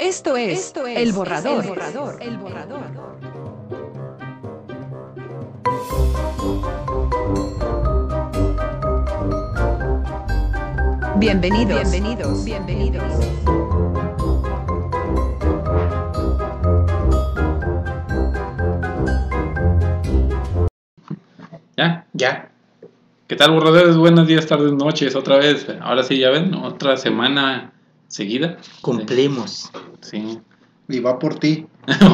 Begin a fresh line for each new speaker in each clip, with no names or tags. Esto es,
Esto es
el, borrador.
El borrador.
El borrador. Bienvenidos. Bienvenidos. Bienvenidos.
¿Ya?
Ya.
¿Qué tal, borradores? Buenos días, tardes, noches, otra vez. Ahora sí, ya ven, otra semana seguida.
Cumplimos.
Sí.
Y va por ti,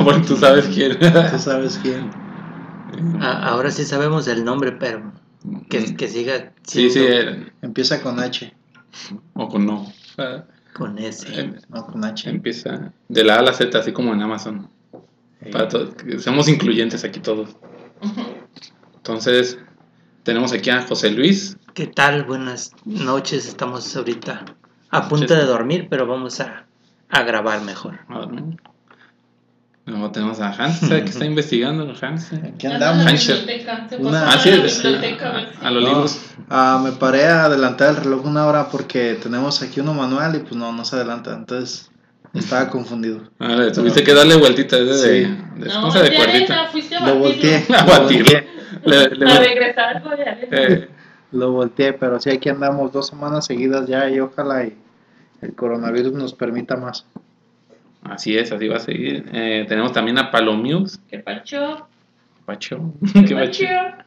Bueno, tú sabes quién.
tú sabes quién.
A- ahora sí sabemos el nombre, pero que, que siga
Mm. Sí, sí,
siendo
eh,
Empieza con H.
o con no. Ah,
con ese.
eh,
No, con H.
Empieza de la A a la Z, así como en Amazon. Para to- que Somos incluyentes aquí todos. Entonces, tenemos aquí a José Luis.
¿Qué tal? Buenas noches. Estamos ahorita a punto
Noches.
de dormir, pero vamos a, a grabar mejor.
A dormir. Luego Ah, tenemos a Hans, que está investigando. Hans.
Aquí
Anda
andamos.
la Hancher.
biblioteca, se
Una-
pasó
Ah,
a
sí,
la
sí,
biblioteca, a ver si-
a, a los
No.
libros.
Ah, me paré a adelantar el reloj una hora porque tenemos aquí uno manual y pues no, no se adelanta. Entonces estaba confundido.
A ver, tuviste que darle vueltita es de, de,
Sí.
de-
No,
¿cómo se de
ya
cuerdita.
era, fuiste a
Lo volteé.
batirlo.
A batirlo. Le- le-
Para regresar algo de arena.
eh,
Lo volteé, pero sí, aquí andamos dos semanas seguidas ya y ojalá y el coronavirus nos permita más.
así es, así va a seguir. Eh, tenemos también a Palomius.
Que pacho,
Pacho.
que
Qué
pacho.
pacho.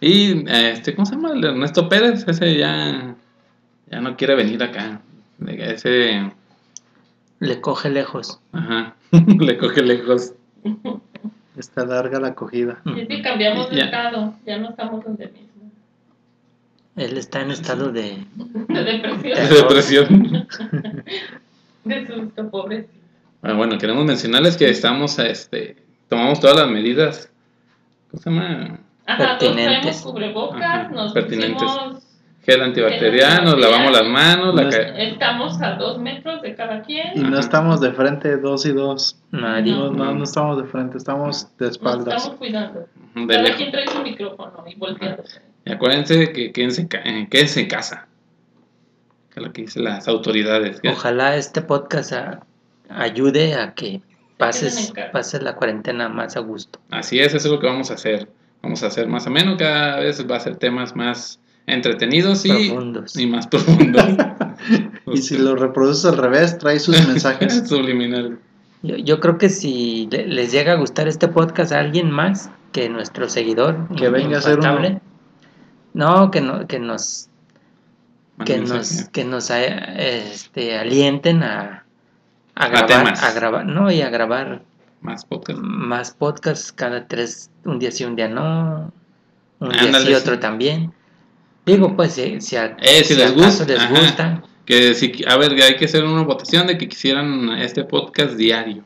Y eh, este, ¿cómo se llama? El Ernesto Pérez, ese ya, ya no quiere venir acá. De- Ese,
Le coge lejos.
ajá, le coge lejos.
Está larga la acogida.
Mm.
Es que cambiamos de
Mm. Ya.
estado, ya no estamos donde mismo.
Él está en estado de...
De
De
depresión,
depresión.
de susto, pobre.
Bueno, Ah, bueno, queremos mencionarles que estamos, este, tomamos todas las medidas. ¿Cómo se llama?
Ajá, todos
Pertinentes.
traemos cubrebocas,
Ajá,
nos
pertinentes.
pusimos-
Gel antibacterial, nos lavamos las manos, la ca-
estamos a dos metros de cada
Y
quien.
no
Ajá.
estamos de frente, dos y dos.
Nadie.
No, no, no estamos de frente, estamos de
Nos
espaldas.
estamos cuidando.
de
Cada
lejos.
quien trae su micrófono y volteándose.
Y acuérdense que quédense, en ca- eh, quédense en casa. Que es lo que dicen las autoridades. que-
Ojalá este podcast a- ayude a que pases,
en casa.
pases la cuarentena más a gusto.
Así es, eso es lo que vamos a hacer. Vamos a hacer más ameno, cada vez va a ser temas más entretenidos y,
Profundos.
y más profundos.
Y si lo reproduces al revés, trae sus mensajes.
Subliminal.
Yo, yo creo que si le- les llega a gustar este podcast a alguien más que nuestro seguidor,
Que venga a ser
infaltable, no, que no, que nos, que
Mándense.
nos, que nos eh, este, alienten a, a grabar,
temas.
a grabar, no, y a grabar
Más podcast.
más podcasts cada tres, un día sí, un día no, un día
Ándale,
sí,
sí.
otro también. Digo, pues, si, si, a-
Eh, si les
acaso
gusta,
les
ajá.
gusta,
Que si, a ver, hay que hacer una votación de que quisieran este podcast diario.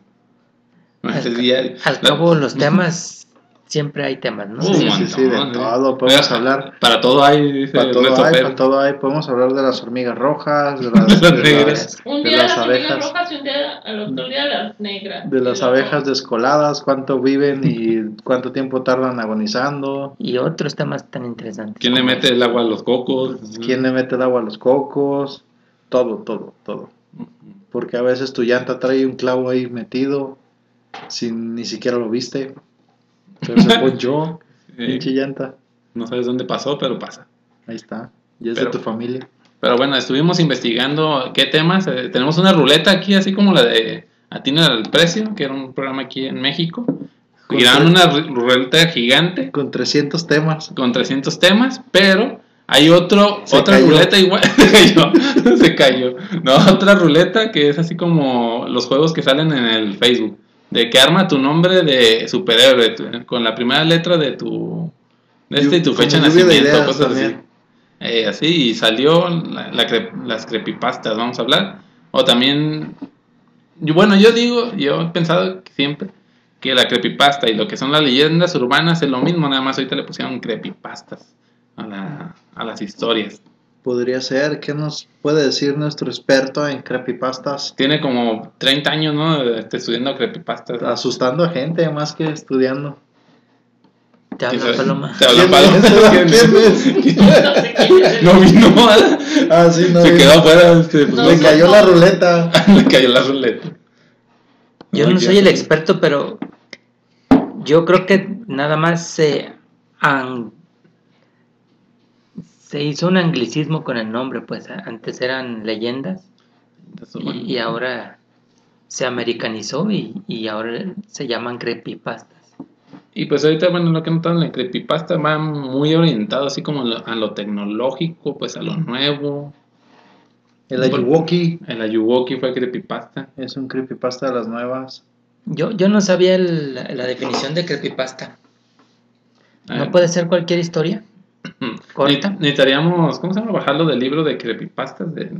No, este es
ca-
diario.
al
La-
cabo los temas, siempre hay temas, ¿no?
Un
Sí, sí, sí, de
montón, ¿eh?
todo podemos hablar.
Para todo hay, dice
Para todo,
Ernesto
hay,
Pérez.
para todo hay. Podemos hablar de las hormigas rojas, de
Las
las, de
negras.
las-
Un
de
día
las
las hormigas
abejas.
rojas y un día, al otro día las negras.
de las
Y luego-
abejas descoladas, cuánto viven y cuánto tiempo tardan agonizando,
y otros temas tan interesantes.
¿Quién le
como
mete el agua a los cocos?
quién le mete el agua a los cocos, todo, todo, todo. Porque a veces tu llanta trae un clavo ahí metido, sin ni siquiera lo viste. Pero se ponchó,
Eh,
pinche llanta.
no sabes dónde pasó, pero pasa.
Ahí está. Y es
Pero-
de tu familia.
Pero bueno, estuvimos investigando qué temas. eh, tenemos una ruleta aquí, así como la de Atina al Precio, que era un programa aquí en México. Giraron una ru- ruleta gigante
Con 300 temas.
con 300 temas, pero hay otro,
Se
otra
cayó.
ruleta igual. se cayó, se cayó. No, otra ruleta que es así como los juegos que salen en el Facebook. De que arma tu nombre de superhéroe tu- con la primera letra de tu. de este y tu
Como
fecha de
lluvia de
nacimiento,
ideas
cosas así.
también.
Eh, así, y salió la- la cre- las creepypastas, vamos a hablar. O también, y bueno, yo digo, yo he pensado que siempre que la creepypasta y lo que son las leyendas urbanas es lo mismo, nada más ahorita le pusieron creepypastas a, la- a las historias.
Podría ser, ¿qué nos puede decir nuestro experto en creepypastas?
Tiene como 30 años, ¿no? Este, estudiando
Ah,
creepypastas.
Asustando a gente más que estudiando.
Te habla
Quizás-
Paloma.
Te habla Paloma.
¿Quién es? ¿Quién es?
No sé quién es.
No vino,
Ah, sí, no.
se
vi.
quedó afuera. este, pues,
No,
Le
no,
cayó
no.
la ruleta.
le cayó la ruleta.
Yo
Muy bien.
no soy el experto, pero yo creo que nada más se, an- se hizo un anglicismo con el nombre, pues a- antes eran leyendas
Entonces,
y,
bueno,
y ahora se americanizó y, y ahora se llaman creepypastas.
Y pues ahorita, bueno, lo que he notado en la creepypasta va muy orientado así como a lo, a lo tecnológico, pues a lo nuevo.
El Ayuwoki
El Ayuwoki fue creepypasta.
es un creepypasta de las nuevas.
Yo, yo no sabía el- la, la definición de creepypasta.
Eh,
¿No puede ser cualquier historia? corta.
ne- Necesitaríamos, ¿cómo se llama? Bajarlo del libro de creepypastas de-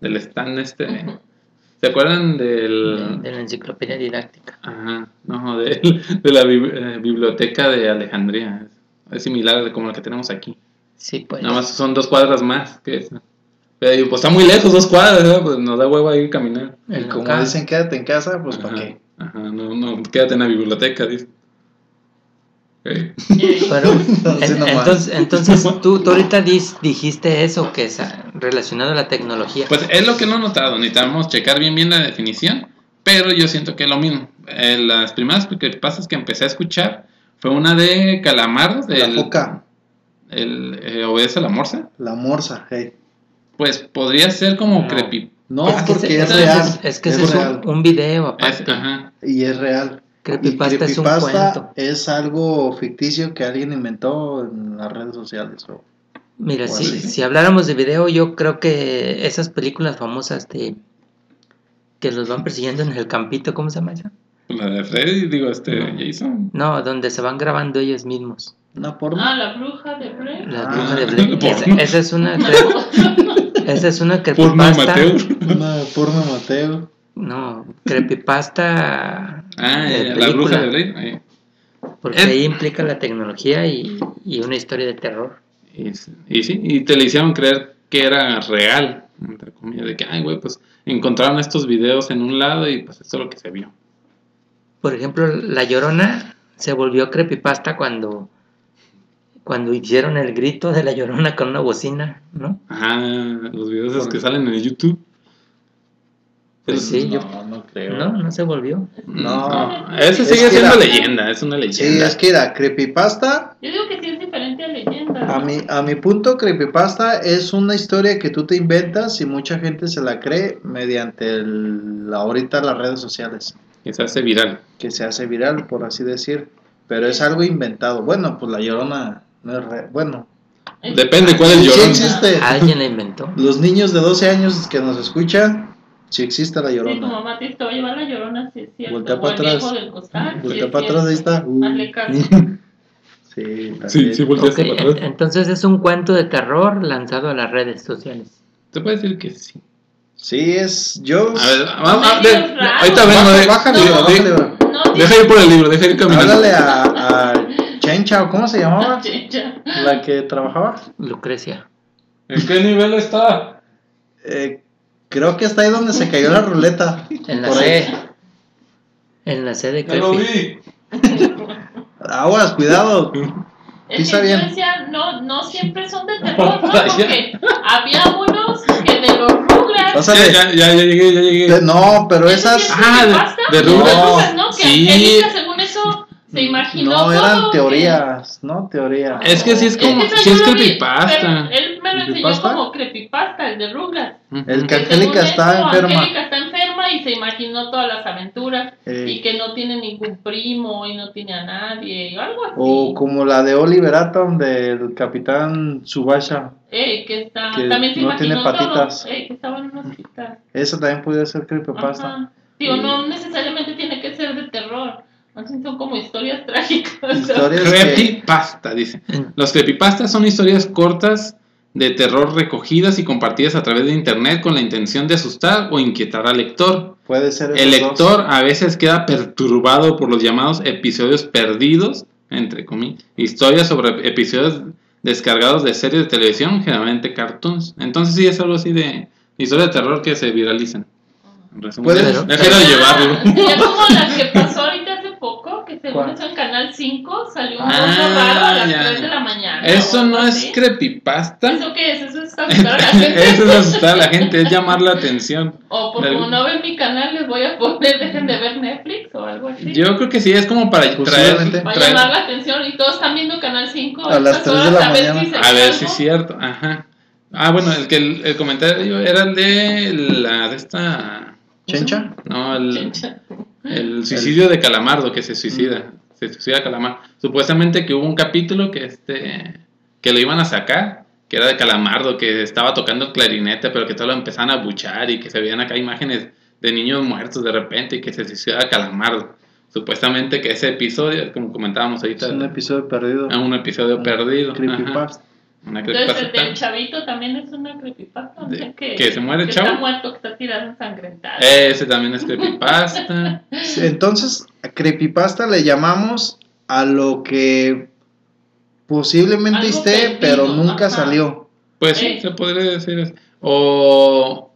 del stand este. ¿Se acuerdan del...?
De la enciclopedia didáctica.
Ajá, no, de, de la bib- eh, biblioteca de Alejandría. Es similar a como la que tenemos aquí.
Sí, pues.
Nada más son dos cuadras más que esa. Pero digo, pues está muy lejos, dos cuadras, ¿verdad? Pues nos da huevo ir caminar.
En
Y
la
como
casa.
dicen, quédate en casa, pues ¿para
Ajá,
qué?
Ajá, no, no, quédate en la biblioteca, dice. Ok.
Pero,
Entonces,
en-
nomás.
entonces, entonces tú, tú ahorita dis- dijiste eso que es ah, relacionado a la tecnología.
Pues es lo que no he notado, necesitamos checar bien bien la definición, pero yo siento que es lo mismo. Eh, las primeras creepypastas que empecé a escuchar fue una de Calamardo,
La
del
foca,
el, eh, obedece a la morsa.
la morsa, hey.
Pues podría ser como
No.
creepy.
No,
Es que
porque
ese-
es
ese
real.
es- es que ese es
real.
un, un video
Es-
aparte.
ajá.
Y es real.
Creepypasta,
y
es un
creepypasta
cuento.
es algo ficticio que alguien inventó en las redes sociales. o-
Mira,
Bueno,
si,
Ah, pues sí.
si habláramos de video, yo creo que esas películas famosas de que los van persiguiendo en el campito, ¿cómo se llama esa?
pues La de Freddy, digo, este,
No.
Jason.
No, donde se van grabando ellos mismos.
Una porno.
Ah, la bruja de Blair.
La
Ah,
bruja de Blair.
porno.
Esa, esa es una cre- esa es una
Porno
creepypasta.
amateur.
Una porno Mateo.
No, creepypasta.
Ah,
de
eh, la bruja
película.
de Blair. eh.
Porque
Es-
ahí implica la tecnología y, y una historia de terror.
Y, y sí, y te le hicieron creer que era real, entre comillas, de que, ay, güey, pues encontraron estos videos en un lado y pues esto es lo que se vio.
Por ejemplo, La Llorona se volvió creepypasta cuando, cuando hicieron el grito de La Llorona con una bocina, ¿no?
Ajá, los videos esos que salen en YouTube.
Pues
Esos-
sí,
no,
yo-
no creo.
No, no se volvió.
No.
Eso
Es
sigue
que
siendo
la-
leyenda, es una
Sí,
leyenda.
es que la creepypasta,
Yo digo que sí es diferente a leyenda.
a
¿no?
mi, a mi punto, creepypasta es una historia que tú te inventas y mucha gente se la cree mediante el- ahorita las redes sociales,
que se hace viral.
que se hace viral, por así decir, pero es algo inventado. Bueno, pues la llorona no es re- Bueno,
Es-
Depende cuál es el
sí
llorón.
existe.
Alguien la inventó.
Los niños de 12 años que nos escuchan, si existe la
Sí, tu
llorona.
mamá te dice, te va a llevar la llorona, si es cierto.
Voltea
o
para
el
atrás.
viejo del costal, si
Voltea
es
para atrás, ahí
cierto.
está. Uh.
Hazle caso.
Sí,
Sí,
también.
sí,
Ok,
volteaste para
en-
atrás.
entonces es un cuento de terror lanzado a las redes sociales.
Se puede decir que sí.
Sí, es. Yo.
A ver, vamos, a-
No,
de-
es raro.
ahorita vengo,
Baja-
de-
bájale,
de-
bájale,
de-
bro.
No,
Deja ir por el libro, deja ir caminando.
Háblale a, a Chencha, ¿o ¿cómo se llamaba?
sí, ya.
La que trabajaba.
Lucrecia.
¿En qué nivel está?
Eh, creo que está ahí donde se cayó la ruleta.
En la
Por
C.
ahí.
En la C de
Ya lo
creepy.
vi.
Aguas, cuidado.
Es
Pisa
que
bien.
yo decía, no, no siempre son de terror, ¿no? Porque había unos que de los Rugrats.
Ya,
Pásale.
ya, ya, ya llegué, ya llegué.
Te- No, pero
¿Eso
esas.
sí es
Ah, de-
creepypasta?
de
Los
Rugrats.
¿no? Que
Sí.
Angélica, según eso, se imaginó
No,
todo,
eran
que-
teorías. No, teoría.
Es que sí es como,
Eh, esa
sí
yo
es
lo vi,
creepypasta.
pero Él me lo enseñó
¿Creepypasta?
como creepypasta, el de Rugrats.
El
Ujú.
que Angélica
según
está
eso,
enferma.
Angélica está enferma y se imaginó todas las aventuras
Eh.
y que no tiene ningún primo y no tiene a nadie o algo así.
O como la de Oliver Atom del Capitán Subasha.
Ey, Eh, que está,
que
también se
no
imaginó
tiene patitas.
todo. Ey, que estaba en un hospital.
Esa también podría ser creepypasta.
Ajá. Digo,
Sí.
no necesariamente tiene que ser de terror. Más bien son como historias trágicas.
Historias que,
Creepypasta, dice. Los creepypastas son historias cortas de terror recogidas y compartidas a través de internet con la intención de asustar o inquietar al lector.
puede ser esos
El
dos.
lector a veces queda perturbado por los llamados episodios perdidos, entre comillas, historias sobre episodios descargados de series de televisión, generalmente cartoons. Entonces sí es algo así de historias de terror que se viralizan. En resumen,
Puede-
deja- deja
Ah.
de llevarlo.
Ya como la que pasó ahorita hace poco, que según
¿Cuál?
eso en Canal 5 salió un
Ah,
oso raro a las
ya.
3 de la mañana.
Eso
o
no
algo
es
así.
creepypasta.
¿Eso qué es? Eso es es asustar a la gente.
Eso es asustar a la gente, es llamar la atención.
O por como no ven mi canal, les voy a poner, dejen de ver Netflix o algo así.
Yo creo que sí, es como para traer,
Posiblemente.
Va a
traer-
llamar la atención y todos están viendo Canal 5.
A las
estas
tres de
horas,
la
a ver
mañana.
si se
A ver
calma.
si es cierto, ajá. Ah, bueno, el que el, el comentario era el de la de esta
¿Chencha?
no, el,
Chincha.
el suicidio de Calamardo que se suicida,
Mm.
se suicida Calamar. Supuestamente que hubo un capítulo que este que lo iban a sacar, que era de Calamardo que estaba tocando el clarinete, pero que todo lo empezaban a buchar y que se veían acá imágenes de niños muertos de repente y que se suicida Calamardo. Supuestamente que ese episodio, como comentábamos ahorita,
Es un episodio perdido. Ah,
a Ah, un episodio perdido. ajá.
Creepypasta.
Una
Entonces el
creepypasta.
del chavito también es una creepypasta. ¿no?
De-
que,
que se muere el
que
chavo. Eh,
Está muerto, que está tirado ensangrentado.
Ese también es creepypasta.
Sí, Entonces, a creepypasta le llamamos a lo que posiblemente
Algo
esté,
perdido,
pero nunca
ajá.
salió.
Pues sí,
Eh.
se podría decir eso. O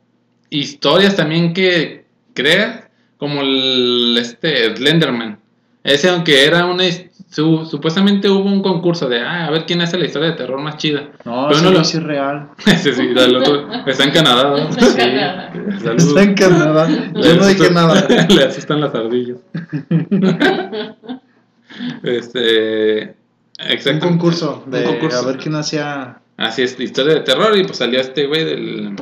historias también que creas, como el este Slenderman. Ese aunque era una his- su- supuestamente hubo un concurso de ah, a ver quién hace la historia de terror más chida.
No,
Pero
eso
no
no
lo-
es irreal.
Ese sí, da loco. Está en Canadá. ¿no?
Está en Canadá.
Saludos.
Está en Canadá. Yo no
Le
dije
asustan-
nada.
Le asustan las ardillas. este
Un
exactamente.
concurso de
Un concurso.
a ver quién hacía.
Así es, historia de terror. Y pues salió este güey del.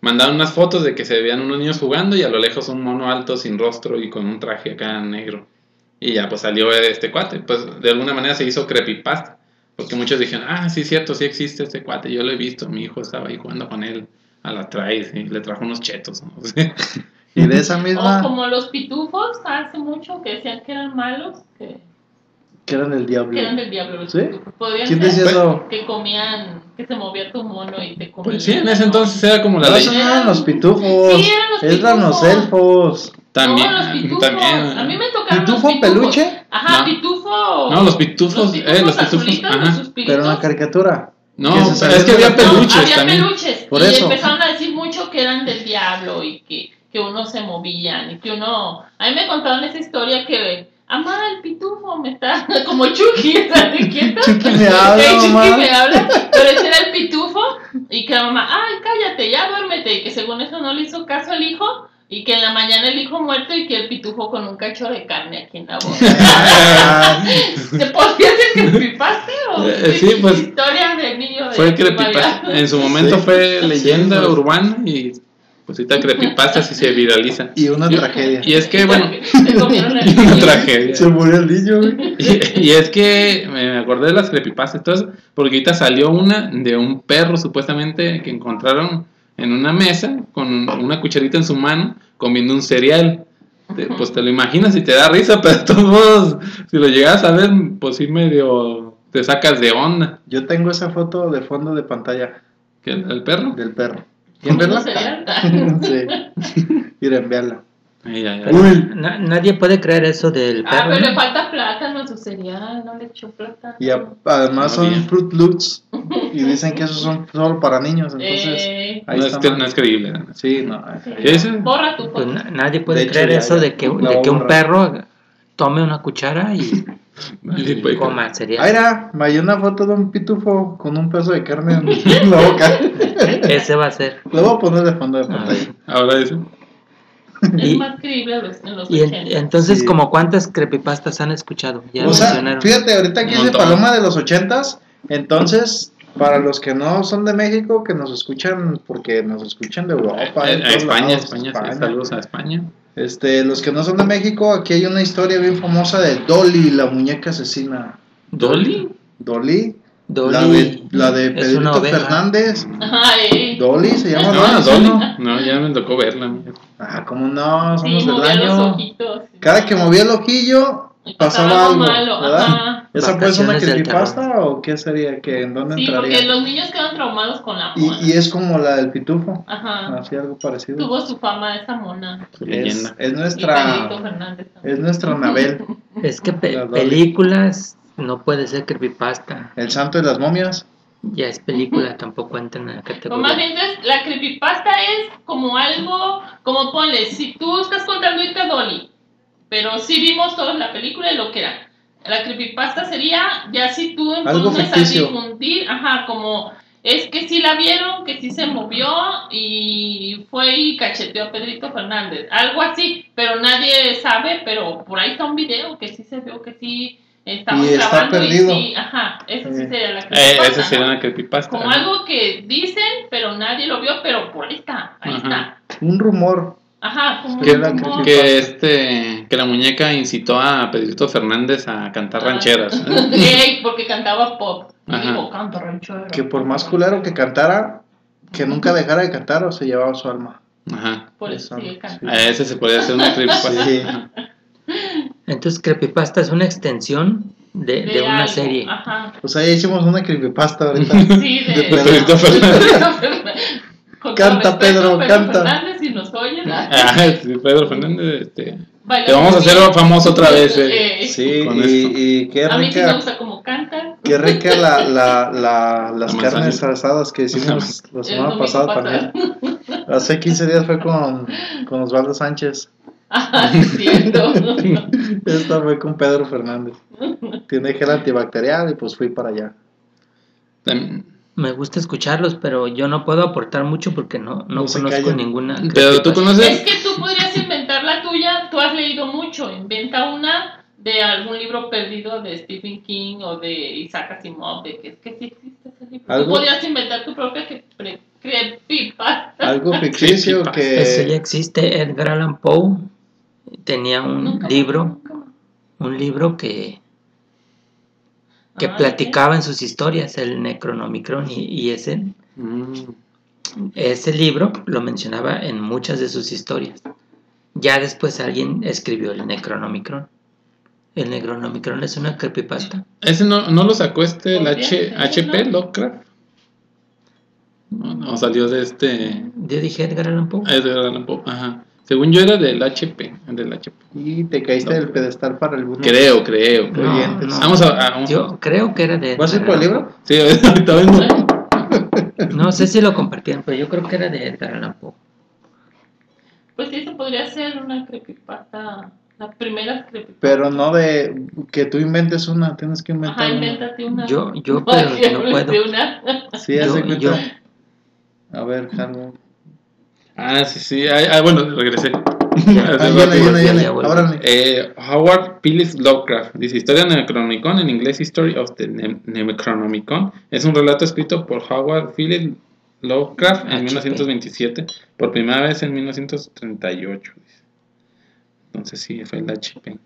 Mandaron unas fotos de que se veían unos niños jugando y a lo lejos un mono alto sin rostro y con un traje acá negro. Y ya pues salió este cuate. Pues de alguna manera se hizo creepypasta. Porque muchos dijeron, ah, sí, cierto, sí existe este cuate. Yo lo he visto, mi hijo estaba ahí jugando con él a la traes y le trajo unos chetos. ¿no? O sea,
Y de esa
O
misma,
Oh, como los pitufos hace mucho que decían que eran malos, que,
que eran el diablo.
que eran del diablo. los
¿Sí?
pitufos. Podían
¿Quién
ser
decía
Pues-
eso?
que comían, que se movía tu mono y te comía.
pues sí, en ese entonces era como la
No,
ley.
eso no eran los pitufos.
Sí, eran los
Eran los
pitufos.
elfos.
También,
No, los pitufos.
también.
A mí me tocaron
¿Pitufo
los
en
pitufos.
peluche?
No.
Ajá, pitufo.
No, los pitufos, eh, los pitufos,
azulitos,
ajá.
los suspiritos.
Pero en la caricatura.
No,
Que se
pero
salían
es que
de la
había
tele.
peluches
no, había
también.
peluches.
Por
y
eso.
empezaron a decir mucho que eran del diablo y que, que uno se movían y que uno... A mí me contaron esa historia que... Amá, el pitufo me está como Chucky, ¿estás quieto?
Chucky me habla,
Ey, Chucky
mamá.
me habla, pero ese era el pitufo y que la mamá, ay, cállate, ya duérmete y que según eso no le hizo caso al hijo y que en la mañana el hijo muerto y que el pitufo con un cacho de carne aquí en la boca.
Ah,
¿Te podías decir que pipaste o?
Eh, sí, pues,
Historias del niño de
Fue
primaria.
creepypasta. En su momento
Sí.
fue leyenda
Sí, pues.
urbana y pues ahorita creepypasta si se viraliza.
y una tragedia.
Y es que, bueno,
Te comieron el
una
niño.
Se
tragedia.
murió el niño, güey.
Y, y es que me acordé de las creepypastas, entonces, porque ahorita salió una de un perro supuestamente que encontraron en una mesa con una cucharita en su mano comiendo un cereal. Te- Pues te lo imaginas y te da risa, pero de todos modos, si lo llegas a ver, pues sí medio te sacas de onda.
Yo tengo esa foto de fondo de pantalla
que el- el perro?
del perro. ¿Quién verla?
Sería-
sí. Miren, véanla.
Ay, ay, ay.
Uy.
Na- nadie puede creer eso del
Ah,
perro.
pero le
¿no?
falta plátano a su cereal, no le echó plátano.
Y a- además
No
son
había.
Fruit Loops. Y dicen que esos son solo para niños. Entonces,
Eh,
ahí
no, es,
está.
cre-
mal.
no es creíble. ¿no?
Sí, no.
¿Ese?
Borra tu
Pues
foto.
na- nadie puede
De hecho,
creer
ya-
eso
ya
de que,
la
de que un
borra.
perro tome una cuchara y
Nadie puede creer.
coma cereal.
Aira, me hay una foto de un pitufo con un pedazo de carne en la boca.
Ese va a ser.
Lo voy a poner de fondo de
A
Ah,
pantalla.
ver.
Ahora eso.
Es
y-
más creíble a los- en los
Y en-
80.
entonces,
Sí.
como cuántas creepypastas han escuchado? Ya
o sea,
mencionaron.
fíjate, ahorita aquí
Un
dice
montón.
Paloma de los ochentas, entonces, para los que no son de México, que nos escuchan, porque nos escuchan de Europa,
A, a
de todos
Eh, España,
lados,
España, sí,
España.
saludos a España.
Este, los que no son de México, aquí hay una historia bien famosa de Dolly, la muñeca asesina.
¿Dolly?
Dolly,
Dolly
la de, la de
es una
Pedrito
oveja.
Fernández.
Ay,
Dolly se llama
No,
¿sí
Dolly.
no?
No, ya me tocó verla. mía.
Ah, como no, somos
sí,
del
movía los
año.
ojitos.
Cada que movía el ojillo,
Y pasaba
pasaba algo,
algo malo,
¿verdad?
ajá.
¿Esa fue una
Vacaciones del
creepypasta o qué sería? que ¿En dónde
Sí, porque
entraría?
los niños quedan traumados con la mona.
Y, y es Ah, como la del pitufo,
Ajá.
así algo parecido.
Tuvo su fama esa mona.
Su
Es,
leyenda.
es
Y Pedrito
nuestra,
Fernández también.
es nuestra Anabel,
Es que pe-
La Dolly.
películas no puede ser creepypasta.
el santo de las momias.
Ya es película, tampoco entra en la
O
pues
más
categoría.
bien, entonces, la creepypasta es como algo, como ponle, si tú estás contando ahorita Dolly, pero sí vimos todos la película y lo que era. La creepypasta sería ya si tú
Algo
entonces a
ficticio.
difundir, ajá, como es que sí la vieron, que sí se movió y fue y cacheteó a Pedrito Fernández. Algo así, pero nadie sabe, pero por ahí está un video que sí se vio, que sí estaba
Y está
grabando
perdido.
y sí, ajá, eso sí
Eh.
sería la
Eh,
creepypasta,
esa sería
¿no?
una creepypasta.
Como
¿no?
algo que dicen, pero nadie lo vio, pero por ahí está, ahí
Ajá.
está.
Un rumor.
Ajá, como
Que
un
la
rumor.
creepypasta.
Que este que la muñeca incitó a Pedrito Fernández a cantar
Ah.
rancheras.
Ey, porque cantaba pop.
Ajá.
Digo, canto ranchero.
Que por más culero que cantara, que nunca dejara de cantar o se llevaba su alma.
Ajá.
Por
Eso,
eso sigue cantando.
A ese se podría hacer una creepypasta.
Sí.
Ajá.
Entonces, Creepypasta es una extensión de, de una
algo, Ah.
serie.
Ajá.
Pues ahí hicimos una creepypasta ahorita.
Sí, de,
De
Pedrito Fernández.
Con todo
Canta,
respeto,
Pedro, canta.
Fernández, si nos oyes, ¿ah?
Ah, sí, Pedro Fernández, este,
Baila
te vamos a
muy
hacer
bien.
famoso otra vez. eh.
Eh,
Sí,
Con
y,
esto.
y qué
a mí sí me
rica,
gusta como canta.
qué rica la, la, la, las
La
carnes
manzana.
asadas que hicimos la semana pasada también. Hace 15 días fue con, con Osvaldo Sánchez.
Ah, es cierto.
Esta fue con Pedro Fernández. Tiene gel antibacterial y pues fui para allá.
También-
Me gusta escucharlos, pero yo no puedo aportar mucho porque no, no,
No se
conozco
callan.
ninguna.
Pero tú
creepypasta.
es
conoces.
que tú podrías inventar la tuya. Tú has leído mucho. Inventa una de algún libro perdido de Stephen King o de Isaac Asimov. De que es que sí existe ese libro.
Algo-
Tú podrías inventar tu propia que, pre- creepypasta.
Algo ficticio
pues,
Eso ya
que...
existe. Edgar Allan Poe tenía un
Nunca más,
libro,
nunca más.
un libro que, que
Ah,
platicaba en sus historias, el Necronomicron, y, y ese,
Mm.
ese libro lo mencionaba en muchas de sus historias. Ya después alguien escribió el Necronomicron. El Necronomicron es una creepypasta.
Ese no, no lo sacó este, el
Podría
H,
ser,
HP
¿no?
Lovecraft. No, no, salió de este.
Yo dije Edgar Allan
Eh,
Poe.
Es de Allan Poe, ajá. Según yo era del HP, del HP.
Y te caíste del pedestal para algún...
Creo, creo. creo.
No,
oyentes.
no.
Vamos a. a- vamos a-
Yo creo que era de.
¿Vas a ir por el
Edgar Allan
libro?
Sí, ahorita vengo.
¿eh?
Poe. No sé si lo compartieron, pero yo creo que era de Edgar Allan Poe.
Pues sí, eso podría ser una creepypasta. Las primeras creepypastas.
Pero no de que tú inventes una, tienes que inventar
Ajá,
una.
invéntate una.
Yo, yo, pero
Ay,
no
invéntate
puedo.
una.
Sí, haz de
Yo-
cuenta.
yo-
A ver, Carmen.
Ah, sí, sí. Ah, ah, bueno, regresé.
Ah,
Hace
viene,
rato.
viene,
ya,
viene.
ya vuelvo.
Ábrale.
Eh, Howard Phillips Lovecraft dice Historia Necronomicon en inglés History of the Ne- Necronomicon es un relato escrito por Howard Phillips Lovecraft en
HP.
1927 por primera vez en 1938 dice. entonces sí fue el HP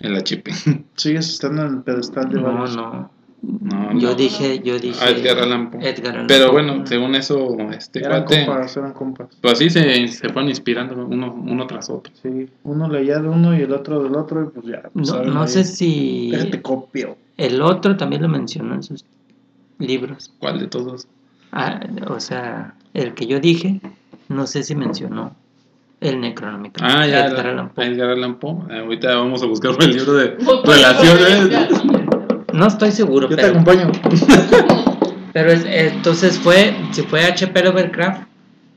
el HP
Sigues estando en el pedestal de
No,
varios.
no.
no,
Yo
no.
dije, yo dije.
Ah, Edgar Allan Poe.
Edgar Allan
pero
Poe.
bueno según eso este
Eran
cuate
compas, eran compas.
pues así se, se fueron inspirando uno, uno tras otro
Sí, uno leía de uno y el otro del otro y pues ya. pues,
No,
saben
no
ahí.
sé si
Déjate copio.
el otro también lo mencionó en sus libros.
¿cuál de todos?
Ah, o sea, el que yo dije, no sé si mencionó el Necronomicon.
Ah, ya.
Edgar
la-
Allan Poe.
Edgar Allan Poe. Eh, ahorita vamos a buscar el libro de
Voy por
relaciones.
No estoy seguro,
Yo te
pero,
acompaño.
pero es- entonces fue, si fue H.P. Lovecraft,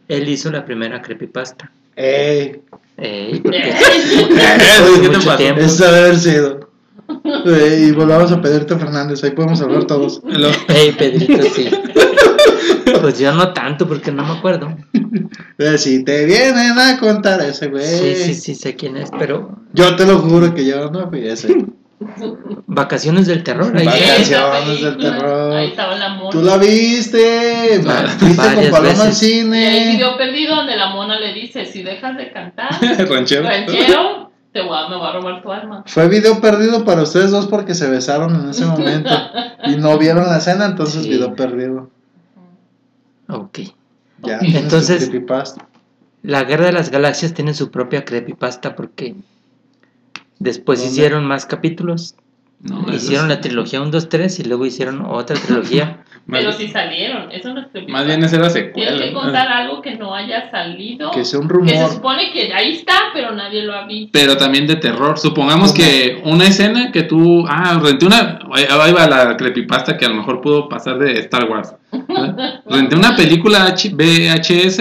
él hizo la primera creepypasta.
Ey,
Ey, porque
Eh, ¿Qué te
Mucho
pasa?
tiempo.
ese debe haber sido. Ey, y volvamos a pedirte Fernández, ahí podemos hablar todos.
Lo-
Ey, Pedrito, sí. Pues yo no tanto porque no me acuerdo.
Eh, si te vienen a contar ese güey.
Sí, sí, sí, sé quién es, pero
Yo te lo juro que yo no fui ese.
Vacaciones del Terror. ahí
Vaca-
está.
Vacaciones del terror.
Ahí estaba el amor.
Tú la viste.
Va-
Fuiste con
varias
Paloma al
veces.
Y hay un
cine.
video perdido donde la mona le dice: Si dejas de cantar,
Ranchero.
ranchero, te voy a, me voy a robar tu alma.
Fue video perdido para ustedes dos porque se besaron en ese momento y no vieron la escena, entonces
Sí.
video perdido.
Ok.
Ya,
Entonces-
es creepypasta.
La Guerra de las Galaxias tiene su propia creepypasta porque después
¿Dónde?
hicieron más capítulos.
No, eso
hicieron
es-
la trilogía 1, 2, 3 y luego hicieron otra trilogía.
más,
Pero si salieron, eso no es creepypasta.
más bien esa era
Tienes que
secuela.
contar algo que no haya salido.
Que sea un
que se
rumor.
supone que ahí está, pero nadie lo ha visto.
Pero también de terror. Supongamos que una escena que tú. Ah, renté una. Ahí ahí va la creepypasta que a lo mejor pudo pasar de Star Wars. ¿verdad? Renté una película H- VHS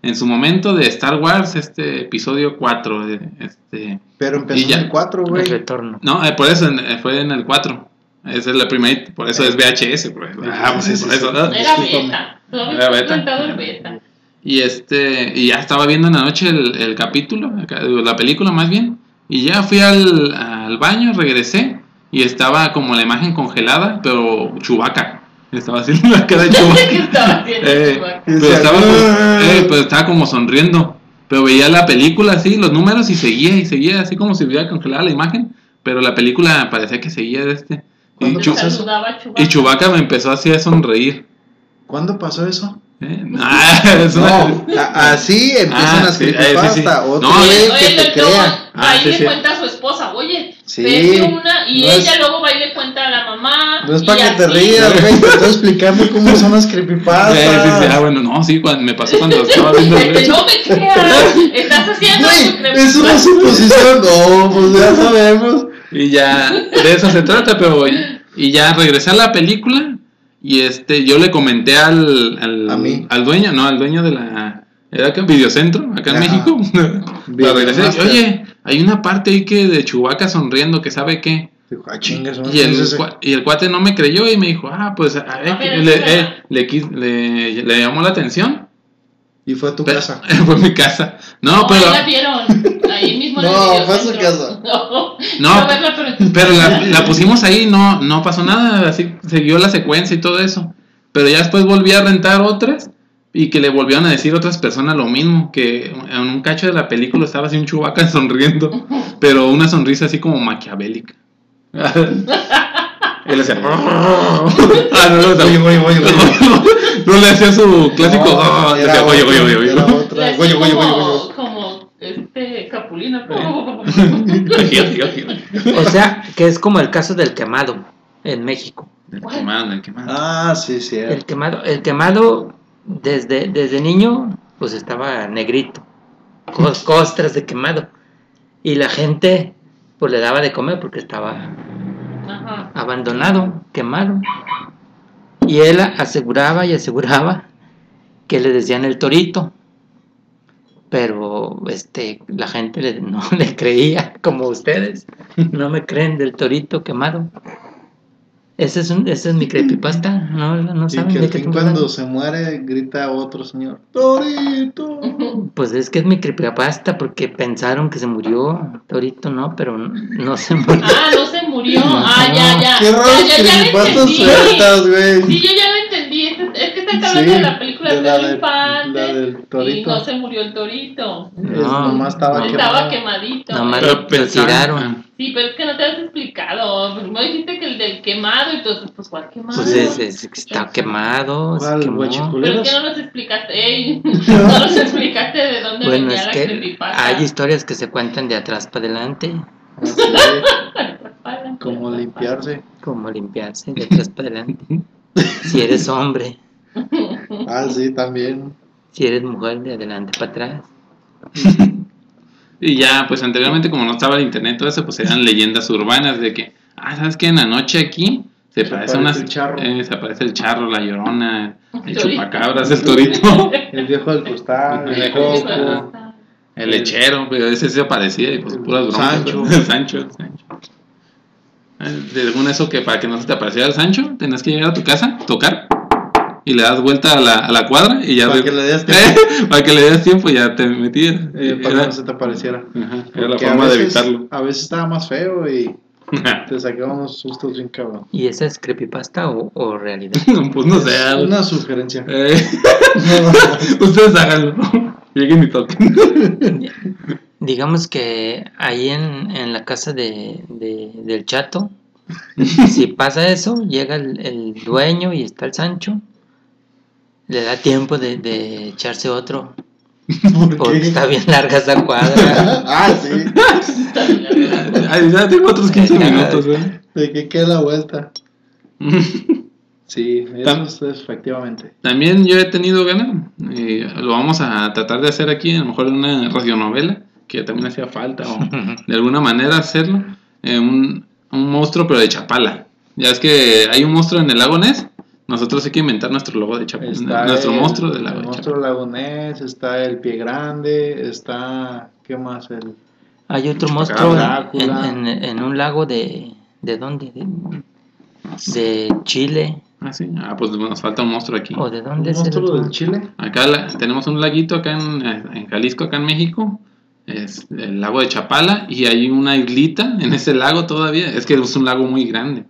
en su momento de Star Wars, este episodio 4. de- Este,
Pero
Y
empezó
ya.
en el 4,
El
güey.
retorno.
no, eh, por eso en- eh, fue en el 4. Esa es la primerita, por eso es VHS, por eso. Eh. Ah, pues es por eso, ¿no?
Era
Discúlpame.
beta. Tú
Era
habías
beta.
comentado el beta.
Y este, y ya estaba viendo en la noche el, el capítulo, acá, digo, la película más bien, y ya fui al, al baño, regresé, y estaba como la imagen congelada, pero Chubaca. Estaba así la cara de
¿Qué
Chubaca.
estaba haciendo?
Eh,
Chubaca?
pero, estaba, como- eh, pero estaba como sonriendo. Pero veía la película así, los números, y seguía y seguía, así como si hubiera congelada la imagen. Pero la película parecía que seguía de este. Y,
¿Cuándo
Chu-
pasó eso?
Saludaba a
y Chewbacca me empezó así a sonreír.
¿Cuándo pasó eso?
¿eh? Ah, es una-
No, a- así empiezan
Ah,
las
sí, eh, sí,
creepypasta.
sí.
Otro
No,
güey
Oye,
que
le-
te
luego
crea.
Ah,
ahí
sí,
le
sí.
cuenta a su esposa, oye,
Sí.
perdí una, y
No es-
ella luego va y le cuenta a la mamá.
No es
y
para que te
así.
rías, güey. Te estoy explicando cómo son las
Sí, sí, sí, ah,
creepypastas.
bueno, no, sí, cuando, me pasó cuando estaba viendo el
Este,
video.
No me creas, estás haciendo
Güey,
tu crema.
es una suposición. No, pues ya sabemos.
Y ya, de eso se trata, pero y ya regresé a la película y este yo le comenté al al,
¿A mí?
al dueño, no, al dueño de la era que videocentro acá en
Ajá.
México. Lo regresé,
Videomaster.
oye, hay una parte ahí que de Chubaca sonriendo, que sabe qué.
Dijo, ah, chingas,
Y el, cua- y el cuate no me creyó y me dijo, ah, pues a ver,
A ver,
le,
espera.
eh, le quis- le- le llamó la atención.
Y fue a tu
pero-
casa.
Fue a mi casa. No,
No,
pero...
ahí la vieron, ahí mismo en el
No, fue a su
videocentro. No,
No,
no, verla, pero en tu
Pero la,
casa.
la pusimos ahí, no, no pasó nada, así siguió la secuencia y todo eso. Pero ya después volví a rentar otras y que le volvieron a decir otras personas lo mismo, que en un cacho de la película estaba así un chubaca sonriendo, pero una sonrisa así como maquiavélica. Él hacía... ah, no, no,
Oye,
también,
oye, oye, oye.
no le hacía su clásico...
No,
ah,
era
decía, oye, oye,
otro,
oye, oye.
era
Y
otro.
así
Oye, oye, oye,
como-
oye.
Como este Capulina.
Oye, oye, oye.
O sea, que es como el caso del quemado en México.
El quemado, el quemado.
Ah, sí, sí.
El quemado, el quemado desde, desde niño, pues estaba negrito, cos- costras de quemado. Y la gente, pues le daba de comer porque estaba
Ajá.
abandonado, quemado. Y él aseguraba y aseguraba que le decían el torito. Pero este la gente le- no le creía como ustedes. No me creen del torito quemado. Ese es un, ese es mi creepypasta. No, no
Y
saben
que
de
al
qué
fin
estoy
cuando
hablando.
se muere grita otro señor. Torito.
Pues es que es mi creepypasta porque pensaron que se murió. Torito no, pero no, no se murió.
Ah, no se murió. Ah, ya, ya.
Qué raros
Ya, ya, ya lo
creepypastas
entendí.
sueltas, güey.
Sí, yo ya lo entendí. Es, es que está hablando
Sí,
de la película
de
de
la
Pedro
de-
Infante.
la del torito. Ah,
Y no se murió el torito.
Es-
No,
nomás estaba
no.
Estaba
quemado.
quemadito.
Nomás-
Pero
lo
pensaban-
tiraron.
Sí, pero es que no te has explicado. Primero dijiste que el del quemado. Entonces, pues, ¿cuál quemado?
Pues es, es- está quemado. se
¿Cuál,
quemó.
guachicoleo?
Pero es que no nos explicaste. ey, no nos explicaste de dónde
Bueno,
venía
es
la
que
creepypasta.
hay historias que se cuentan de atrás para adelante,
Así, como limpiarse.
como limpiarse de atrás para adelante. Si eres hombre,
Ah, sí, también.
si eres mujer, de adelante para atrás.
Y ya, pues anteriormente, como no estaba el internet, todo eso, pues eran leyendas urbanas de que, ah, ¿sabes qué? En la noche aquí se,
Se
parece
aparece
una.
el charro.
eh, se aparece el charro, la llorona, el
Torito.
chupacabras, el torito,
El viejo del
El
costal, el
viejo del
coco.
costal. el lechero, pero ese se aparecía y pues puras bromas.
Sancho.
El Sancho, el Sancho. Eh, Según eso, que para que no se te apareciera el Sancho, tenías que llegar a tu casa, tocar. Y le das vuelta a la, a la cuadra y ya...
Para
de-
que le des tiempo.
Eh, para que le des tiempo ya te metías.
eh, para que
Era-
no se te apareciera.
ajá, era la
Porque a
forma de
veces-
evitarlo.
A veces estaba más feo y te sacaba unos sustos bien cabrón.
¿Y esa es creepypasta o, o realidad?
No, pues no sé. algo.
Una sugerencia.
Eh, ustedes háganlo. Lleguen y toquen.
Digamos que ahí en, en la casa de, de- del chato, si pasa eso, llega el, el dueño y está el Sancho, le da tiempo de, de echarse otro,
¿Por
porque
qué?
está bien larga esa cuadra.
Ah, sí.
Ay, ya tengo otros 15 minutos, ¿eh?
De que queda la vuelta. Sí,
Tam-
eso es efectivamente.
También yo he tenido ganas. y lo vamos a tratar de hacer aquí, a lo mejor en una radionovela, que también hacía falta, o de alguna manera hacerlo. eh, un, un monstruo, pero de Chapala. Ya es que hay un monstruo en el lago Ness. Nosotros hay que inventar nuestro logo de Chapala.
Está
Nuestro
el-
eh, monstruo del lago
El
de
monstruo
Chapala.
lagonés, está el pie grande, está. ¿Qué más? El,
Hay otro monstruo en-
Drácula.
en, en- en un lago de... ¿De dónde? De- de Chile,
Ah, sí. Ah, pues nos falta un monstruo aquí.
o de dónde
¿Un
es el
monstruo
otro?
del Chile?
Acá la- tenemos un laguito acá en, en Jalisco, acá en México. Es el lago de Chapala y hay una islita en ese lago todavía. Es que es un lago muy grande.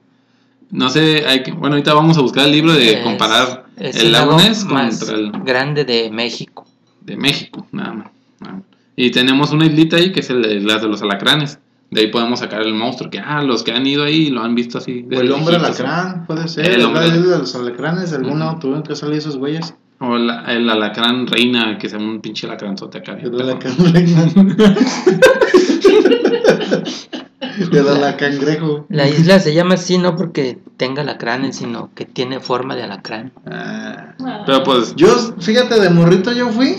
No sé, hay que- bueno, ahorita vamos a buscar el libro de
Es-
comparar
es
el lago Ness
más
contra el
grande de México.
de México, nada más. nada más. Y tenemos una islita ahí que es el de, las de los alacranes. De ahí podemos sacar el monstruo que, ah, los que han ido ahí lo han visto así.
O
desde
el hombre
lejitos.
alacrán, puede ser.
El
El
hombre-
hombre de los alacranes, de algún lado
Ujú.
tuvieron que salir esos güeyes.
O la- el alacrán reina, que se llama un pinche alacranzote acá. bien
El
perrón.
alacangrejo. El alacangrejo.
La isla se llama así no porque tenga alacranes, sino que tiene forma de alacrán.
Ah.
Ah.
Pero pues,
Yo, fíjate, de morrito yo fui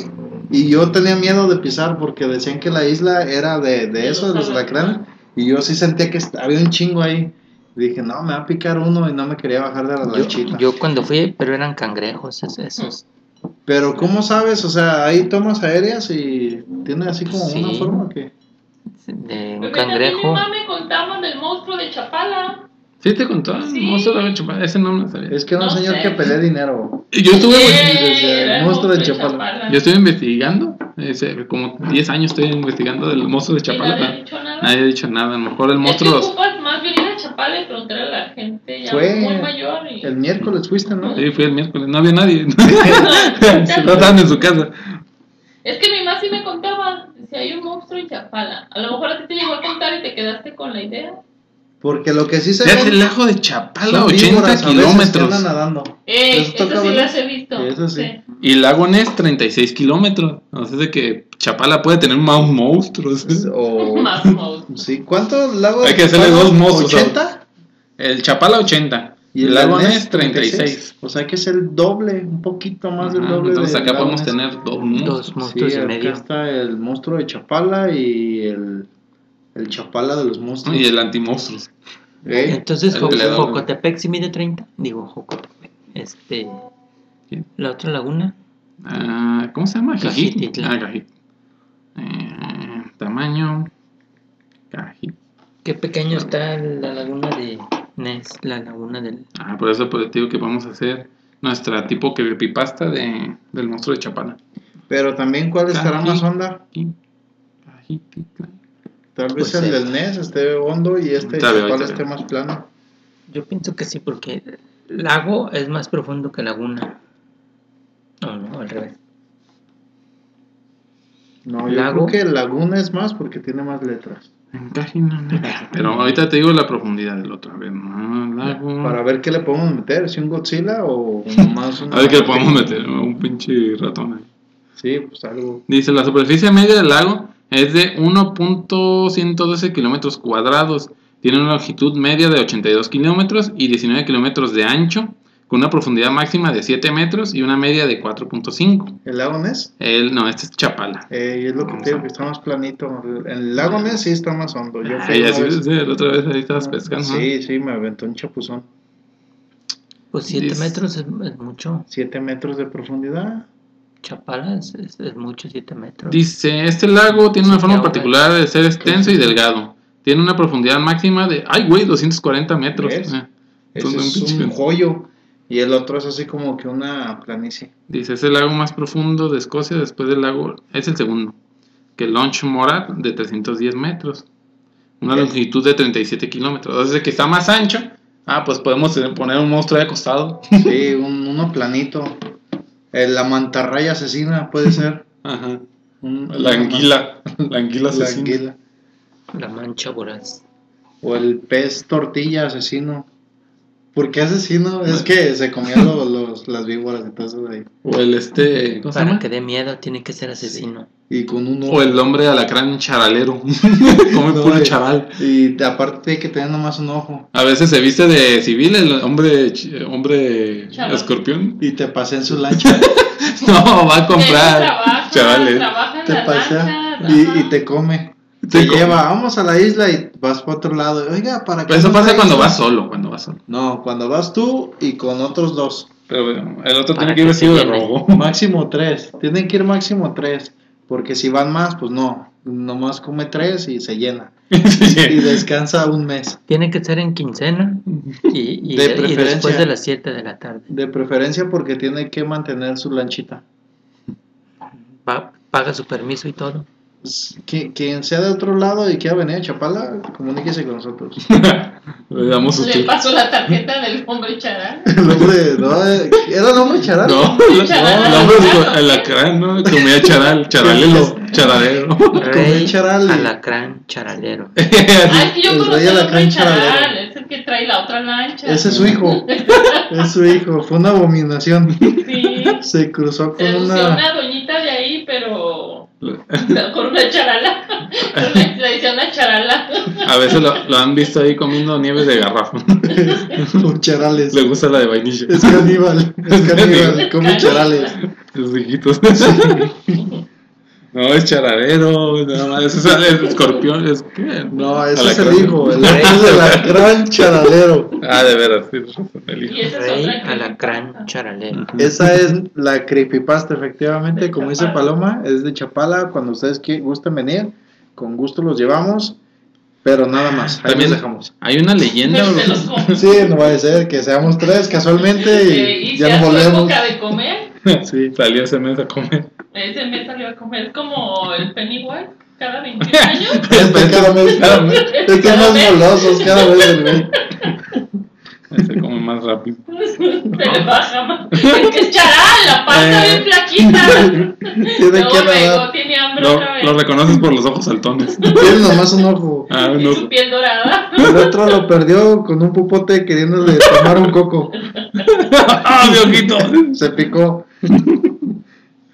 y yo tenía miedo de pisar porque decían que la isla era de, de eso, de los alacranes. Y yo sí sentía que est- había un chingo ahí. Dije, no, me va a picar uno y no me quería bajar de la
Yo,
lanchita.
yo cuando fui, pero eran cangrejos es- esos.
Pero, ¿cómo sabes? O sea, hay tomas aéreas y tiene así como una
Sí.
forma que.
De un
Porque también mi
cangrejo.
mamá me contaba del monstruo de Chapala.
¿sí te contó? ah,
Sí.
No se lo había chupado, ese no me lo sabía.
Es que era un
No
señor
sé.
que pelea dinero.
Y Yo estuve, pues,
desde el
era
monstruo de Chapala.
yo estuve investigando, ese, como 10 años estoy investigando del monstruo de
Y
Chapala.
nadie ha
pero
dicho nada.
Nadie ha dicho nada, a lo mejor el
Es que
monstruo...
ocupas más bien ir a Chapala y preguntar a la gente ya
Fue
muy mayor. Y...
El miércoles fuiste, ¿no?
Sí, fue el miércoles, no había nadie.
Ya
no estaban en su casa.
Es que mi mamá sí me contaba, si hay un monstruo en Chapala. A lo mejor a ti te llegó a contar y te quedaste con la idea.
Porque lo que sí se
Desde el
ve.
lago de Chapala,
Son
80
víboras Ah, a veces que
kilómetros.
andan nadando.
Ey,
Eso
eso
toca
sí
ver.
las he visto.
Eso sí.
Y el lago Ness, 36 kilómetros. No sé de que Chapala puede tener más monstruos.
O.
Más monstruos.
Sí, ¿cuántos lagos?
Hay que hacerle
¿Cuántos?
dos mozos,
¿80?
El Chapala, 80. Y el lago Ness, 36.
O sea que es el doble, un poquito más del
Ajá,
doble.
entonces
del
acá
lago
podemos
Ness.
tener dos monstruos.
Dos monstruos
sí,
de
acá
medio.
está el monstruo de Chapala y el, el Chapala de los monstruos.
Y el antimonstruos.
¿Eh?
Entonces,
El
Jo-
peleador.
Jocotepec sí mide 30. Digo, Jocotepec. Este.
¿Quién?
La otra laguna.
Ah, ¿Cómo se llama? Cají.
Cajititlán.
Ah, Cají. Eh, tamaño. Cají.
Qué pequeño está la laguna de Ness, la laguna del.
Ah, por eso pues, te digo que vamos a hacer nuestra tipo creepypasta de, del monstruo de Chapala.
Pero también, ¿cuál estará
Aquí.
más onda?
Aquí. Cajititlán.
Tal vez
Pues
el
este.
del NES esté hondo y este
Está bien,
Chapala
está
esté
bien.
más plano.
Yo pienso que sí, porque lago es más profundo que laguna. No, no, al revés.
No, yo
Lago.
creo que el Laguna es más porque tiene más letras.
En Cají no me acuerdo. Pero ahorita te digo la profundidad del otro. A ver, no,
Mm.
lago.
Para ver qué le podemos meter, si un Godzilla o más
A ver qué le podemos meter. Un pinche ratón ahí.
Sí, pues algo.
Dice, la superficie media del lago es de 1.112 kilómetros cuadrados. Tiene una longitud media de 82 kilómetros y 19 kilómetros de ancho, con una profundidad máxima de 7 metros y una media de 4.5.
¿El lago Ness?
El, no, este es Chapala.
Eh, y es lo que
Vamos
te digo,
a-
que está más planito. El- El lago Ness sí está más hondo. Yo fui
Ay,
una
así
vez-
es, Ah, sí, la otra vez ahí estabas pescando. ¿no?
Sí, sí, me aventó un chapuzón.
Pues 7
Diez.
metros es, es mucho.
7 metros de profundidad.
Chapala es, es- es mucho, 7 metros.
Dice, este lago tiene una
Sí,
forma
ahora-
particular de ser extenso y delgado. Tiene una profundidad máxima de, ay güey, 240 metros.
¿Ves?
Eh,
Ese
Entonces, un
es un
pinche-
joyo. Y el otro es así como que una planicie.
Dice, es el lago más profundo de Escocia después del lago, es el segundo, que el Launch Morat de 310 metros, una
Ok.
longitud de 37 kilómetros. Entonces, el que está más ancho, ah, pues podemos eh, poner un monstruo de costado.
Sí, un- uno planito. Eh, la mantarraya asesina puede ser.
Ajá.
Un-
La anguila, la anguila
La
asesina.
anguila.
La mancha voraz.
O el pez tortilla asesino. ¿Por qué asesino? Es que se comían los, los- las víboras y todo eso de ahí.
O el este, ¿cómo se
Para
llama?
que dé miedo, tiene que ser asesino.
Y con un ojo.
O el hombre alacrán charalero, come
No,
puro
eh.
charal.
Y te- aparte hay que tener nomás un ojo.
A veces se viste de civil el hombre, ch- hombre
Charal.
escorpión.
Y te pasé en su lancha.
No, va a
Él
comprar
trabaja,
charales.
trabaja en
te
la
pasea
lancha,
y,
ajá.
y te come. Te,
Te come.
lleva, vamos a la isla y vas para otro lado. Oiga, ¿para qué
Pero eso
nos
pasa
traes
cuando
eso?
vas solo, cuando vas solo.
No, cuando vas tú y con otros dos.
Pero bueno, el otro
Para
tiene que ir
que se
vestido de
llene.
rojo.
Máximo tres. Tienen que ir máximo tres. Porque si van más, pues no. nomás come tres y se llena. Y
Sí.
descansa un mes.
Tiene que ser en quincena y, y-
De
y
preferencia.
después de las 7 de la tarde.
De preferencia porque tiene que mantener su lanchita.
Pa- paga su permiso y todo.
Pues, qui- Quien sea de otro lado y quiera venir a Chapala, comuníquese con nosotros.
Le damos su
Le
tip.
pasó la tarjeta del hombre chará.
El hombre, no, eh, era el hombre charada.
No, la- el hombre es el alacrán, ¿no? Comía charal, charalero, charadero.
Rey
charal.
alacrán charalero.
Ah, es que yo
El
conocí
rey de
al
la
hombre
cancha
chará.
ladera.
Es el que trae la otra lancha.
Ese es su hijo. Es su hijo. Fue una abominación.
Sí.
Se cruzó con
Sedució a
una.
una doñita de ahí, pero con una charala. Le decía una charala.
A veces lo, lo han visto ahí comiendo nieve de garrafón.
Con charales.
Le gusta la de vainilla.
Es caníbal. Es caníbal. Come charales.
Los hijitos. No, es charadero, nada más. Ese es el escorpión. Es, ¿qué?
No, ese es
Alacrán.
el hijo. El hijo del alacrán charalero.
Ah, de veras, tienes razón, el hijo.
Y esa es
Rey
otra. que-
alacrán charalero.
Esa es la creepypasta, efectivamente.
De
Como dice
Chapala.
Paloma, es de Chapala. Cuando ustedes qui- gusten venir, con gusto los llevamos. Pero nada más. Ahí
También
los dejamos.
Hay una leyenda.
Se los
bro.
come.
Sí, no va a ser que seamos tres casualmente
Eh,
y
Y
ya
ya
no
su
volvemos.
época de comer,
Sí.
Salió ese mes a comer.
ese mes salió a comer es como el Pennywise cada 21 años.
Este cada mes,
Cada mes.
este más golosos cada vez el güey.
Se come más rápido.
Se le baja más. Es que es charal, la panza
Eh.
bien flaquita.
Tiene
Luego,
que
luego
nadar.
tiene hambre
Lo,
otra vez.
lo reconoces por los ojos saltones.
Tiene nomás un ojo.
Ah,
y
no.
su piel dorada.
El otro lo perdió con un pupote queriéndole tomar un coco.
¡Ah, mi ojito!
Se picó.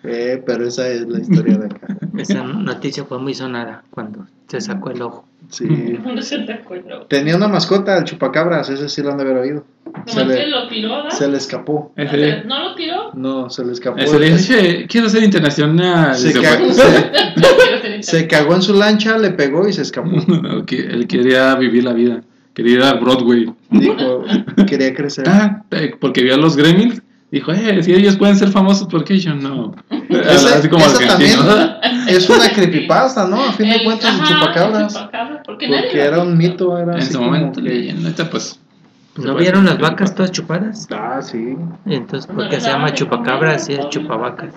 Eh, pero esa es la historia de acá.
Esa noticia fue muy sonada cuando se sacó el ojo.
Sí.
No se te acuerdo.
Tenía una mascota, el chupacabras, ese sí lo han de haber oído. Se
Nomás que
le,
lo tiró, ¿verdad?
se le escapó.
Ese,
¿No lo tiró?
No, se le escapó.
ese le dice, quiero ser internacional.
Se
y se
ca-
fue.
se-
Se
se cagó en su lancha, le pegó y se escapó.
Ok, Él quería vivir la vida. Quería ir a Broadway.
Dijo, quería crecer.
Ah, eh, porque vio a los Gremlins. Dijo, eh, si ellos pueden ser famosos, ¿por qué yo no?
Ese-
Así como
esa también
argentino.
es una creepypasta, ¿no? A fin de cuentas, el chupacabras.
Porque, nadie
Porque
lo
era un
quiso.
mito, era
En
así
su
Ah, como
momento,
que-
leyenda, esta, pues.
¿No vieron las vacas todas chupadas?
Ah, sí.
Y entonces, ¿por qué se llama chupacabras y es chupavacas?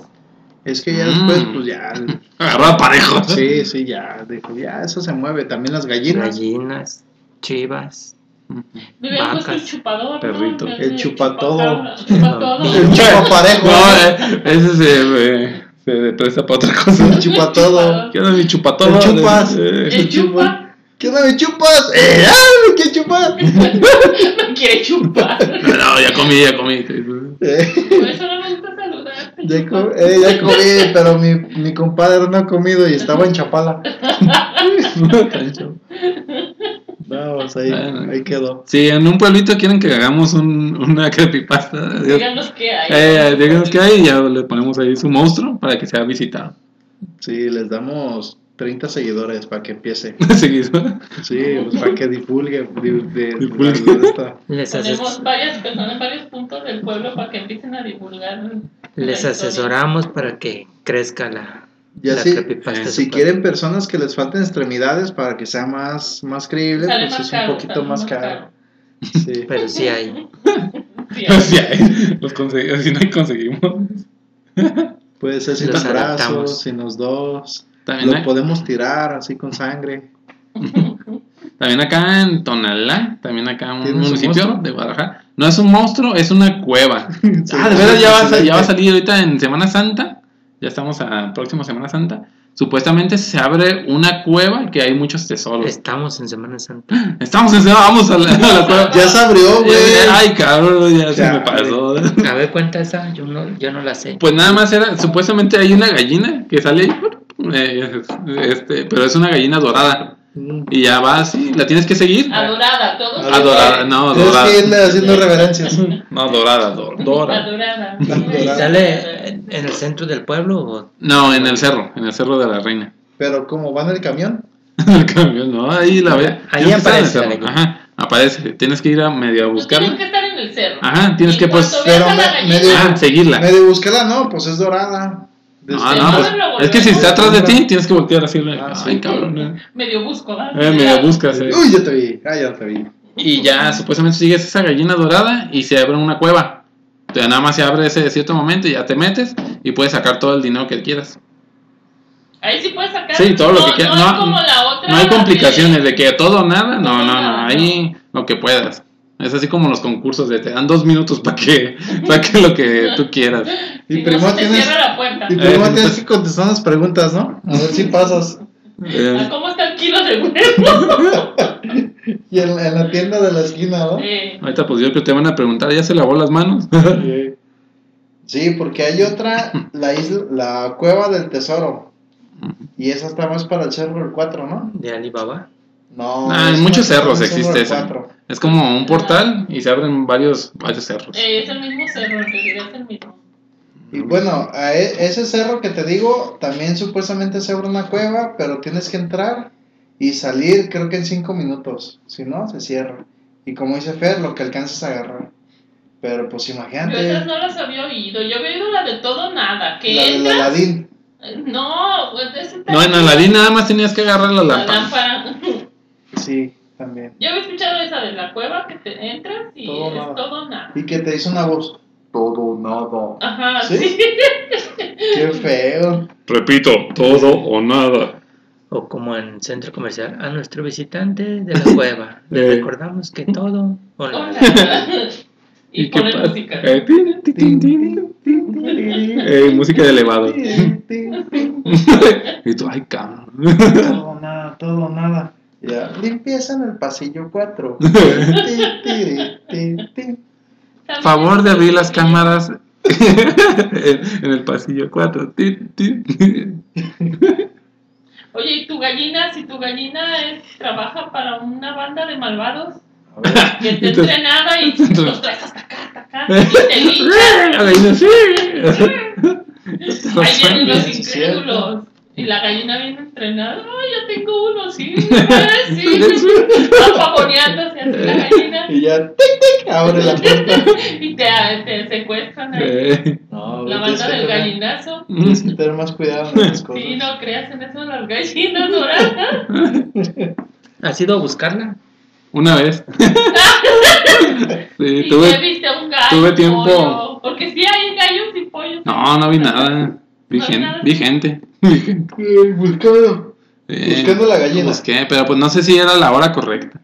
Es que ya después,
Mm.
pues ya.
Agarraba parejo.
Sí, sí, ya. Dijo, ya, eso se mueve. También las gallinas.
Gallinas, chivas,
Debería puesto
Vacas,
el chupador.
perrito.
¿no?
El chupatodo.
chupacabra, chupatodo.
El chupaparejo.
No, eh, ese se, eh, se presta para otra cosa.
El chupatodo.
¿Qué onda mi chupatodo?
El chupas.
Eh,
El chupa.
¿Qué no me chupas? ¡Eh! ¡Ah! ¿Qué chupas?
No quiere chupar.
No, ya comí, ya comí.
Eh,
Por eso no me gusta saludar.
ya, co- eh, ya comí, pero mi, mi compadre no ha comido y estaba en Chapala. No, pues ahí, ahí quedó.
Si en un pueblito quieren que hagamos un, una creepypasta, Dios,
Díganos qué hay.
eh, díganos qué hay y ya le ponemos ahí su monstruo para que sea visitado.
Sí, les damos 30 seguidores para que empiece.
Seguido.
Sí, pues para que divulgue. di- de-
Divulgue.
de- de esta.
les, ases-
Tenemos varias personas en varios puntos del pueblo para que empiecen a divulgar. la
les
historia.
asesoramos para que crezca la,
Ya
la
sí,
creepypasta
Si
super-
quieren personas que les falten extremidades para que sea más, más creíble,
Sale
pues
más
es
caro,
un poquito
sale
más
más
caro.
caro.
Sí.
Pero sí hay.
Sí,
Así los conseguimos, así no conseguimos.
Puede ser sin
Los
los brazos,
adaptamos.
sin los dos.
También,
Lo
hay-
podemos tirar así con sangre.
también acá en Tonalá, también acá en un
¿Tiene su
municipio
monstruo?
de Guadalajara. No es un monstruo, es una cueva.
Sí,
ah, de veras, ya va, a sa- ya va a
presidente.
salir ahorita en Semana Santa. Ya estamos a próxima Semana Santa. Supuestamente se abre una cueva que hay muchos
Eh.
tesoros.
Estamos en Semana Santa.
Estamos en vamos a la, a la cueva. Eh,
Ya se abrió, güey.
Ay, cabrón, ya se
Ya,
me pasó.
A ver, cuenta esa, yo no, yo no la sé.
Pues nada más era, supuestamente hay una gallina que sale ahí, eh, este, pero es una gallina dorada.
Mm.
Y ya va así, la tienes que seguir.
Adorada, todos.
Adorada, no,
Tienes
dorada.
que irle haciendo reverencias.
No, dorada, dor- dora.
Adorada.
Adorada.
¿Y sale
eh,
en el centro del pueblo o
No, en el cerro, en el cerro de la reina.
Pero como va en el camión,
El camión, no, ahí la ve.
Ahí
Creo que está en el
aparece la
cerro.
gallina.
Ajá, aparece. Tienes que ir a medio a
Tú Tienes que
buscarla.
estar en el cerro.
Ajá, tienes
Y
que pues.
cuando veas
Pero
a la
me-
gallina,
medio-
Ah, seguirla.
medio búscala, no, pues es dorada.
Ah, No,
Este,
no,
no
pues,
me lo
es que si
volvemos.
está atrás de ti, tienes que voltear así.
Ah,
Ay,
sí.
cabrón. Eh,
Medio busco, ¿verdad?
Eh, me buscas. eh.
Uy, ya te vi. Ah, ya te vi.
Y ya supuestamente sigues esa gallina dorada y se abre una cueva. O sea, nada más se abre ese cierto momento y ya te metes y puedes sacar todo el dinero que quieras.
Ahí sí puedes sacar.
Sí, todo lo
No,
que quieras.
No, es
No,
como la otra.
No hay
la de-
complicaciones eh. de que todo o nada. No,
Todo
no,
nada,
no. Ahí lo que puedas. Es así como los concursos de te dan dos minutos para que saques lo que tú quieras.
Y
Si no,
primero
se te
tienes-
cierra la puerta.
Y
Eh,
primero
pues,
tienes que contestar las preguntas, ¿no? A ver si pasas.
Ah,
Eh,
¿Cómo está el kilo de huevo?
Y en, en la tienda de la esquina, ¿no?
Eh,
ahorita pues yo creo que te van a preguntar, ¿ya se lavó las manos?
Sí, porque hay otra, la isla, la cueva del tesoro. Y esa está más para el cerro del 4, ¿no?
de Alibaba.
No.
Ah,
es
en muchos
una-
cerros
un cerro
existe
del
esa.
cuatro.
Es como un portal y se abren varios, varios cerros.
eh, es el mismo cerro, en realidad es el
Ah,
mismo.
Y bueno, a e- ese cerro que te digo, también supuestamente se abre una cueva, pero tienes que entrar y salir, creo que en 5 minutos. Si no, se cierra. Y como dice Fer, lo que alcanzas a agarrar. Pero pues imagínate.
Yo esas no las había oído. Yo había oído la de todo nada.
la
Que
del
entras.
Aladín.
No, pues esa está-
No, en Aladín nada más tenías que agarrar la
La
lámpara.
lámpara.
Sí, también.
Yo había escuchado esa de la cueva que te entras y
Todo
es
nada.
todo nada.
Y que te hizo una voz. Todo nada.
Ajá,
¿Sí?
sí.
Qué feo.
Repito, todo o nada.
O como en centro comercial, a nuestro visitante de la cueva. Le
Eh.
recordamos que todo. o nada.
Hola. y
qué
ponen
pasa?
música.
Eh, tin, tin, tin, tin. Eh, música de elevado. y tú, ay, cabrón.
Todo nada, todo nada. Ya. Limpieza en el pasillo 4.
También-
Favor de abrir las cámaras en en el pasillo 4.
Oye, ¿y tu gallina? Si tu gallina es, trabaja para una banda de malvados que te
Entonces-
entrenada y los traes hasta acá, hasta acá, y te linchan.
La gallina, sí.
Ahí vienen los
Es cierto.
incrédulos. Y la gallina bien entrenada, ay, yo tengo uno, sí, ay, sí, va pavoneándose así la gallina
Y ya, tic, tic, abre la puerta.
y te, te secuestran ahí.
Eh,
No,
La
tienes
banda
que
del
tener-
gallinazo.
Tienes que tener más cuidado en esas cosas.
Sí, no creas en eso de las gallinas doradas.
¿Has ido a buscarla?
Una vez. Sí,
Y ya
tuve.
viste a un gallo.
tuve
un
tiempo.
pollo. Porque sí hay gallos y pollos.
No, no vi nada. Vi
No vi
gente.
nada.
Vi gente. Vi gente.
Eh, buscando.
Eh,
Buscando la gallina.
Busqué, pero pues no sé si era la hora correcta.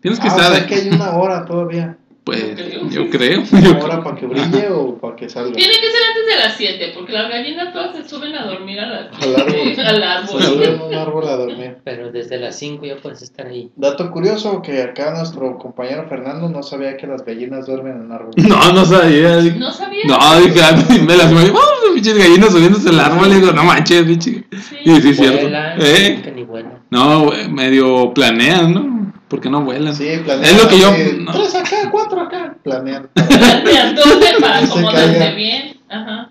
Tienes que
Ah, o
estar.
sea que hay una hora todavía.
Pues
Yo
yo creo.
Una
yo
hora
creo.
para que brille o para que salga.
Tiene que ser antes de las 7, porque las gallinas todas se suben a dormir a las
Al árbol.
al
Se
árbol.
sube en un árbol a dormir.
Pero desde las 5 ya puedes estar ahí.
Dato curioso que acá nuestro compañero Fernando no sabía que las gallinas duermen en un árbol.
No, no sabía. dije-
No sabía.
No, dije, ay, me las imagino. Vamos, pinches gallinas subiéndose al árbol. Y digo, no manches, pinche.
Sí.
Y sí, es cierto.
Vuelan,
Eh,
que ni vuelan.
No, güey, medio planean, ¿no? Porque no vuelan.
Sí, planean.
Es lo que yo-
así,
no.
Tres acá, cuatro acá. Planean.
Plantea dónde para
Se caiga.
acomodarte bien. Ajá.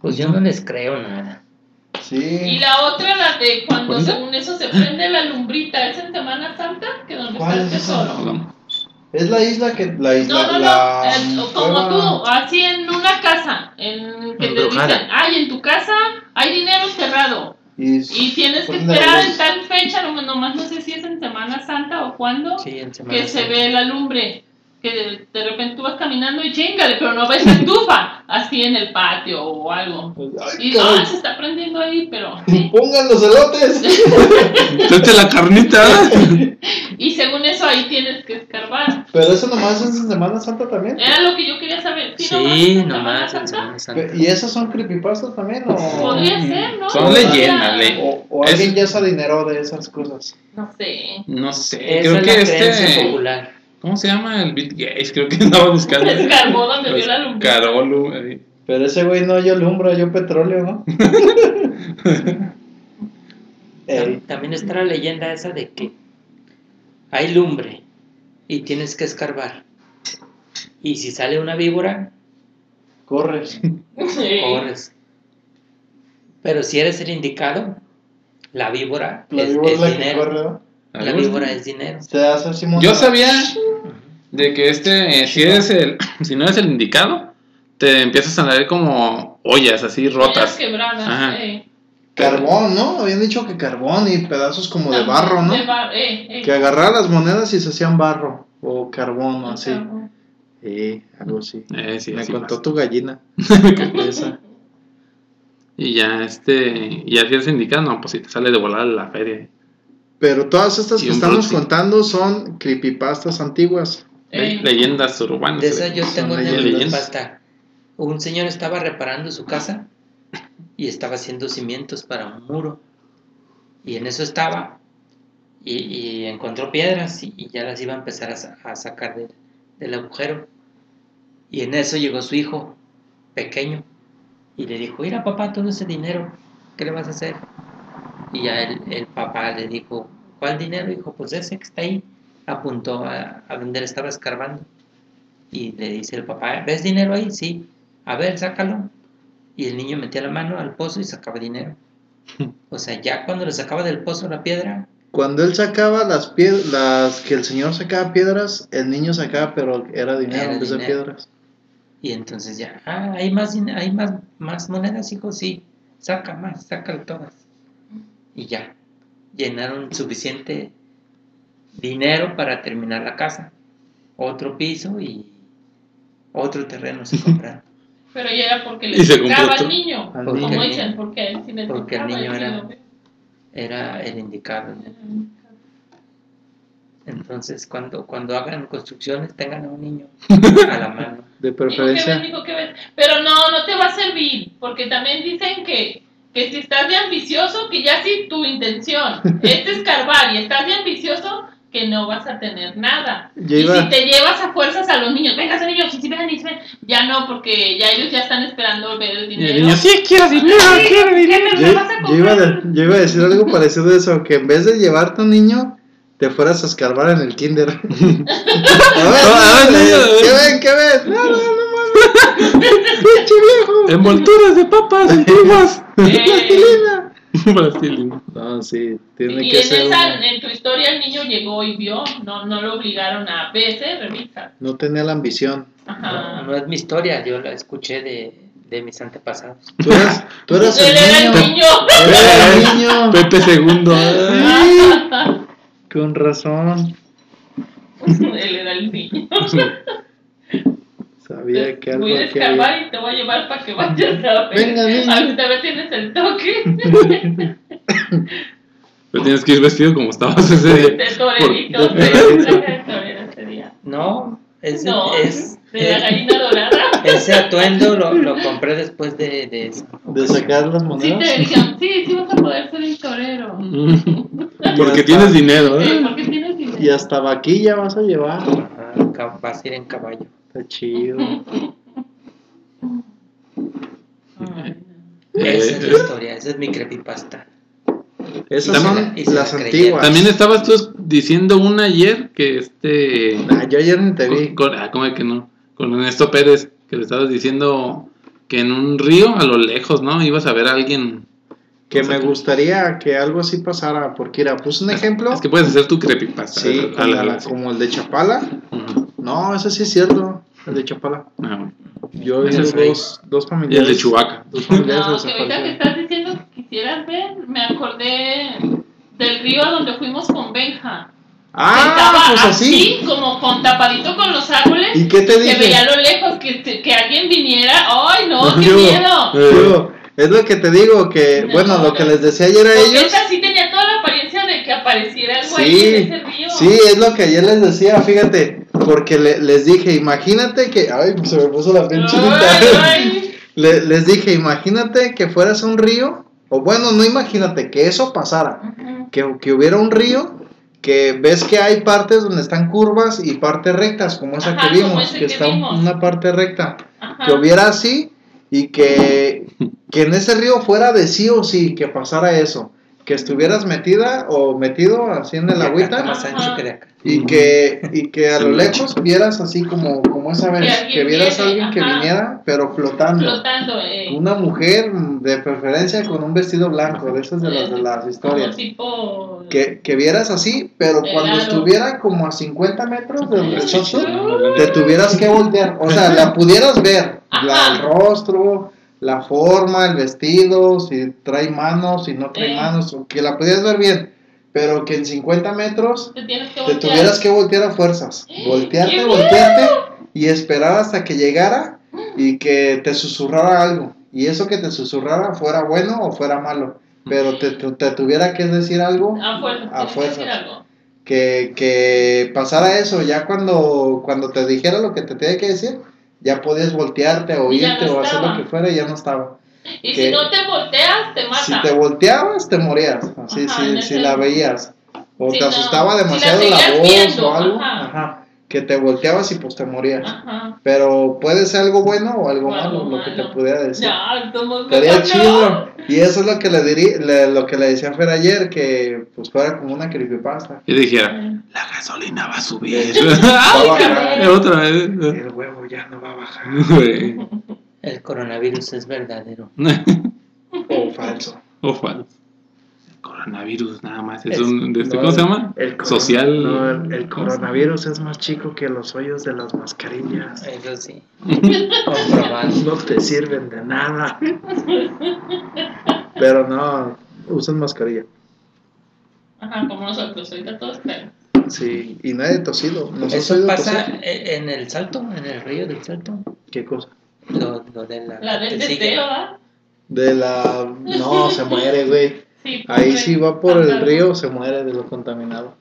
Pues yo no les creo nada.
Y
Sí.
la otra, la de cuando
¿Cuánta?
según eso se prende la lumbrita, es en Semana Santa, que donde
¿Cuál
está el
es esa?
tesoro.
Es la isla que. La isla.
No, no, no,
la-
eh, como
cueva-
tú, así en una casa, en que te
Embrujada.
dicen, ay, en tu casa hay dinero enterrado
Y,
y tienes que
ponen la
esperar
luz.
en tal fecha, no- nomás no sé si es en Semana Santa o cuándo,
Sí, en Semana
que se
Santa.
ve la lumbre, que de repente tú vas caminando y chingale, pero no ves la estufa, así en el patio o algo.
Pues, Ay,
Y ah,
caray.
se está prendiendo ahí, pero... ¿sí?
Pongan los elotes.
Suelte la carnita.
Y según eso ahí tienes que escarbar.
Pero eso nomás es en Semana Santa también.
Era lo que yo quería saber. ¿sí nomás
Sí,
en Semana
nomás en
Santa?
Semana Santa.
¿Y esas son creepypastas también? ¿O,
Podría ser, ¿no?
Son leyendas, le-
o, o
Es-
alguien ya se adineró de esas cosas?
No sé.
No sé,
Esa
creo
es
que
la creencia
este.
popular.
¿Cómo se llama? El Bill Gates. Creo que andaba buscando.
Escarbó donde vio la lumbre.
Carolu. eh, ahí.
Pero ese güey no, yo lumbra, yo petróleo, ¿no?
Eh.
Tam-
Ey,
También está la leyenda esa de que hay lumbre y tienes que escarbar. Y si sale una víbora,
corres.
Sí.
corres. Pero si eres el indicado, la víbora
La
es,
víbora
es
es la que
dinero.
corre, ¿no?
La víbora es dinero.
Se hace así
Yo sabía de que este, eh, si, eres el, si no eres el indicado, te empiezas a salir como ollas así
Las
rotas.
quebradas.
Ajá.
eh.
Carbón, ¿no? Habían dicho que carbón y pedazos como de barro, ¿no?
De barro, eh, eh.
Que agarraban las monedas y se hacían barro o carbón o así.
Carbón.
Sí, algo así.
Eh, sí,
Me
así
contó
pasa.
tu gallina. Esa.
Y ya este, y así el sindicato, no, pues si te sale de volar la feria.
Pero todas estas
Y
que
un
estamos
dulce.
contando son creepypastas antiguas.
Eh.
Le- Leyendas urbanas.
De esa yo
Son
tengo una
leyendas.
creepypasta. Un señor estaba reparando su casa y estaba haciendo cimientos para un muro. Y en eso estaba y, y encontró piedras y, y ya las iba a empezar a, sa- a sacar del- del agujero. Y en eso llegó su hijo pequeño y le dijo, mira papá, todo ese dinero, ¿qué le vas a hacer? Y ya el, el papá le dijo, ¿cuál dinero? Dijo, pues ese que está ahí. Apuntó a, a donde le estaba escarbando. Y le dice el papá, ¿ves dinero ahí? Sí. A ver, sácalo. Y el niño metía la mano al pozo y sacaba dinero. O sea, ya cuando le sacaba del pozo la piedra,
Cuando él sacaba las piedras, las que el señor sacaba piedras, el niño sacaba, pero era dinero
Era
en vez de
dinero.
piedras.
y entonces ya, ah, hay más, din- hay más, más monedas, hijo, sí. Saca más, sácalo todas. Y ya, llenaron suficiente dinero para terminar la casa. Otro piso y otro terreno se compraron.
Pero ya era porque le
Y se
tocaba
completó.
al niño.
Al
Porque-
Como
niño.
dicen, porque él sí le
Porque el
tocaba,
niño
él sí
era-
lo ve.
Era el indicado. Entonces, cuando, cuando hagan construcciones, tengan a un niño a la mano.
De
Dijo, ¿qué ves?
preferencia.
Dijo, ¿qué ves? Pero no, no te va a servir, porque también dicen que, que si estás de ambicioso, que ya si tu intención es escarbar y estás de ambicioso, que no vas a tener nada.
Yo
y
iba-
si te llevas a fuerzas a los niños, venga, niños, sí, sí, vengan, sí, vengan", ya no, porque ya ellos ya están esperando ver el
Y
dinero.
el niño, sí, quiero dinero,
Sí,
quiero
¿qué
dinero.
me
Yo,
Pues vas a
yo iba a de-
comprar?
yo iba a decir algo parecido a eso, que en vez de llevarte un niño, te fueras a escarbar en el kinder. a ver,
Ah,
ándale,
niño, a ver.
¿Qué ven? ¿Qué ves? No, no, no mames. Pinche viejo.
¡Oh! Envolturas de papas antiguas.
Eh,
Plastilina.
Brasil.
No, sí, tiene
y
que
en,
ser.
esa-
una-
en tu historia el niño llegó y vio, no, no lo obligaron a verse, revisa.
No tenía la ambición.
No,
Ajá.
no es mi historia, yo la escuché de, de mis antepasados.
Tú eras, tú eras
Él era el niño.
Tú eras el niño.
Pepe segundo.
Sí, con razón.
Él era el niño.
Sabía que algo
Pues, Voy a
aquí había.
escarbar y te voy a llevar para que vayas a ver.
Venga, niño.
A ver, tal vez tienes el toque.
Pero tienes que ir vestido como estabas ese día.
De torerito.
Por- de
de-
torerito.
de torero ese día.
No, es,
No,
es, eh.
de la
es-
gallina dorada.
ese atuendo lo, lo compré después de, de eso.
De sacar las
Sí, te
monedas.
decían, sí, sí vas a poder ser el torero.
Porque tienes dinero,
Sí,
¿eh?
porque tienes dinero.
Y hasta vaquilla vas a llevar.
Ajá, ca- vas a ir en caballo.
Está chido.
Ay,
Esa es
Eh,
la historia, esa es mi creepypasta.
Esas
Y
son
se la- y se
las
la creyeron.
antiguas.
También estabas tú diciendo una ayer que este.
Ah, yo ayer ni te vi.
Con, con- ah, ¿cómo es que no? Con Ernesto Pérez, que le estabas diciendo que en un río a lo lejos, ¿no? Ibas a ver a alguien.
Que me gustaría que algo así pasara. Porque, mira, puse un ejemplo.
Es que puedes hacer tu creepypasta.
Sí,
A
como,
la- a la-
como el de Chapala.
Ujú.
No, ese sí es cierto. El de Chapala.
Ah, bueno.
Yo vi
Ese es
dos,
Y
dos
el
familiares.
de Chubaca.
Dos familiares
No, que ahorita que
desaparecieron.
estás diciendo que quisieras ver, me acordé del río donde fuimos con Benja.
Ah,
Estaba
pues así.
como con tapadito con los árboles.
¿Y qué te
Que
dije? Pues
veía a lo lejos que, que alguien viniera. ¡Ay, no! ¡Qué
Yo-
miedo!
yo- es lo que te digo, que
No,
bueno, lo
no.
que les decía ayer a
Porque
ellos.
esta sí tenía toda la apariencia de que apareciera algo ahí en
Sí,
ese río.
sí, es lo que ayer les decía, fíjate, porque le- les dije, imagínate que, ay, se me puso la
Ay,
pinche
ay.
Le- les dije, imagínate que fueras a un río, o bueno, no imagínate que eso pasara,
Ujú.
que, que hubiera un río, que ves que hay partes donde están curvas y partes rectas, como esa
Ajá,
que
como
vimos,
ese
que,
que
está un-
vimos.
una parte recta,
Ajá.
que hubiera así y que, que en ese río fuera de sí o sí, que pasara eso. que estuvieras metida o metido así en el
Está
agüita
más ancho que de acá.
y que, y que a
Sí,
lo
mucho.
lejos vieras así como, como esa vez,
Que alguien
que vieras a
viene,
alguien que
ajá.
viniera, pero flotando.
flotando, eh,
Una mujer mm, de preferencia con un vestido blanco, de esas de las, de las
Eh, como
historias.
tipo...
Que, que vieras así, pero cuando
Helado.
estuviera como a 50 metros de donde estás tú,
Ujú.
te tuvieras que voltear. O sea, la pudieras ver. La,
Ajá.
el rostro, la forma, el vestido, si trae manos, si no trae
Eh.
manos, o que la pudieras ver bien. Pero que en 50 metros
Te tienes que
te
voltear.
tuvieras que voltear a fuerzas. Voltearte,
¡Qué
voltearte y esperar hasta que llegara y que te susurrara algo. Y eso que te susurrara fuera bueno o fuera malo. Pero te, te- te tuviera que decir algo
A fuerza,
A
tienes que
fuerza.
hacer algo.
que, que pasara eso, ya cuando, cuando te dijera lo que te tenía que decir, ya podías voltearte o
Y ya
irte
no
o hacer
estaba.
lo que fuera y ya no estaba.
Y
que-
si no te volteas, te mata.
Si te volteabas, te morías, así,
Ajá, en
si,
ese-
si la veías. O
Si
te
no-
asustaba
si la
demasiado la,
seguías
voz
viendo,
o algo,
ajá.
ajá, que te volteabas y pues te morías.
Ajá.
Pero puede ser algo bueno o algo
O
malo,
algo
lo que te
malo.
pudiera decir.
No, como-
Estaría
no.
chido. Y eso es lo que le, dirí, le- lo que le decía a Fer ayer, que pues fuera como una creepypasta.
Y dijera,
Eh,
la gasolina va a subir.
Va a
¡Ay,
bajar.
cabrón! Otra vez.
El huevo ya no va a bajar.
Güey.
El coronavirus es verdadero.
O falso.
O Oh, falso. El coronavirus nada más. Es,
Es-
un. de este-
no,
¿Cómo se llama?
El corona-
Social.
no, el, el coronavirus es más chico que los hoyos de las mascarillas.
Eso sí. Comprobado.
No te sirven de nada. Pero no, usan mascarilla.
Ajá, como nosotros, ahorita todos caen.
Sí, y nadie tosido. ¿Nos has
Eso
oído
pasa
toser?
e- en el salto, en el río del salto.
¿Qué cosa?
Lo, lo de la.
La del
te sigue.
deseo, ¿verdad?
De la. No, se muere, güey.
Sí,
Ahí
pobre.
sí va por el
Ajá.
río, se muere de lo contaminado.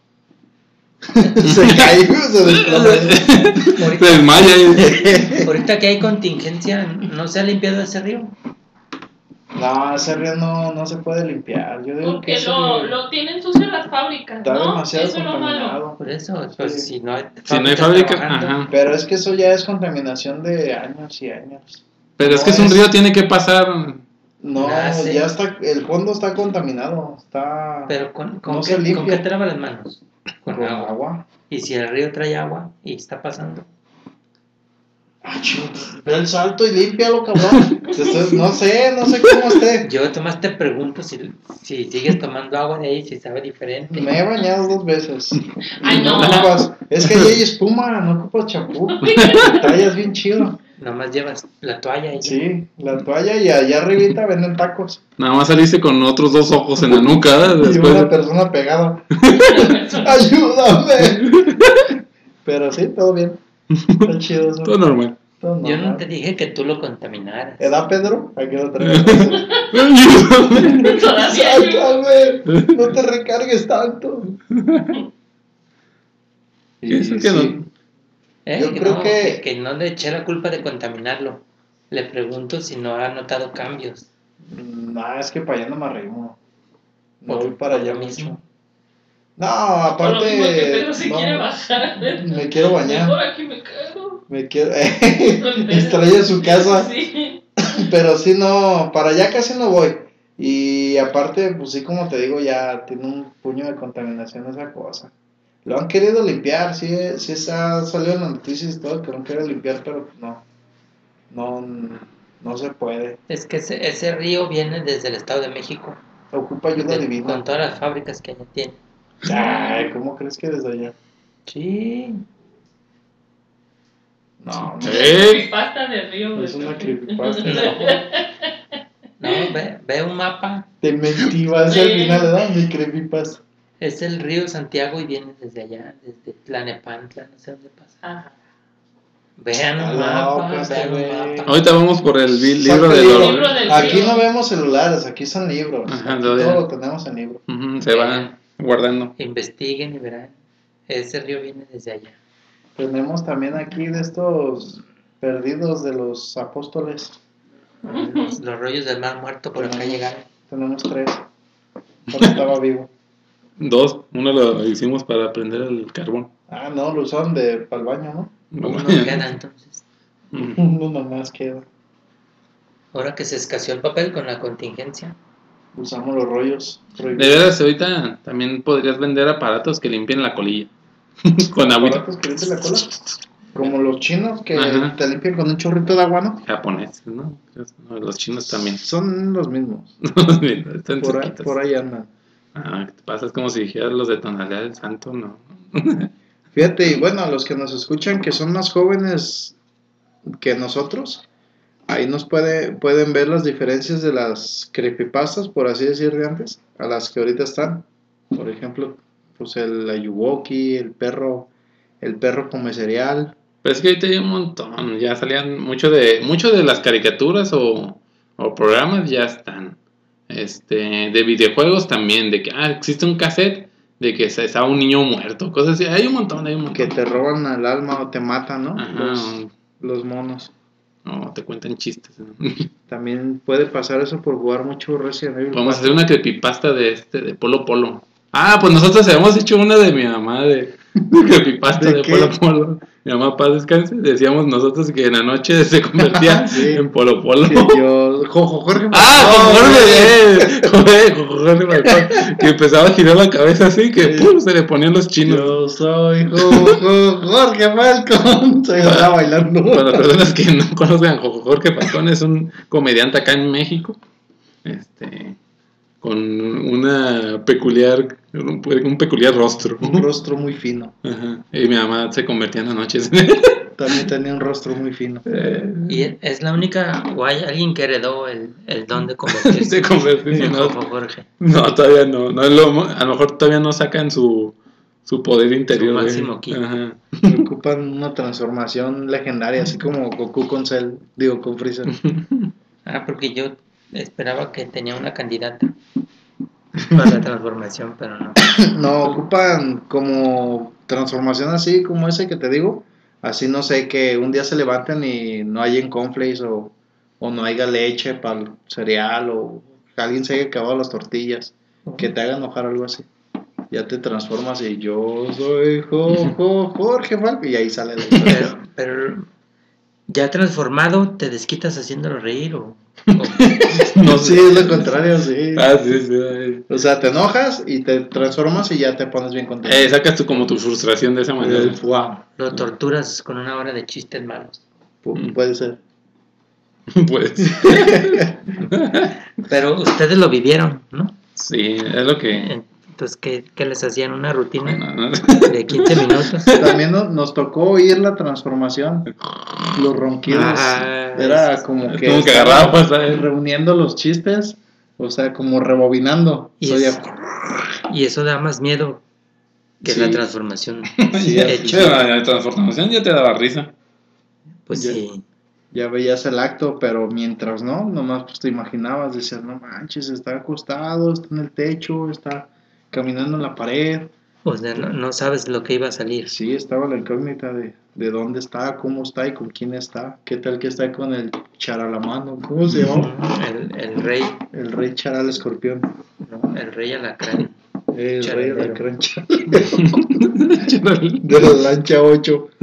se cae, se desploma.
Se desmaya. y-
Ahorita que hay contingencia, ¿no se ha limpiado ese río?
No, ese río no, no se puede limpiar. Yo digo que
Porque
ese
lo,
río
lo tienen sucio las fábricas,
está
¿no?
demasiado
Eso es lo malo.
contaminado.
Por eso,
Sí.
pues si no hay
Si no hay
fábricas
fábrica.
trabajando,
Ajá.
Pero es que eso ya es contaminación de años y años.
Pero es que es un río, tiene que pasar.
No,
Ah, sí.
ya está, el fondo está contaminado, está
Pero con, con,
No se
qué, con
limpia.
qué te lavas las manos? Con,
con
agua.
agua.
Y si el río trae agua y está pasando.
Ah, ching, Ve el salto y límpialo, cabrón. Te estoy- no sé, no sé cómo esté.
Yo Tomás te pregunto si, si sigues tomando agua de ahí, si sabe diferente.
Me he bañado dos veces.
Ay, no.
ocupas- Es que ahí hay espuma, no ocupas champú. Te tallas bien chido.
Nomás llevas la toalla y
Sí, la toalla y allá arribita venden tacos.
Nada más saliste con otros dos ojos en la nuca. ¿verdad?
Y una
Después.
persona pegada. ¡Ayúdame! Pero sí, todo bien. Está chido eso.
Todo normal.
Todo
yo
normal.
no te dije que tú lo contaminaras.
¿Edad, Pedro? Aquí lo traemos.
Todavía yo-
Sácame, no te recargues tanto. Y
Eso que no.
Eh,
Yo
que
creo
no,
que-
que no le eché la culpa de contaminarlo. Le pregunto si no ha notado cambios.
Nah, es que para allá no me arrimo. No
Por-
voy para
por lo
allá
mismo.
mismo. No,
Por lo mismo que
aparte.
Pedro se
no,
quiere bajar. ¿eh?
me quiero
Por
bañar.
aquí me cago.
Me quiero. Extraño su casa.
Sí.
Pero sí, no, para allá casi no voy. Y aparte, pues sí, como te digo, ya tiene un puño de contaminación esa cosa. Lo han querido limpiar, sí, sí se ha salido en las noticias y todo, que lo han querido limpiar, pero pues no. No, no se puede.
Es que ese, ese río viene desde el Estado de México,
Ocupa ayuda
de-
divina.
con todas las fábricas que allá tiene.
Ay, ¿cómo crees que desde allá?
Sí,
No, no.
¿Eh?
Pasta de río.
Es
güey.
una creepypasta.
no, ve, ve un mapa,
Te mentí, vas al final, ¿verdad? Mi creepypasta.
es el río Santiago y viene desde allá, desde Tlanepantla, no sé dónde pasa.
Ajá.
Vean
Está
un mapa,
loco este
vean
güey.
un mapa.
Ahorita vamos por el vi-
Saca
libro de
el
los.
Libro del
Aquí
río.
no vemos celulares, aquí son libros.
Ajá,
Aquí
lo de-
todo lo tenemos en libro.
Ujú, se va guardando.
Investiguen y verán. Ese río viene desde allá.
Tenemos también aquí de estos perdidos de los apóstoles.
Los, los rollos del mar muerto por acá
Tenemos-
llegaron.
Tenemos tres. Cuando estaba vivo.
Dos. Uno lo hicimos para prender el carbón.
Ah, no, lo usaron de para el baño, ¿no?
Uno queda entonces.
Ujú.
Uno nomás queda.
Ahora que se escaseó el papel con la contingencia,
Usamos los rollos.
De veras, ahorita también podrías vender aparatos que limpien la colilla. con agüita
¿Aparatos que limpian la cola? Como los chinos que
Ajá.
te limpian con un chorrito de agua, ¿no?
japoneses, ¿no? Los chinos también.
Son los mismos.
Están
Por ahí,
cerquitas.
por ahí andan.
Ah, ¿qué te pasa? Es como si dijeras los de tonalidad del santo, ¿no?
Fíjate, y bueno, a los que nos escuchan que son más jóvenes que nosotros, ahí nos puede, pueden ver las diferencias de las creepypastas, por así decir, de antes, a las que ahorita están. Por ejemplo, pues el Ayuwoki, el perro, el perro come cereal.
Pero es que ahorita hay un montón, ya salían mucho de, mucho de las caricaturas o, o programas ya están. Este, de videojuegos también, de que ah, existe un cassette de que se está un niño muerto, cosas así, hay un montón, hay un
que
montón.
te roban el alma o te matan, ¿no?
Ajá,
Los, los monos.
no, te cuentan chistes. ¿no?
También puede pasar eso por jugar mucho Resident Evil.
Vamos a hacer una creepypasta de este, de Polo Polo. Ah, pues nosotros habíamos hecho una de mi mamá de, de creepypasta
¿De
de,
qué?
Polo Polo. Mi mamá, paz descanse, decíamos nosotros que en la noche se convertía
Sí.
en Polo Polo.
Que yo, Jojo Jorge.
Ah,
Falcón,
con Jorge,
güey.
eh, joder, con Jorge Falcón, que empezaba a girar la cabeza así que
Sí.
pum, se le ponían los chinos.
Yo soy Jojo Jorge Falcón. Se va bailando.
Para las personas que no conozcan, Jo- Jorge Falcón es un comediante acá en México, este, con una peculiar, un, pe- un peculiar rostro.
Un rostro muy fino.
Ajá. Y mi mamá se convertía en las noches.
También tenía un rostro muy fino.
Y es- es la única, o hay alguien que heredó el, el don de convertirse
se convertía
en
en
Jojo
otro.
Jorge.
No, todavía no. no es lo- a lo mejor todavía no sacan su, su poder interior. eh.
máximo ki.
Ajá.
Ocupan una transformación legendaria, así como Goku con Cell. Digo, con Freezer.
Ah, porque yo esperaba que tenía una candidata para la transformación, pero no.
No, ocupan como transformación así, como ese que te digo. Así no sé, que un día se levantan y no hayan conflays o, o no haya leche para el cereal o alguien se haya acabado las tortillas. Que te haga enojar algo así. Ya te transformas y yo soy Jo- Jo- Jorge Falco. Y ahí sale la historia.
Pero, pero ya transformado, ¿te desquitas haciéndolo reír o,
No, sí, es lo contrario, sí.
Ah, sí, sí, sí.
O sea, te enojas y te transformas y ya te pones bien contento.
Eh, sacas tú como tu frustración de esa manera.
El fuá.
o lo torturas con una hora de chistes malos?
Pu- Puede ser.
Pues
Pero ustedes lo vivieron, ¿no?
sí, es lo que.
Entonces, ¿qué, qué les hacían? ¿Una rutina
no, no.
de 15 minutos?
También no- nos tocó oír la transformación. Los ronquidos.
Ajá.
Era como
Es
que.
como que
estaban
agarraba, pues, ¿sabes?
Reuniendo los chistes. O sea, como rebobinando.
Y
O sea,
es- Y eso da más miedo que la
Sí.
transformación.
Sí,
Ya,
hecho.
la, la transformación ya te daba risa.
Pues
Ya.
sí.
ya veías el acto, pero mientras no, nomás pues te imaginabas, decías, no manches, está acostado, está en el techo, está caminando en la pared.
O sea, no, no sabes lo que iba a salir.
Sí, estaba la incógnita de, de dónde está, cómo está y con quién está. ¿Qué tal que está con el charalamano? ¿Cómo se llama?
El, el rey,
El rey charal escorpión.
¿no? el rey alacrán.
El rey de la
Charalero.
cancha. De la lancha 8.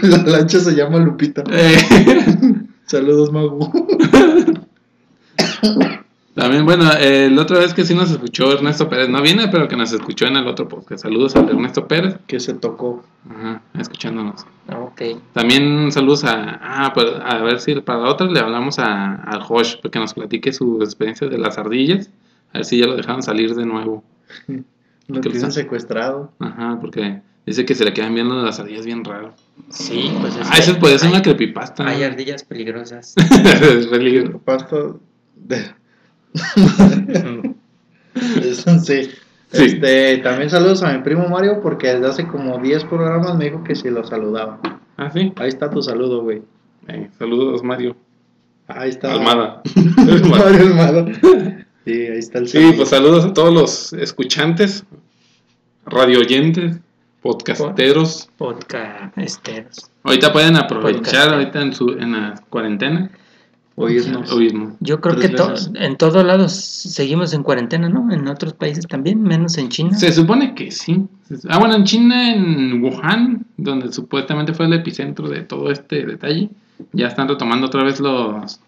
La lancha se llama Lupita.
Eh,
Saludos, Magu.
También, bueno, eh, la otra vez que sí nos escuchó Ernesto Pérez, no viene, pero que nos escuchó en el otro podcast. Saludos a Ernesto Pérez,
Que se tocó.
Ajá, escuchándonos.
Ah, ok.
También saludos a. Ah, pues, a ver si para la otra le hablamos a, a Josh, que nos platique sus experiencias de las ardillas. A ver si ya lo dejaron salir de nuevo.
Lo
¿Qué
tienen
pasa?
secuestrado.
Ajá, porque dice que se le quedan viendo las ardillas bien raro.
Sí, pues es
Ah,
que
eso podría ser
hay-
una creepypasta. ¿no?
Hay ardillas peligrosas.
Es peligro.
Pasto de... Sí.
Sí.
Este, también saludos a mi primo Mario porque desde hace como 10 programas me dijo que si lo saludaba.
Ah, sí.
Ahí está tu saludo, güey.
Eh, saludos, Mario.
Ahí está.
Almada.
Mario Almada. Sí, ahí está el
sí, pues saludos a todos los escuchantes, radioyentes, podcasteros.
Podcast, esteros.
Ahorita pueden aprovechar
Podcasteros.
ahorita en su en la cuarentena.
Oírnos.
Oírnos.
Yo creo
Tres
que to-
veces.
en todos lados seguimos en cuarentena, ¿no? En otros países también, menos en China.
Se supone que sí. Ah, bueno, en China, en Wuhan, donde supuestamente fue el epicentro de todo este detalle, ya están retomando otra vez los,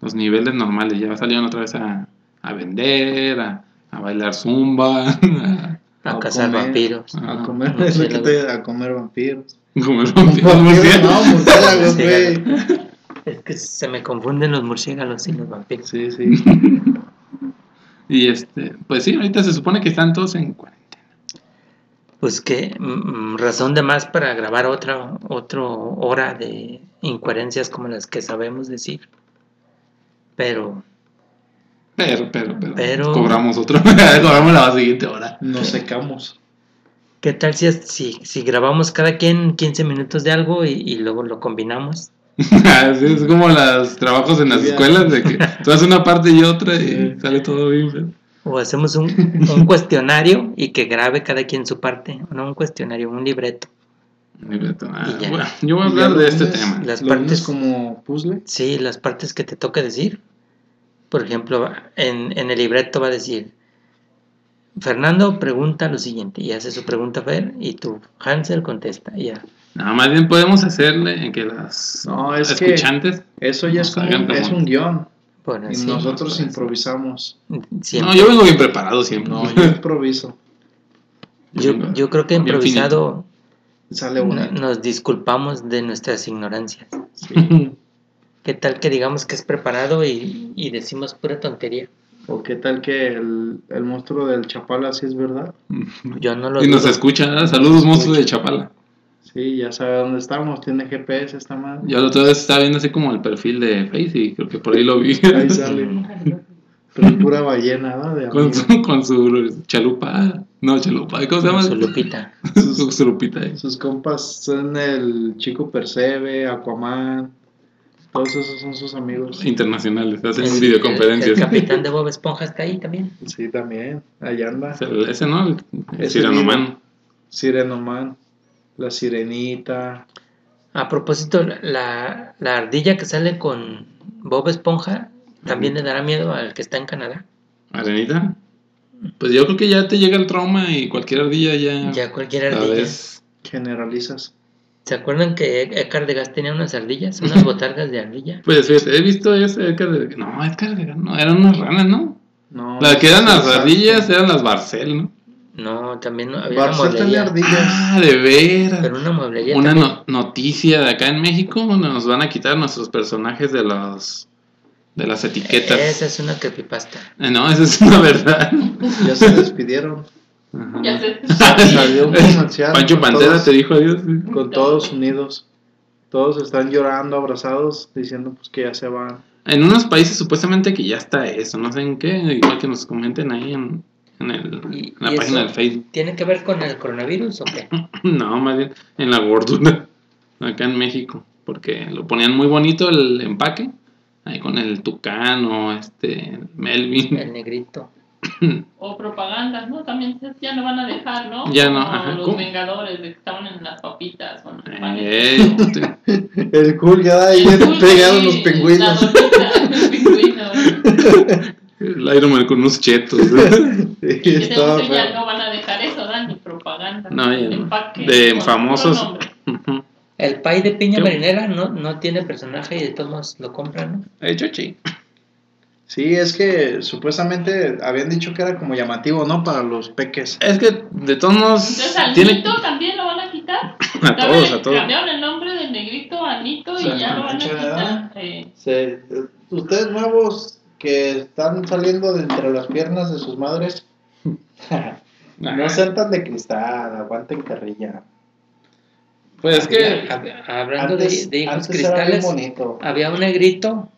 los niveles normales. Ya salieron otra vez a, a vender, a, a bailar zumba, a
A cazar
comer,
vampiros.
A
Ah,
comer,
no,
es lo que
murciélago.
te- a comer vampiros.
comer
Vampiros, no,
vampiros.
murciélagos,
Murciélago.
güey.
Ah.
Es que se me confunden los murciélagos y los vampiros.
Sí, sí.
Y este, pues sí, ahorita se supone que están todos en cuarentena.
Pues que mm, mm, razón de más para grabar otra otro hora de incoherencias como las que sabemos decir. Pero
Pero, pero, pero,
Pero-
cobramos otro, cobramos la siguiente hora.
Nos secamos.
¿Qué tal si, es- si, si grabamos cada quien 15 minutos de algo y, y luego lo combinamos?
Así es como los trabajos en las
Bien.
escuelas de que tú haces una parte y otra y
Sí.
sale todo bien. feo.
O hacemos un, un cuestionario y que grabe cada quien su parte. No un cuestionario, un libreto.
Ni reto, ah,
Y ya.
bueno, yo voy a
Y ya
hablar
lo
de este
unes-
tema.
Las
lo
partes-
unes como puzzle.
Sí, las partes que te toca decir. Por ejemplo, en, en el libreto va a decir, Fernando pregunta lo siguiente y hace su pregunta Fer y tú, Hansel, contesta. y Ya.
Nada más bien podemos hacerle en que las
No, es que-
escuchantes.
Eso ya es como
Hagan
es
preguntas.
un guión.
Bueno,
Y
sí,
nosotros
pues,
improvisamos.
siempre.
No, yo vengo bien preparado siempre.
No, yo improviso.
yo,
vengo
yo creo que
bien
improvisado
Sale
no-
bonito.
nos disculpamos de nuestras ignorancias.
Sí.
¿Qué tal que digamos que es preparado y, y decimos pura tontería?
O qué tal que el, el monstruo del Chapala sí es verdad.
finito.
Yo no lo
y nos
dudo.
escucha. ¿eh? Saludos, monstruos de Chapala.
Sí, ya sabe dónde estamos. Tiene GPS esta madre.
Yo la otra vez estaba viendo así como el perfil de Face y creo que por ahí lo vi.
Ahí sale. Pero pura ballena, ¿no? De
con,
amigo.
su, con su chalupa. No, chalupa. ¿Cómo se llama?
Su Lupita.
Su, su chulupita, eh.
Sus compas son el Chico Percebe, Aquaman. Todos esos son sus amigos.
Internacionales. Hacen
El- El,
videoconferencias.
capitán de Bob Esponja está ahí también.
Sí, también. Allá anda.
El- Ese, ¿no? El- El
Ese
Ciranomán.
Sirenoman. La Sirenita.
A propósito, la- la, la ardilla que sale con Bob Esponja también le dará miedo al que está en Canadá.
Arenita. Pues yo creo que ya te llega el trauma y cualquier día ya.
Ya cualquier
la
ardilla.
ves.
Generalizas.
¿Se acuerdan que Edgar de Gas tenía unas ardillas? Unas botargas de ardilla.
Pues fíjate, he visto ese Edgar de- No, Edgar de- No, eran unas ranas, ¿no?
No,
Las que eran
no,
las
exacto.
ardillas eran las Barcel, ¿no?
No, también no- había una
Barcel tenía
mueblería.
ardillas.
Ah, de veras.
Pero una mueblería
Una
también.
no- noticia de acá en México, nos van a quitar nuestros personajes de los de las etiquetas.
Esa es una creepypasta.
Eh, No, esa es una verdad.
Ya se despidieron.
Ajá.
Ya sé.
Salió un comercial
Pancho
con
Pantera
todos.
te dijo adiós.
con todos unidos. Todos están llorando, abrazados, diciendo pues que ya se van.
En unos países supuestamente que ya está eso, no sé en qué, igual que nos comenten ahí en, en el-
¿Y-
en la
y
página
eso?
del Facebook.
¿Tiene que ver con el coronavirus o qué?
No, más bien en la gordura, acá en México, porque lo ponían muy bonito el empaque, ahí con el tucano, este, Melvin.
El negrito.
O propagandas, ¿no? También esas ya no van a dejar, ¿no?
Ya no,
Como
ajá,
los
¿cómo? Eh.
Vengadores de que estaban en las papitas. Con los panes.
Ey, este, te-
El cool ya ahí
Uy, sí, La bolita, el pingüino.
el Iron Man con unos chetos.
Y que te guste, ya no van a dejar eso, dan ni propaganda.
No, ya no.
empaque,
De
con
famosos.
puro nombre.
Ujú.
El pay de piña
¿Qué?
marinera no, no tiene personaje y de todos modos lo compran, ¿no?
Eh, chochi.
Sí, es que supuestamente habían dicho que era como llamativo, ¿no? Para los peques.
Es que de todos modos
Entonces, al
tiene
Nito también lo van a quitar.
a todos, a todos.
Cambiaron el nombre de negrito a Nito
Sí,
y ya lo van a
mucha
quitar.
edad.
Eh,
Se- eh, ustedes nuevos que están saliendo de entre las piernas de sus madres, no sean tan de cristal, aguanten carrilla.
Pues es que
Hab- hablando de-
Antes-
de, hijos
antes era bien
cristales,
bonito.
ah,
había un negrito,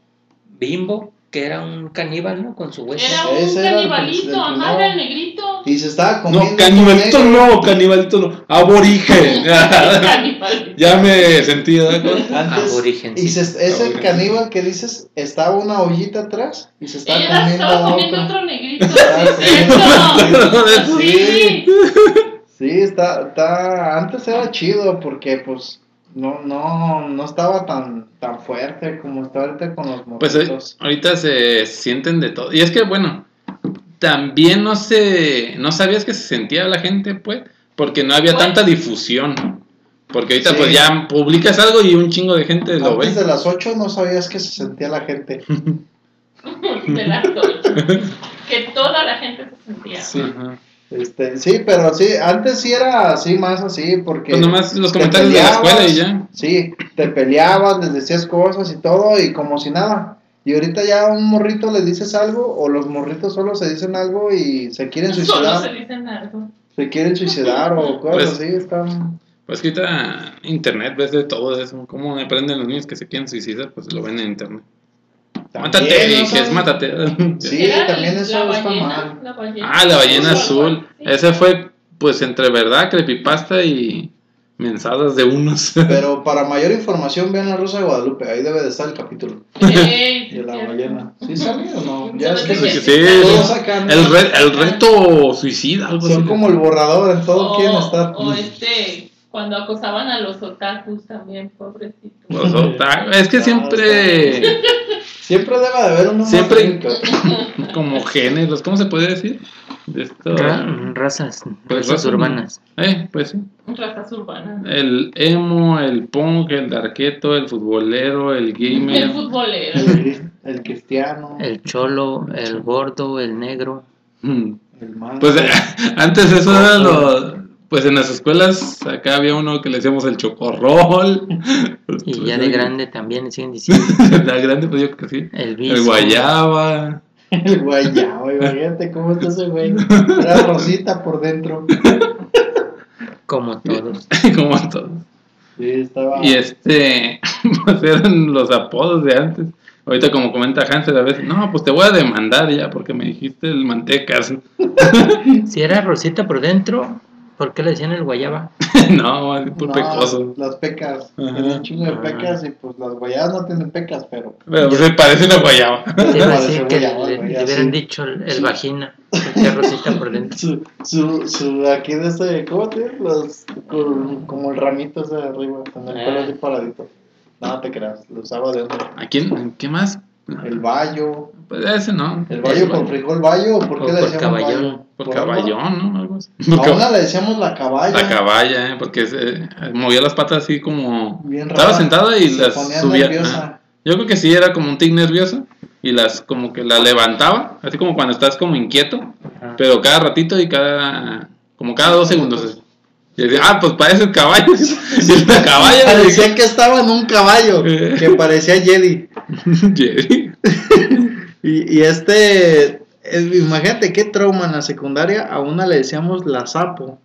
bimbo, que era un caníbal, ¿no? Con su hueso.
era un
Pues Ese era el que- el
canibalito,
que
ajá,
no.
era el negrito.
Y se estaba comiendo.
no, canibalito
un
no, canibalito no, aborigen.
Canibal.
ya me sentí, ¿verdad?
Antes,
Aborigen,
y
sí.
se, es el
Aborigen.
caníbal que dices, estaba una ollita atrás y se estaba
Ella
comiendo
estaba
a
comiendo
otro.
otro negrito.
Ah,
¿sí
sí.
es eso? Sí.
Sí, está, está, antes era chido porque pues no, no, no estaba tan, tan fuerte como está ahorita con los
Pues eh,
morritos.
ahorita se sienten de todo. Y es que, bueno, también no se. No sabías que se sentía la gente, pues, porque no había
Bueno.
tanta difusión. Porque ahorita,
Pues. Sí.
pues, ya publicas algo y un chingo de gente lo ve.
antes de las 8 no sabías que se sentía la gente.
De las ocho. que toda la gente se sentía.
Sí.
Este, sí, pero sí, antes sí era así, más así, porque...
Pues nomás los
te
comentarios de la
peleabas,
escuela y ya.
Sí, te peleabas, les decías cosas y todo, y como si nada. Y ahorita ya a un morrito les dices algo, o los morritos solo se dicen algo y se quieren
Solo se
suicidar.
dicen algo.
Se quieren suicidar o cosas
Pues-
así, están...
Pues que ahorita internet, ves de todo eso. ¿Cómo aprenden los niños que se quieren suicidar? Pues lo ven en internet. mátate,
También, ¿no
dijes,
saben?
mátate.
Sí,
Era
también
la
eso está
ballena,
mal.
la ballena
Ah, la ballena azul.
Sí.
Ese fue, pues, entre verdad, creepypasta y mensadas de unos.
Pero para mayor información vean La Rosa de Guadalupe, ahí debe de estar el capítulo
Ey,
de la
cierto.
ballena. ¿Sí sale o no? Ya es
Sí,
que
Porque
se-
sí,
todos sacan-
el, re- el reto suicida, algo
son
así.
como el borrador, en todo pues,
O-
quieren estar.
O este, cuando acosaban a los otakus también, pobrecito.
Los otaku- Es que
No,
siempre,
Siempre debe de haber uno más
Siempre-
rico.
como géneros, ¿cómo se puede decir? De esto. ah,
Ra- razas,
Pues
razas
razas, ¿no?
urbanas.
Eh, pues sí.
Razas urbanas.
El emo, el punk, el darqueto, el futbolero, el
El
gamer.
futbolero.
El, el cristiano,
Eh,
el,
El cholo, el gordo, el negro.
Mm.
mal.
Pues eh, antes eso era lo. Pues en las escuelas acá había uno que le decíamos el chocorrol. Pues,
Y ya de grande también le siguen diciendo.
La grande, pues yo creo que sí.
El
El
vicio.
guayaba.
El guayabo,
eh.
imagínate cómo está ese güey. Era rosita por dentro.
Como todos.
Como todos.
Sí, estaba.
Y este, pues eran los apodos de antes. Ahorita como comenta Hansel a veces, no, pues te voy a demandar ya porque me dijiste el mantecas.
Si era Rosita por dentro, ¿por qué le decían el guayaba?
no, es por
No,
pecoso.
Las pecas.
Ajá.
Tenía un chingo de
Ajá.
pecas y pues las guayabas no tienen pecas, pero.
Pero pues, se parece una guayaba.
Te iba a
Parece
decir que
guayaba,
le,
güey,
le
así.
hubieran dicho el, el vagina, porque es Rosita por dentro.
Su, su, su, aquí de este, ¿cómo te digo? Los, con- como el ramito ese de arriba, con el pelo así paradito. No te creas, lo usaba de otro.
¿A quién? ¿Qué más?
El bayo.
Pues ese no.
¿El bayo por frijol bayo o por
O
qué le
por
decíamos
caballón,
bayo?
Por
algo?
caballón, ¿no? Algo así.
A
Por
una le decíamos la caballa.
La caballa, ¿eh? Porque se- movía las patas así como...
Bien
Estaba
rara.
sentada y
Se
las
ponía
subía. Ah,
nerviosa.
Yo creo que sí, era como un tic nervioso. Y las como que la levantaba, así como cuando estás como inquieto.
Ah.
Pero cada ratito y cada... Como cada dos segundos. Y decía, ah, pues parece el caballo. y la caballa le
Parecía que estaba en un caballo
Eh.
que parecía Jedi.
dije,
Y, y este, eh, imagínate qué trauma en la secundaria. A una le decíamos la sapo.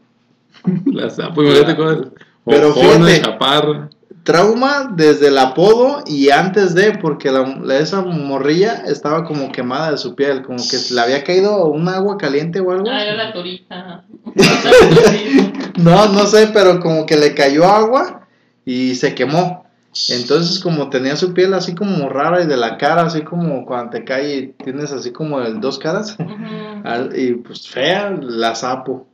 la sapo, ah, pues, imagínate cosas.
Pero
Ojona,
fíjate.
chaparra.
Trauma desde el apodo y antes de, porque la, la- esa morrilla estaba como quemada de su piel, como que le había caído un agua caliente o algo.
Ah, era la torita.
No, no sé, pero como que le cayó agua y se quemó. Entonces, como tenía su piel así como rara y de la cara, así como cuando te cae y tienes así como el dos caras,
Ujú.
al- y pues fea, la sapo.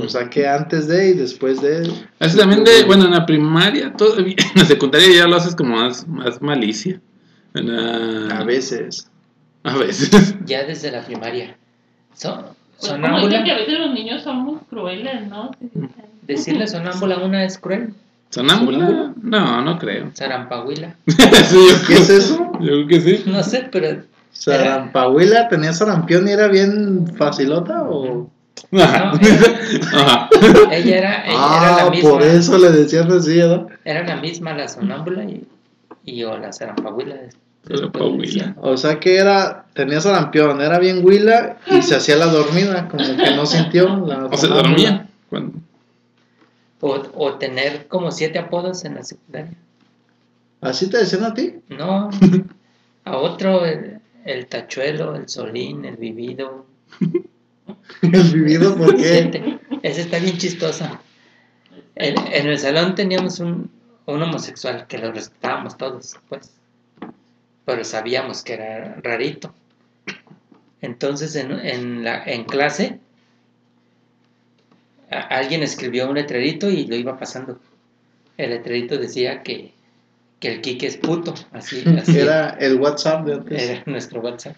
O sea que antes de y después de.
Eso también de, bueno, en la primaria, todavía, en la secundaria ya lo haces como más, más malicia. En la-
Ah.
A veces.
A veces.
Ya desde la primaria. Son,
Pues como dicen que a veces los niños son muy crueles, ¿no? Sí, sí, sí.
Decirle sonámbula a una es cruel.
¿Sonámbula? No, no creo.
Zarampahuila.
Sí, yo
¿Qué
creo-
es eso?
Yo creo que sí.
No sé, pero
¿Sarampahuila tenía sarampión y era bien facilota o.?
Ajá.
eh.
Ajá.
ella era, ella era
Ah,
la misma.
por eso le decían así, ¿no?
Era la misma la sonámbula y, y o la zarampahuila.
Zarampahuila.
O sea que era. Tenía sarampión, era bien huila y se hacía la dormida, como que no sintió la.
O se dormía. Cuando-
O, o tener como siete apodos en la secundaria.
¿Así te decían a ti?
No, a otro el, el tachuelo, el solín, el vivido.
El vivido, ¿por qué?
Siete. Esa está bien chistosa. En, en el salón teníamos un, un homosexual que lo respetábamos todos, pues. Pero sabíamos que era rarito. Entonces en, en la, en clase a- alguien escribió un letrerito y lo iba pasando. El letrerito decía que, que el Quique es puto. Así, así Eh.
Era el WhatsApp de antes.
era nuestro WhatsApp.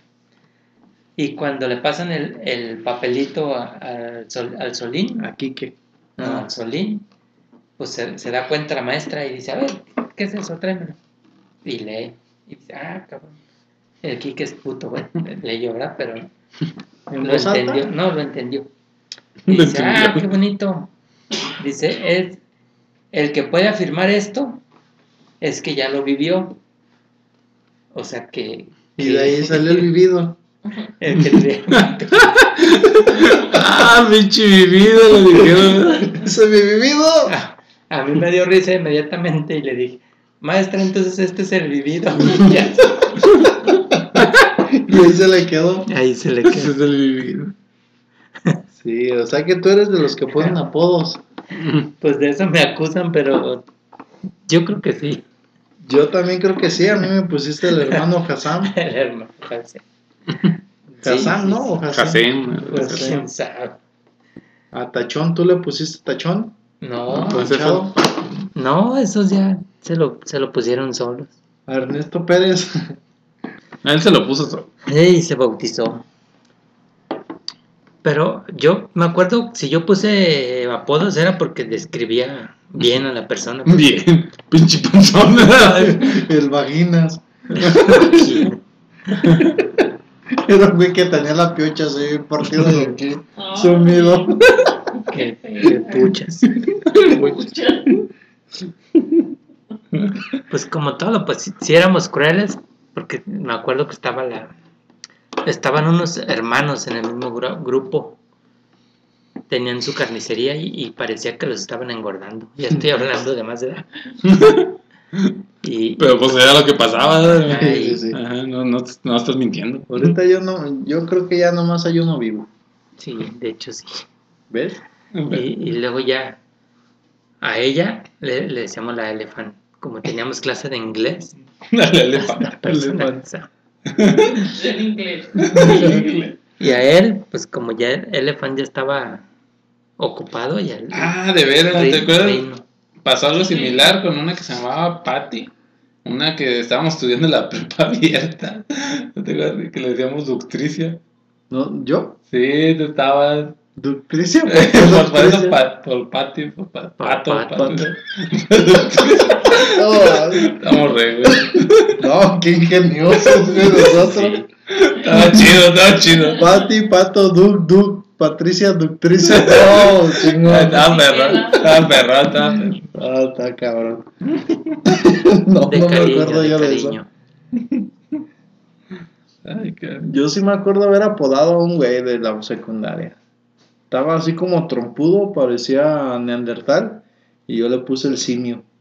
Y cuando le pasan el, el papelito a- al, sol- al Solín,
Aquí que.
no, al Solín, pues se, se da cuenta la maestra y dice, a ver, ¿qué es eso? Tráemelo. Y lee. Y dice, ah, cabrón. El Kike es puto, güey. Leyó, ¿verdad? Pero
¿En
Lo
voz alta?
entendió, no, lo entendió.
Lo
Dice, ah,
entendió.
qué bonito. Dice, es, el que puede afirmar esto es que ya lo vivió. O sea que...
Y de ahí salió el vivido.
el que le-
Ah, pinche vivido, le dijeron.
¡Ese mi vivido!
Ah, A mí me dio risa inmediatamente y le dije, maestra, entonces este es el vivido.
Y ahí se le quedó.
Ahí se le
Ese
quedó.
es el vivido.
Sí, o sea que tú eres de los que ponen apodos.
Pues de eso me acusan, pero yo creo que sí.
Yo también creo que sí, a mí me pusiste el hermano Hassan.
El hermano José.
Hassan,
Sí,
¿no? ¿O
Hasem.
Pues
José.
quién sabe.
A Tachón, ¿tú le pusiste Tachón?
No,
Pues eso.
Manchado.
no, esos ya se lo, se lo pusieron solos.
A Ernesto Pérez.
Él se lo puso solo.
Y se bautizó. Pero yo me acuerdo, si yo puse apodos era porque describía bien a la persona.
Bien, pinche panzón.
el Vaginas. Era un güey que tenía la piocha así partida de aquí.
No,
Sumido.
Que, que
feo.
puchas.
Pucha.
Pues como todo, pues si, si éramos crueles, porque me acuerdo que estaba la... Estaban unos hermanos en el mismo gru- grupo. Tenían su carnicería y, y parecía que los estaban engordando. Ya estoy hablando de más edad. Y,
Pero pues era lo que pasaba.
Ay.
Sí, sí, sí.
Ajá, no, no, no estás mintiendo.
Ahorita yo no, yo creo que ya nomás hay uno vivo.
sí, de hecho sí.
¿Ves?
Y, y luego ya a ella le, le decíamos la elefante. Como teníamos clase de inglés,
Dale,
la
elefante.
persona-
En inglés.
elefante.
Y a él, pues como ya el elefante ya estaba ocupado, y él
Ah, de veras, ¿te
Reino-
acuerdas?
reino.
Pasó algo similar con una que se llamaba Patty. Una que estábamos estudiando la prepa abierta. ¿No te acuerdas? Que le decíamos Ductricia.
¿No? ¿Yo?
Sí, tú estabas.
¿Ductricia? ¿Por qué
por, por eso,
Ductricia?
pa- por Patty. Por pa-
Por
pato,
Pato.
pato.
No,
Estamos re, güey.
No, qué ingeniosos güey, nosotros.
Sí. Estaba chido, estaba chido.
Pati, Pato, Duc, Duc, Patricia, Ductricia. Ah, No, chingón.
Estaba perrón, estaba perrón, estaba perrón.
Ah, está cabrón. No,
de
no me
cariño,
acuerdo
de
yo de eso.
cariño.
Ay, qué-
Yo sí me acuerdo haber apodado a un güey de la secundaria. Estaba así como trompudo, parecía neandertal, y yo le puse el simio.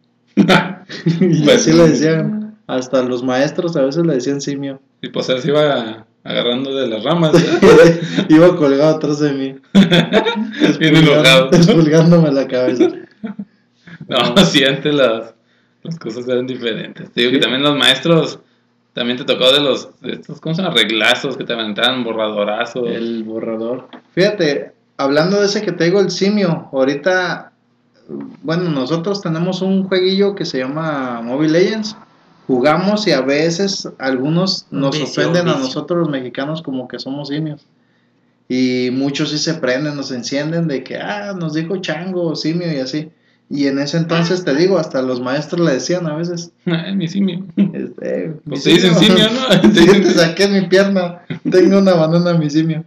Y
Pues
así
sí.
le decían, hasta los maestros a veces le decían simio.
Y pues él se iba agarrando de las ramas.
Iba colgado atrás de mí,
Bien enojado.
despulgándome la cabeza.
No, sí, antes las, las cosas eran diferentes. Te digo que también los maestros, también te tocó de los, de estos, ¿cómo se llama? Reglazos que te aventaban, borradorazos.
El borrador. Fíjate, hablando de ese que te digo, el simio, ahorita, bueno, nosotros tenemos un jueguillo que se llama Mobile Legends. Jugamos y a veces algunos
Un
nos
vicio,
ofenden
un
a
vicio.
nosotros los mexicanos como que somos simios. Y muchos sí se prenden, nos encienden de que, ah, nos dijo chango o simio y así. Y en ese
Ah.
entonces te digo, hasta los maestros le decían a veces,
Ay, mi simio.
este, mi
Pues te dicen simio, ¿no? Te
Sí,
dicen-
te saqué mi pierna. Tengo una banana en mi simio.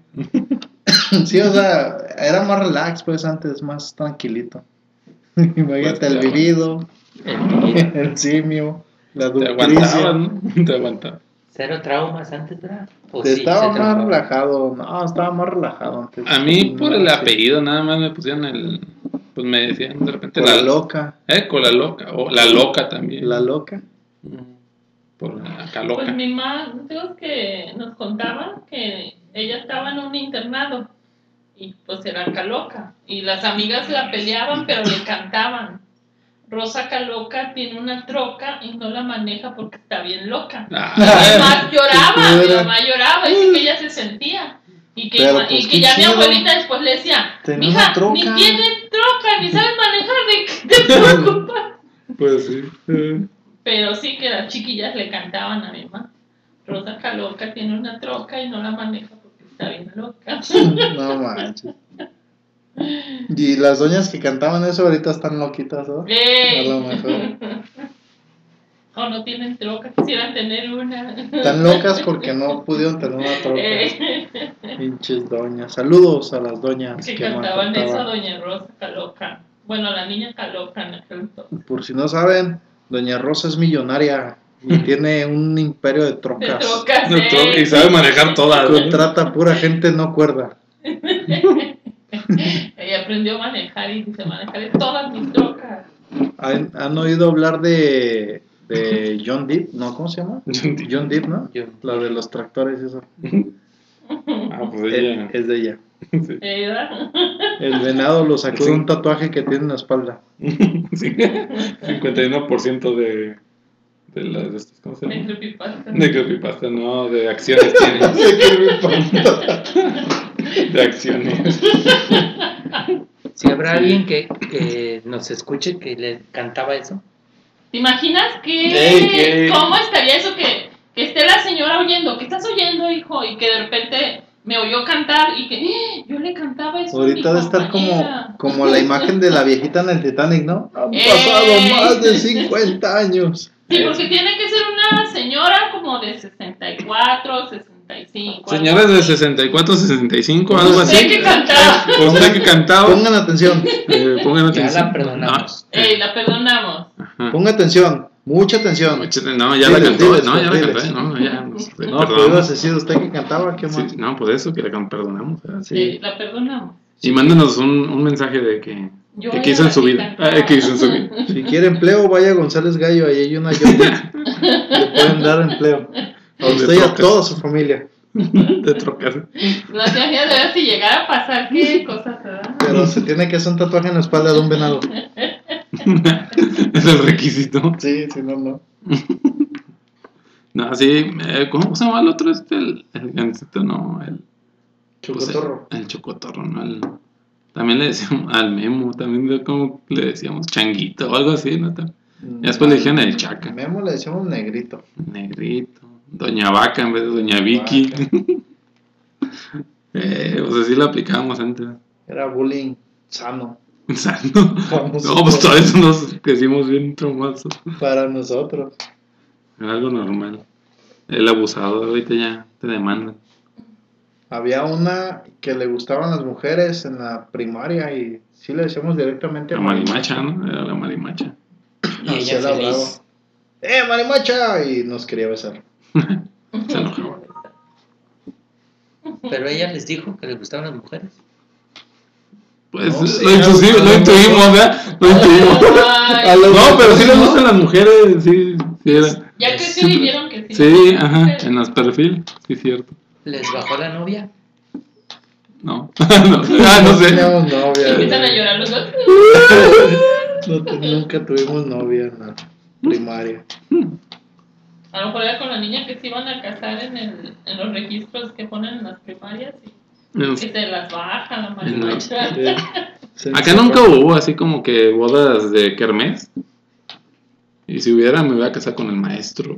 Sí, o sea, era más relax, pues antes, más tranquilito. Imagínate
Pues,
el
claro.
vivido,
Eh,
el simio, la
Te
duplicia.
aguantabas, ¿no? Te aguantabas.
Cero traumas antes, ¿verdad? ¿O sí,
Pues estaba
se
más
traumaba?
relajado, no, estaba más relajado antes.
A mí por el
Sí.
apellido nada más me pusieron el... Pues me decían de repente
Por
la,
la loca,
Eh, con la loca. O la loca también.
la loca.
Por la caloca.
Pues mi mamá, digo que nos contaba que ella estaba en un internado y pues era caloca. Y las amigas la peleaban, pero le cantaban. Rosa Caloca tiene una troca y no la maneja porque está bien loca. Mi
Ah,
mamá lloraba, mi
llora.
mamá lloraba, y que ella se sentía. Y que,
Pero,
ma-
pues,
y
qué
que ya mi
chido.
abuelita después le decía,
Tenía una
mija,
troca".
ni tiene troca, ni sabe manejar, ¿de qué te preocupas?
pues sí. Eh.
Pero sí que las chiquillas le cantaban a mi mamá. Rosa Caloca tiene una troca y no la maneja porque está bien loca.
No manches. Y las doñas que cantaban eso ahorita están loquitas, ¿no?
¡Ey!
A lo mejor.
O Oh, no tienen troca, quisieran tener una.
Están locas porque no pudieron tener una troca.
Eh,
Pinches doñas. Saludos a las doñas
que
que
cantaban eso,
maltrataban.
Doña Rosa Caloca. Bueno, la niña Caloca en aquel entonces.
Por si no saben, Doña Rosa es millonaria y tiene un imperio de
De
trocas.
trocas,
No, todo-
eh.
y sabe manejar todas. ¿eh? ¿no?
Contrata pura gente no cuerda.
Ella aprendió a manejar y dice, manejaré todas mis trocas.
¿Han, han oído hablar de, de John Deep? ¿No? ¿Cómo se llama? John Deep, ¿no?
John
La de los tractores, eso.
Ah, pues
Eh,
ella.
Es de ella.
Sí.
Eh, ¿verdad?
El venado lo sacó
Sí.
de un tatuaje que tiene en la espalda.
Sí. 51% de, de las de estas, ¿cómo se
De
llama?
creepypasta.
De creepypasta, no, de acciones tiene, de acciones.
Si habrá alguien que, que nos escuche que le cantaba eso.
¿Te imaginas que,
Ey, qué-
cómo estaría eso que, que esté la señora oyendo? ¿Qué estás oyendo, hijo? Y que de repente me oyó cantar y que ¡eh! yo le cantaba eso. a mi
Ahorita de estar como,
compañera". ¡Eh!
como la imagen de la viejita en el Titanic, ¿no? Han
¡Ey!
pasado más de 50 años.
Sí,
Eh.
porque tiene que ser una señora como de 64, 65.
Señoras de 64, 65, algo
algo
así. Pues
así. Pues Usted que cantaba.
Usted que cantaba.
Pongan atención,
Eh, pongan
Ya
atención. Ah,
la perdonamos.
Ey, la perdonamos.
Ajá.
pongan atención, mucha atención.
Muchas- No, ya la
Diles,
cantó,
diles,
no, ya la
diles.
canté, no, ya. pues,
No, pero ibas
perdonamos.
a decir usted que cantaba, ¿qué más?
Sí, no, por eso que la can- perdonamos. ¿verdad?
Sí.
Ey, la perdonamos.
Y mándenos un, un mensaje de que,
Yo
que
era
quiso en
la
su
que
vida.
cantaba.
Ah, que hizo en su vida.
Si quiere empleo, vaya a González Gallo, ahí hay una John Deep. Le pueden dar empleo. A
De
usted y a
trocas.
toda su familia.
De trocas.
La señora de verdad, si llegara a pasar, qué cosas se dan.
Pero se tiene que hacer un tatuaje en la espalda de un venado.
es el requisito.
Sí, si no, no.
No, sí. eh, ¿Cómo se llama el otro? Este, el, el gancito, no. El, pues,
Chocotorro.
el, el chocotorro, ¿no? El- también le decíamos al Memo, también de- como le decíamos changuito o algo así, ¿no? Tam- Ya después le dijeron el chaca.
Memo le decíamos negrito.
Negrito. Doña Vaca en vez de Doña Vicky. eh, pues así lo aplicábamos antes.
Era bullying sano
Sano.
Vamos.
No, pues todo eso nos crecimos bien tromazos.
para nosotros.
Era algo normal. El abusador ahorita ya te demandan.
Había una que le gustaban las mujeres en la primaria y sí le decíamos directamente
La marimacha, ¿no? Era la marimacha.
Y
Así
ella
la
feliz.
hablaba. ¡Eh, marimacha! Y nos quería besar.
Se enojaba.
Pero ella les dijo que les gustaban las mujeres.
Pues
No sé,
lo, intuí-
algo-
lo intuimos, ¿verdad? Lo intuimos.
Ay,
No, pero sí le gustan las mujeres. Sí, sí era.
ya que se vieron que sí.
Sí, ajá. En los perfiles. Sí, cierto.
¿Les bajó la novia?
No. no. Ah, no sé.
teníamos novia.
Empiezan a llorar los dos.
No te- nunca tuvimos novia en la primaria.
A lo mejor era con la niña que se iban a casar en, el, en los registros que ponen en las primarias y
No
que
sé.
se las bajan la marimacha.
Eh, se
Acá
encerró.
nunca hubo así como que bodas de kermés. Y si hubiera, me voy a casar con el maestro.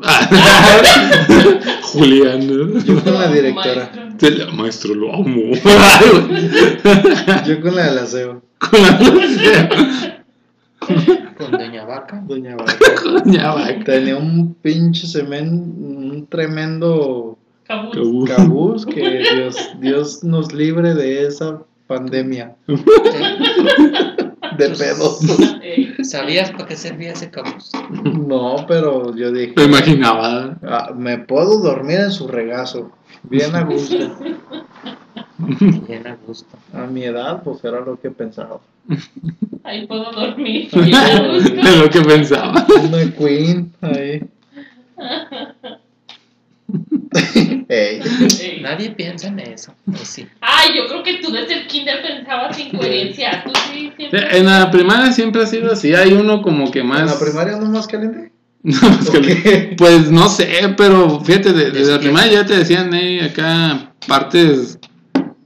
Julián. ¿no?
Yo con la directora.
Maestro.
Te la- Maestro, lo amo.
Yo con la del aseo.
Con la
Con Doña Vaca.
Doña Vaca.
Ya va.
Tenía un pinche semen, un tremendo
Cabuz.
Cabuz.
cabuz que Dios, Dios nos libre de esa pandemia de pedos.
Eh,
¿Sabías para qué servía ese cabuz?
No, pero yo dije,
Lo imaginaba.
"Ah, me puedo dormir en su regazo, bien a gusto.
Bien a gusto.
A mi edad, pues era lo que pensaba.
ahí puedo dormir.
De lo que pensaba.
Una queen ahí. Ey.
Eh,
Nadie piensa en eso. ¿o sí?
Ay, yo creo que tú desde el kinder pensabas incoherencia. Tú sí, siempre.
Eh, En la primaria siempre ha sido así. Hay uno como que más.
¿En la primaria no más caliente?
No, es que-
Ok.
Pues no sé, pero fíjate, de- desde la
que-
primaria ya te decían, eh, acá partes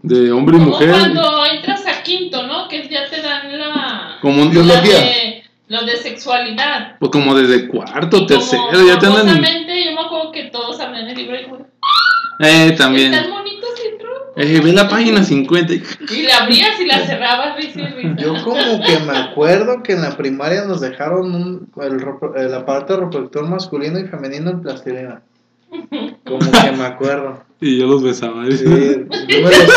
de hombre y
Como
mujer.
cuando entras a quinto, ¿no? Que ya te dan la.
Como un-
la
biología.
de- lo de sexualidad.
Pues como desde cuarto,
Y
tercero,
como
ya te andan.
famosamente, yo me acuerdo que todos hablan el libro y güey,
Eh, también.
¿Están bonitos y
Eh, ve la página 50. y-
Y la abrías y la cerrabas, risa y risa.
Yo como que me acuerdo que en la primaria nos dejaron un- el, repro- el aparato reproductor masculino y femenino en plastilina. Como que me acuerdo.
Y yo los besaba.
Sí, yo,
Me
me los-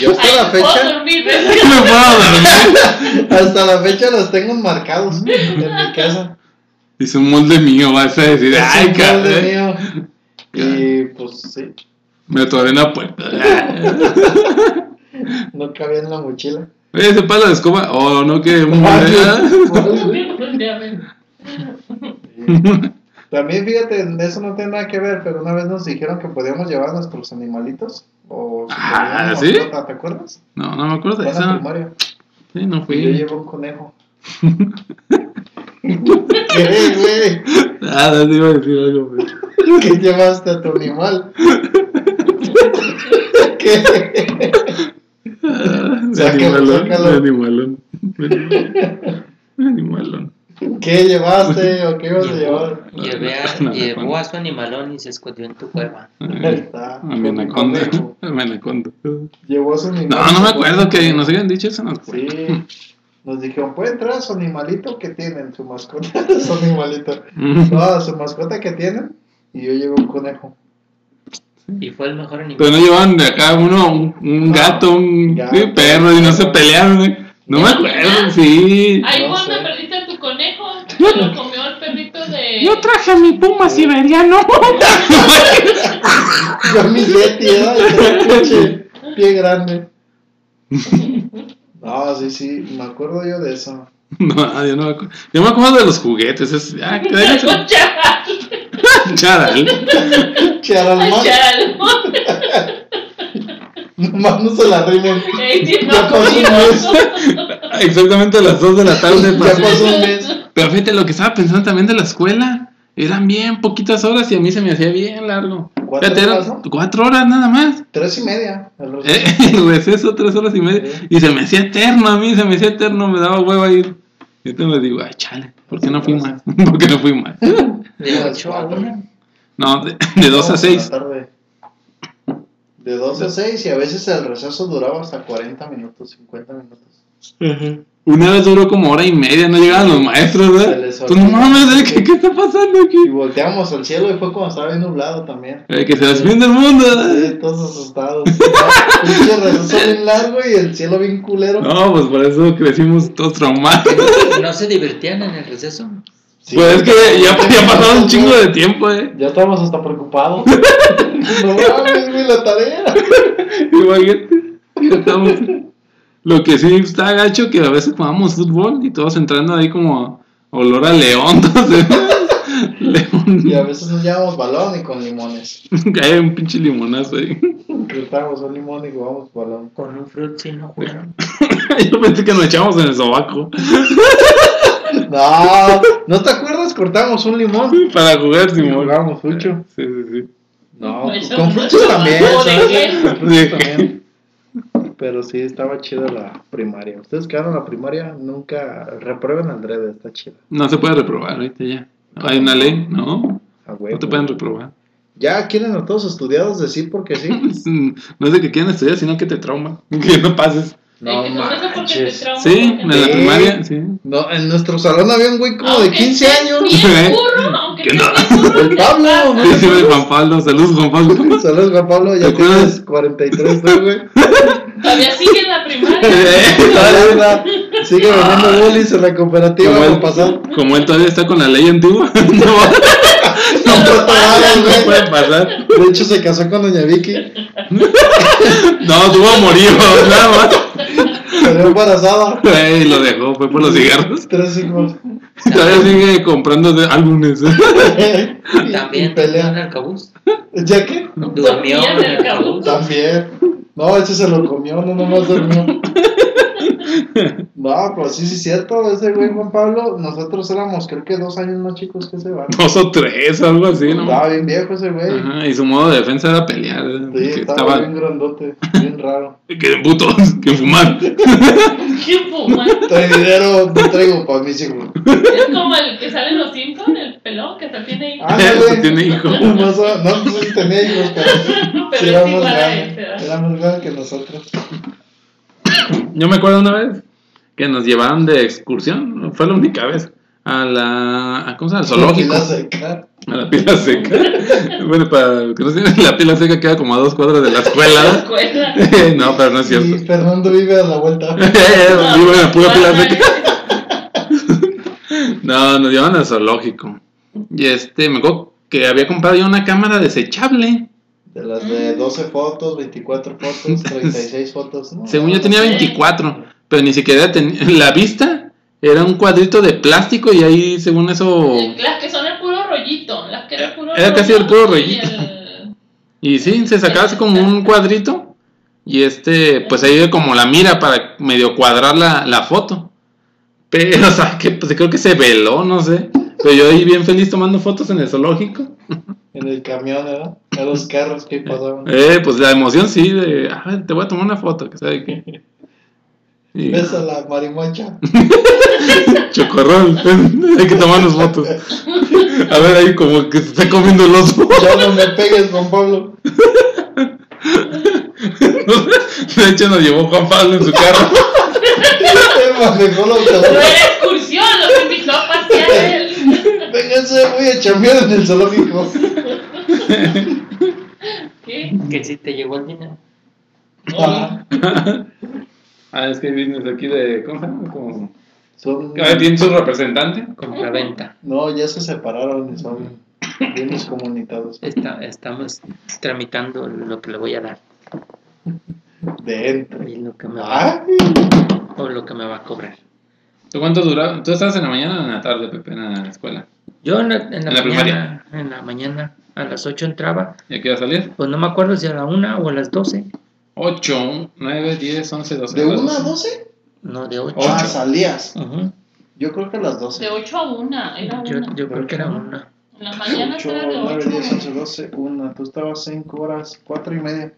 yo hasta la
Ay, no puedo
fecha,
dormir.
puedo dormir.
hasta la fecha los tengo marcados en mi casa.
Hice un molde mío, vas a decir. Ay,
Son todos de
cabrón.
mío. Y pues sí,
Me atoré en la puerta.
no cabía en la mochila.
Oye, Ese palo de escoba. Oh, no, que.
Ah,
Ya ven.
También fíjate, eso no tiene nada que ver, pero una vez nos dijeron que podíamos llevar a nuestros animalitos. O si
Ah,
teníamos
¿sí?
mascota, ¿Te acuerdas?
No, no me acuerdo
Fue
de
en la
eso.
primaria.
Sí, no
Y yo
fui.
llevo un conejo. ¿Qué, güey?
Ah, no te iba a decir algo, güey.
¿Qué llevaste a tu animal? ¿Qué?
Ah, de
Sácalo,
animalón,
sácalo.
de animalón. De animalón.
¿Qué llevaste o qué ibas a llevar?
Llevé a-
No, no,
llevó
no.
a su animalón y se escondió en tu cueva.
Ahí está.
A mi anaconda.
Conejo.
A mi anaconda.
Llevó a su animal.
No, no me acuerdo que nos habían dicho eso. No,
Sí. Nos dijeron, puede entrar a su animalito que tienen, su mascota, su animalito. No, a su mascota que tienen. Y yo llevo un conejo.
Y fue el mejor animal.
Pero no llevaban de acá uno, un, un
No,
gato, un
gato.
sí, perro, y no se pelearon, güey. No me acuerdo, sí.
Ahí
No
fue
sé.
donde perdiste a tu conejo. Se lo comió el perrito de.
traje mi puma siberiano.
Yo mi Yeti, ¿eh? Este pinche Pie grande. No, sí, sí, me acuerdo yo de eso.
no, yo no me acuerdo. Yo me acuerdo de los juguetes. Es, ah, que déjense
Con charal.
charal.
Charalmán,
Charal.
nomás no se la rimen.
Ey, sí,
Ya
no
pasó un mes.
comió.
Exactamente a las 2 de la tarde.
Ya
pasó.
pasó un mes.
Pero fíjate, lo que estaba pensando también de la escuela. Eran bien poquitas horas y a mí se me hacía bien largo.
¿Cuatro
Fíjate, eran
horas, no?
cuatro horas nada más.
Tres y media. el resto.
Eh, el receso tres horas y media.
Sí.
Y se me hacía eterno a mí, se me hacía eterno, me daba hueva ir. Y entonces me digo, ay, chale, ¿por qué no fui más? ¿Por qué no fui más?
De 8 a 1.
No, de, de dos a
Vamos
seis.
la tarde. De 2 a 6 y a veces el receso duraba hasta 40 minutos, 50 minutos.
Una vez duró como hora y media, no llegaban los maestros,
Se
¿verdad?
les
Pues no
olvidó.
mames, ¿eh? ¿qué, qué está pasando
Y
aquí?
volteamos al cielo y fue como estaba bien nublado también.
Eh, que se les fin del mundo.
Sí,
¿eh?
Todos asustados. Pinche receso bien largo y el cielo bien culero.
No, pues por eso crecimos todos traumados.
¿No se divertían en el receso?
Sí.
pues es que ya, ya pasaron un chingo de tiempo, ¿eh?
Ya estábamos hasta preocupados. no mames, güey, la tarea.
Imagínate, ya estamos. Lo que sí está gacho que a veces jugamos fútbol y todos entrando ahí como olor a león, entonces
Y a
león,
veces nos llevamos balón y con limones.
cae un pinche limonazo ahí.
Gritamos un limón y jugamos balón.
Con un fruit sí no jugaron.
Yo pensé que nos echamos en el sobaco
No, ¿no te acuerdas? Cortamos un limón.
para jugar
Y
Simón.
jugábamos fucho.
Sí, sí,
No,
Pues
con
eso-
fruchos también,
¿O de
¿sabes?
qué?
Con fruchos
Sí.
también. Pero sí, estaba chida la primaria. Ustedes quedaron en la primaria, nunca reprueben al Drede, está chida.
No se puede reprobar ahorita ya. Hay una ley, no,
A
no
huevo.
te pueden reprobar.
Ya quieren a todos estudiados decir porque sí.
Es, mm, No es de que quieran estudiar, sino que te trauman, que no pases.
Ey,
No
que no sé por qué te
manches.
traumas,
Sí, en
porque-
la
Sí.
primaria, sí.
No, en nuestro salón había un güey como de
Aunque
15
estés
años.
bien burro, aunque
¿Qué
estés
¿Eh? no?
bien burro,
El
te
Pablo,
pasa.
¿no?
Sí, sí, Juan Pablo, saludos Juan Pablo.
Saludos, Juan Pablo,
¿Te
ya
acuerdas?
tienes 43, tú, güey.
Todavía sigue en la primaria.
¿Eh?
Todavía anda- Sigue vendiendo bullies en la cooperativa
Ah. Como él,
por pasar.
como él todavía está con la ley antigua, no, va-
No, no,
no
no, güey.
puede pasar.
De hecho, se casó con Doña Vicky.
No, tuvo morir, nada más.
Salió embarazada.
Güey, lo dejó, fue por los cigarros.
Tres hijos.
Todavía sigue comprando de- álbumes.
Y-
También
y
durmió en
pelea.
el cabuz.
¿Ya qué?
Durmió
Dormía
en el cabuz.
También. No, ese se lo comió, no nomás durmió. No, pues sí, sí, es cierto. Ese güey, Juan Pablo, nosotros éramos creo que dos años más chicos que ese va.
Dos o tres, algo así, ¿no?
Estaba bien viejo ese güey.
Ajá, y su modo de defensa era pelear.
Sí,
que
estaba,
estaba.
bien grandote, bien raro.
Que putos, que fumar.
¿Qué fuma?
Trae dinero, no traigo para mis hijos.
Es como el que sale en los Simpsons, el pelón que hasta tiene hijos.
Ah, no, güey.
Tiene hijo.
No, so- no, pues sí tenía hijos, pero
Pero
sí
es
era más
igual a
grande.
ese, ¿verdad?
Era más grande que nosotros.
Yo me acuerdo una vez que nos llevaron de excursión, fue la única vez, a la, a, ¿cómo se llama? Al zoológico, a la pila seca. bueno, para los que no sepan, la pila seca queda como a dos cuadras de la
La
escuela.
escuela.
no, pero no es cierto. Eh,
Y Fernando vive a la vuelta.
Vivo en la pura pila seca.
Ajá.
No, nos llevaban al zoológico. Y este, me acuerdo que había comprado yo una cámara desechable.
De las de 12 fotos, 24 fotos, 36 fotos. ¿no? Ah,
Según yo tenía
Sí.
24, pero ni siquiera tenía la vista. Era un cuadrito de plástico y ahí, según eso...
Oh.
Las que son el puro rollito. Las que era el puro
Era casi el puro rollito.
y el-
Y sí, se sacaba así como un cuadrito. Y este, pues ahí como la mira para medio cuadrar la, la foto. Pero, o sea, que pues, creo que se veló, no sé. Pero yo ahí bien feliz tomando fotos en el zoológico.
En el camión, ¿verdad? A los carros que pasaban.
Eh, pues la emoción sí, de, "Ah, a ver, te voy a tomar una foto, que sabe qué. Y,
¿Ves a la marimoncha?
chocorrol, hay que tomarnos fotos. A ver, ahí como que se está comiendo el oso.
Ya no me pegues, Juan Pablo.
De hecho, nos llevó Juan Pablo en su carro.
Te manejó los
Pero
dos.
era excursión, los invitó a pasear él.
Vénganse, voy a chambear en el zoológico.
¿Qué?
Que si te llegó el dinero.
Ah,
Ah, es que vienes aquí de. ¿Cómo se llama? Como-
son...
A ver, tiene su representante.
Compraventa.
No, ya se separaron y son bienes comunitarios.
Está, estamos tramitando lo que le voy a dar.
De entre.
Y lo que me va,
Ah.
Ay,
o lo que me va a cobrar.
¿Tú cuánto duraba? ¿Tú estabas en la mañana o en la tarde, Pepe, en la escuela?
Yo en la, en la
¿En la
mañana, en la mañana a las 8 entraba,
¿Y aquí iba a salir?
pues no me acuerdo si a la 1 o a las 12,
8, 9, 10, 11, 12.
¿De 1 a 12?
no de 8.
Ah,
Ocho.
salías. Yo creo que a las
De
12.
8 a 1, era 1.
Yo, yo creo que era una.
En las mañanas
8,
era de
9,
8.
10, 11, 12, 1. Tú estabas 5 pues horas, 4 y media.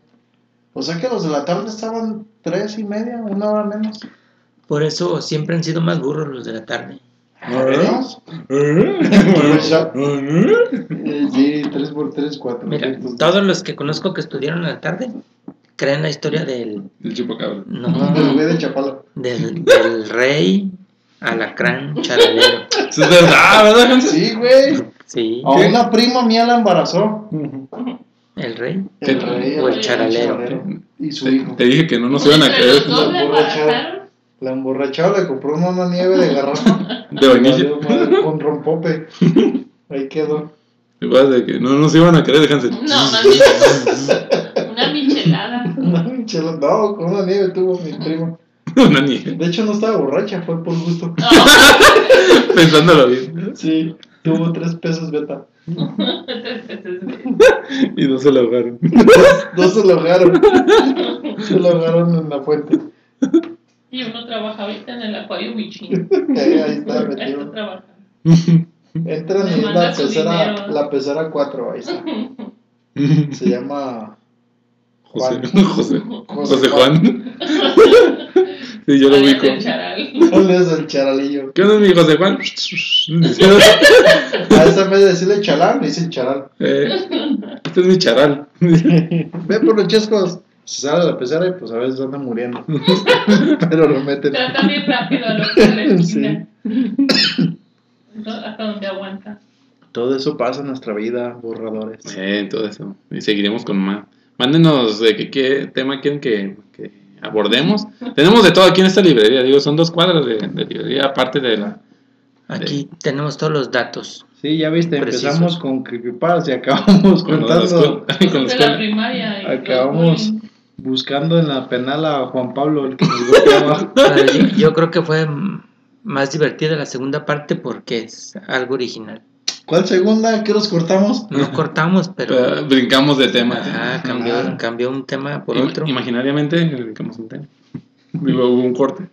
O sea que los de la tarde estaban 3 y media, una hora menos.
Por eso siempre han sido más burros los de la tarde.
¿Ah,
¿Menos?
¿Eh?
Eh, Sí, 3 por 3, 4.
Mira, todos los que conozco que estudiaron en la tarde creen la historia del,
El chupacabra.
Del
no,
güey pues, de Chapala.
del, del rey alacrán charalero.
Eso es verdad, ¿verdad, Hans?
Sí, güey.
Sí,
A una prima mía la embarazó.
el rey.
El
Sí.
rey.
O el charalero.
Y su
Te,
hijo.
te dije que no nos iban a creer.
Los dos
la
le
borracha.
embarazaron.
La emborrachaba, le compró una una nieve de garrafa.
De
Valió
vainilla.
madre, Con rompope. Ahí quedó.
Te vas de que no nos iban a creer, Hansel.
No, más bien. Una michelada.
Una michela- No, con una nieve tuvo mi prima.
Una niña.
De hecho, no estaba borracha, fue por gusto.
No,
Pensándolo bien.
Sí, tuvo tres pesos beta.
Y no se la ahogaron.
Dos se lo ahogaron. Se lo ahogaron en la fuente.
y uno trabaja ahorita en el acuario Wichín.
Ahí, ahí está
Ahí está
metido.
trabajando.
Entran
Me
en la
manda su
pecera,
dinero.
la pecera 4, ahí está. Se llama
José,
Juan.
José, José Juan. Sí, yo lo
Ahí
ubico.
está el charal.
¿Cuál es el charalillo?
¿Qué onda, mi José Juan?
A esa vez de decirle chalán, le dicen charal.
Eh, este es mi charal.
Ve por los chescos. Se sale de la pecera y pues a veces anda muriendo. Pero lo meten.
Trata bien rápido a lo que le
Sí.
esquina. No, Hasta donde aguanta.
Todo eso pasa en nuestra vida, borradores.
Eh, todo eso. Y seguiremos con más. Mándenos de qué, qué tema quieren que, que abordemos. Tenemos de todo aquí en esta librería. Digo, son dos cuadras de, de librería, aparte de la.
Aquí tenemos todos los datos.
Sí, ya viste,
Preciso.
empezamos con creepypastas y acabamos
con lo de la
contando,
escuela- con la
Desde la
escuela.
primaria. y
acabamos
los bullying.
buscando en la penal a Juan Pablo, el que nos golpeaba.
Pero yo, yo creo que fue mm, más divertida la segunda parte porque es algo original.
¿Cuál segunda? ¿Qué nos cortamos?
No cortamos, pero
Eh, brincamos de tema.
ajá, cambió, cambió un tema Ah, por
Ima-
otro.
Imaginariamente brincamos un tema. Digo, hubo un corte.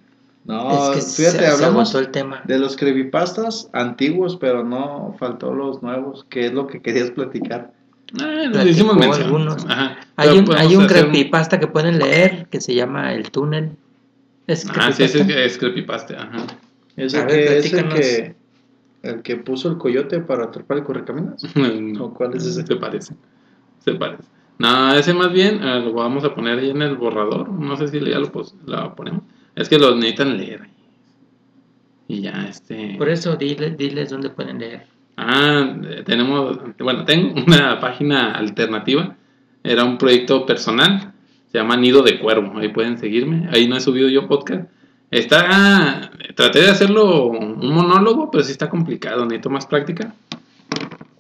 No,
es que
fíjate,
se, se
hablamos
agotó el tema.
de los creepypastas antiguos, pero no faltó los nuevos, que es lo que querías platicar.
Ah, le
Platicó
hicimos mención.
algunos.
Ajá.
Hay
Pero
un,
podemos
hay un
hacer
creepypasta que pueden leer que se llama El Túnel. Es
Ah, sí, ese es,
creepypasta.
es creepypasta. Ajá.
Es
A
el,
ver,
que, es el,
platícanos.
que, el que puso el coyote para atrapar el correcaminos.
No,
¿O cuál es ese?
Se parece. Se parece. No, ese más bien eh, lo vamos a poner ahí en el borrador. No sé si ya lo, pos- lo ponemos. Es que lo necesitan leer. Y ya, este.
Por e-, eso dile- diles dónde pueden leer.
Ah, eh, tenemos, bueno, tengo una página alternativa. Era un proyecto personal. Se llama Nido de Cuervo. Ahí pueden seguirme. Ahí no he subido yo podcast. Está, traté de hacerlo un monólogo, pero sí está complicado. Necesito más práctica.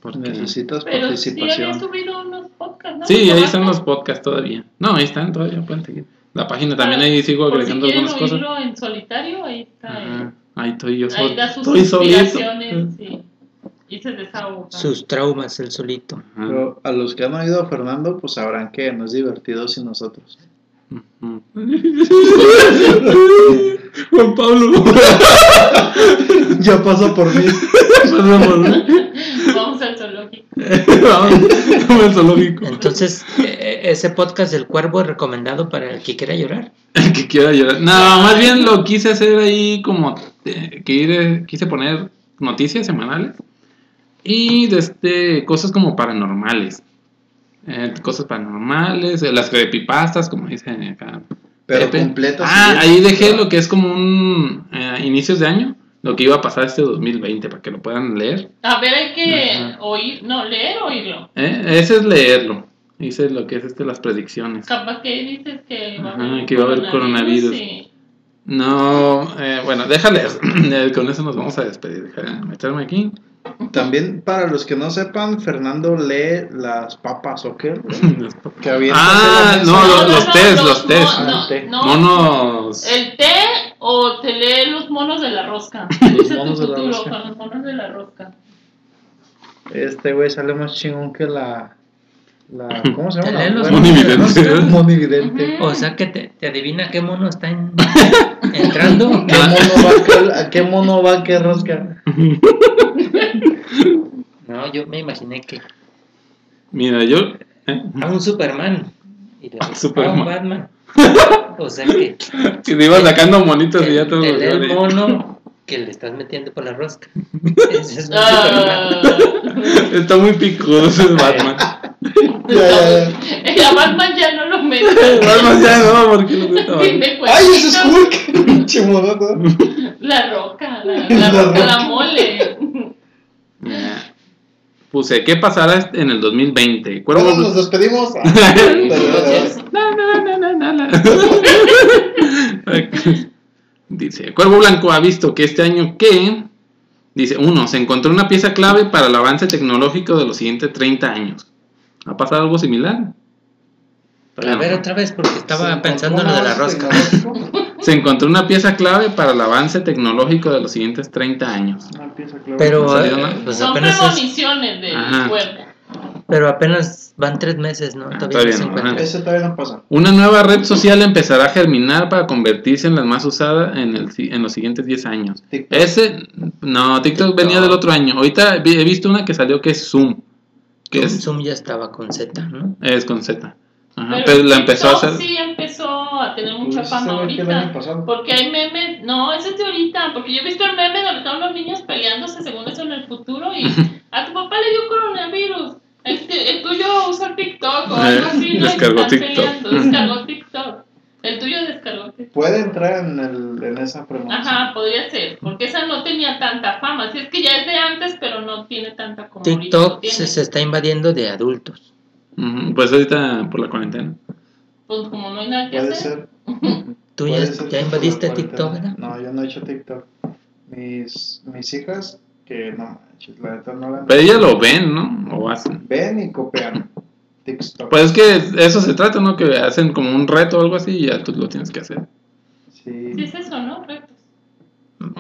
Porque-
Necesitas
Pero sí había
participación.
subido unos podcasts, ¿no? pues,
Sí, ahí
Nomás
están
no-
los podcasts todavía. No, ahí están todavía. Pueden seguir. La página también ahí sigo
Ah, Por si
agregando
quieren
algunas cosas.
oírlo en solitario, ahí está. eh,
Ajá, Ahí estoy yo
ahí
sol-
da sus
Estoy solito.
inspiraciones sí. y se desahoga.
Sus traumas, el solito.
Ajá.
Pero a los que han oído a Fernando, pues sabrán que no es divertido sin nosotros.
Ujú. Juan Pablo.
ya pasó por mí.
Vamos al zoológico.
Vamos al zoológico.
Entonces, eh, ese podcast del cuervo es recomendado para el que quiera llorar.
El que quiera llorar. No, más bien lo quise hacer ahí como eh, que ir- quise poner noticias semanales y desde cosas como paranormales. Eh, cosas paranormales, eh, las creepypastas, como dicen acá.
Pero
Pepe.
completas.
Ah, ahí dejé lo que es como un eh, inicios de año, lo que iba a pasar este 2020 para que lo puedan leer.
A ver, hay que
Ajá.
oír, no, leer o oírlo.
Eh, Ese es leerlo. Hice lo que es este, las predicciones.
Capaz que dices que va
Ajá,
a haber,
que va a haber coronavirus.
sí.
No, eh, bueno, déjale. eh, Con eso nos vamos a despedir. Déjame meterme aquí.
También para los que no sepan, Fernando lee las papas, ¿o qué? Que avientas
Ah,
en la mesa.
no, los- los test, los
mo-
test.
Ah,
No,
el té.
no,
Monos.
El té o te lee los monos de la rosca.
Los
Ese es tu
monos de la
futuro
rosca.
con los monos de la rosca.
Este güey sale más chingón que la. la ¿Cómo se llama?
Te leen
La-
los
monividentes.
Monividente.
Ujú.
O sea que te, te adivina qué mono está en- entrando.
¿Qué mono va que- ¿A qué mono va que rosca?
No, yo me imaginé que
Mira, yo. eh,
a un Superman y le-
A un
a un
Superman.
Batman. O sea que
Que te iba sacando monitos y
el,
ya todo.
el- el
vale.
mono que le estás metiendo por la rosca. Ese es un
Ah,
Superman.
Está muy picudo ese Batman.
Ya, ya, ya.
Ah, el a Batman ya no lo mete.
Batman ya no, porque lo que estaba-
¡Ay, ese es Hulk! ¡Pinche monoto!
La roca, la, la
La
roca, la
roca.
mole.
Mira, Puse, ¿qué pasará en el 2020?
Bueno,
Cuervos.
nos despedimos. Ah,
Entonces,
Na, na, na, na, na, na. Dice, Cuervo Blanco ha visto que este año que, dice, uno, se encontró una pieza clave para el avance tecnológico de los siguientes 30 años. ¿Ha pasado algo similar?
A ver otra vez porque estaba pensando en lo de la rosca.
Se encontró una pieza clave para el avance tecnológico de los siguientes 30 años.
Ah,
Pero,
No salió
eh,
nada.
pues
son
apenas es-
premoniciones del
Ajá.
cuerpo.
pero apenas van tres meses, ¿no?
Ah,
Todavía,
todavía
no se
no,
encuentra.
ajá.
Eso todavía no pasa.
Una nueva red social empezará a germinar para convertirse en la más usada en, el, si- en los siguientes 10 años.
TikTok.
Ese, no, TikTok, venía del otro año. Ahorita vi- he visto una que salió que es Zoom. Que
Zoom,
es,
Zoom ya estaba con Z, ¿no?
es con Z. Ajá,
Pero
pero, Pues la empezó a
TikTok
hacer.
Sí, empezó a tener mucha
Pues,
fama
ese güey que el año
ahorita.
pasado.
Porque hay memes. No, ese es de ahorita. Porque yo he visto el meme donde están los niños peleándose según eso en el futuro. Y a tu papá le dio coronavirus. Este, el tuyo usa TikTok o algo así. ¿no? Y
Descargó
están
TikTok.
peleando, Descargó TikTok. El tuyo descargó TikTok.
Puede entrar en, el, en esa premonición.
Ajá, podría ser, porque esa no tenía tanta fama. Si es que ya es de antes, pero no tiene tanta como ahorita lo
TikTok
tiene.
se, se está invadiendo de adultos.
Ujú, Pues ahorita por la cuarentena.
Pues como no hay nada que
Puede
hacer.
ser.
Tú ya,
puede ser
ya
que
invadiste
por la
TikTok,
cuarentena.
¿verdad?
No, yo no he hecho TikTok. Mis, mis hijas, que no manches, la neta no la
Pero ellas lo ven, ¿no? O hacen.
ven y copian TikTok.
Pues es que de eso se trata, ¿no? Que hacen como un reto o algo así y ya tú lo tienes que hacer.
Sí,
sí.
es eso, ¿no? Retos.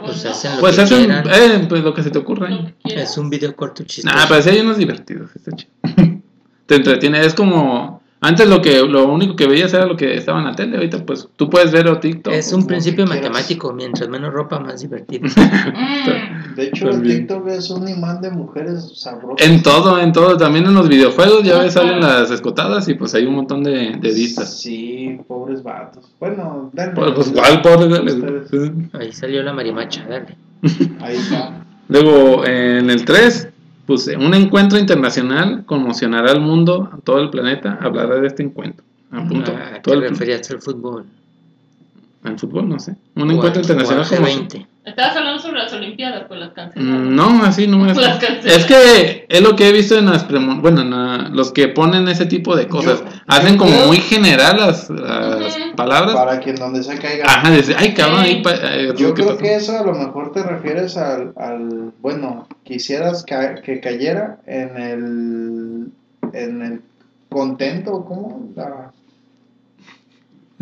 Pues hacen lo
Pues
que
hacen
quieran.
eh, pues lo que se te ocurra.
Lo que quieras.
Es un video corto chistoso.
Nah, Ah, pues, pero sí hay unos divertidos, está chido. Te entretiene, es como antes lo que lo único que veías era lo que estaba en la tele, ahorita pues tú puedes ver o TikTok.
es un
Lo que
principio
quieras.
matemático. Mientras menos ropa, más divertido.
Mm,
De hecho,
También.
el TikTok es un imán de mujeres sabrosas.
Pues, En todo, en todo, también en los videojuegos, ya ves, salen las escotadas y pues hay un montón de, de vistas.
Sí, pobres vatos. Bueno, denle.
Pues, pues, ¿cuál pobre? Dale.
Ustedes.
Ahí salió la marimacha, dale.
Ahí está.
Luego, eh, en el 3, pues un encuentro internacional conmocionará al mundo, a todo el planeta, hablará de este encuentro. A punto.
Ah, ¿A
todo el,
qué
pl-
referías al fútbol?
al fútbol, no sé. Un
O
encuentro
al- o
internacional
al
conmocionará.
G20.
Estabas hablando sobre las Olimpiadas, pues las cancelaron.
Mm, No, así no es.
Las cancelan.
Es que es lo que he visto en las premon- bueno, en la- los que ponen ese tipo de cosas. Hacen como muy general las, las
Ujú.
palabras.
Para que en donde se caiga.
Ajá, dice, ay cabrón,
Sí.
ahí pa- eh,
Yo
¿qué
creo
pasó?
que eso a lo mejor te refieres al, al bueno, quisieras ca- que cayera en el en el contento, ¿cómo? La,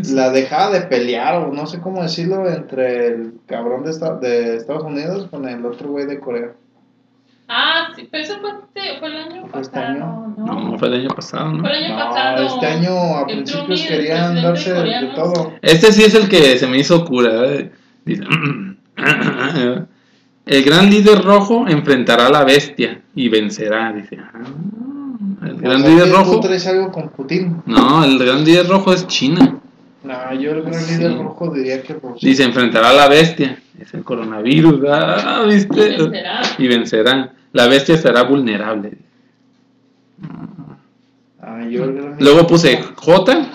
la dejada de pelear o no sé cómo decirlo entre el cabrón de, esta- de Estados Unidos con el otro güey de Corea.
Ah, sí, pero eso fue, este- fue el año
Fue este
pasado,
año.
¿no?
No, fue el año pasado, ¿no?
Fue el año pasado.
No, este año a
el
principios
Trump y el
querían
presidente
darse de
coreano.
todo.
Este sí es el que se me hizo cura. ¿eh? Dice, el gran líder rojo enfrentará a la bestia y vencerá. Dice, "Ah, el gran
O sea,
líder
que
rojo.
Tú traes algo con Putin.
No, el gran líder rojo es China.
No, yo el gran
Sí.
líder rojo diría que Rusia.
Dice, enfrentará a la bestia. Es el coronavirus. Ah, ¿viste?
¿Quién será?
Y vencerá. La bestia estará vulnerable.
Ah, yo el gran
Luego puse J.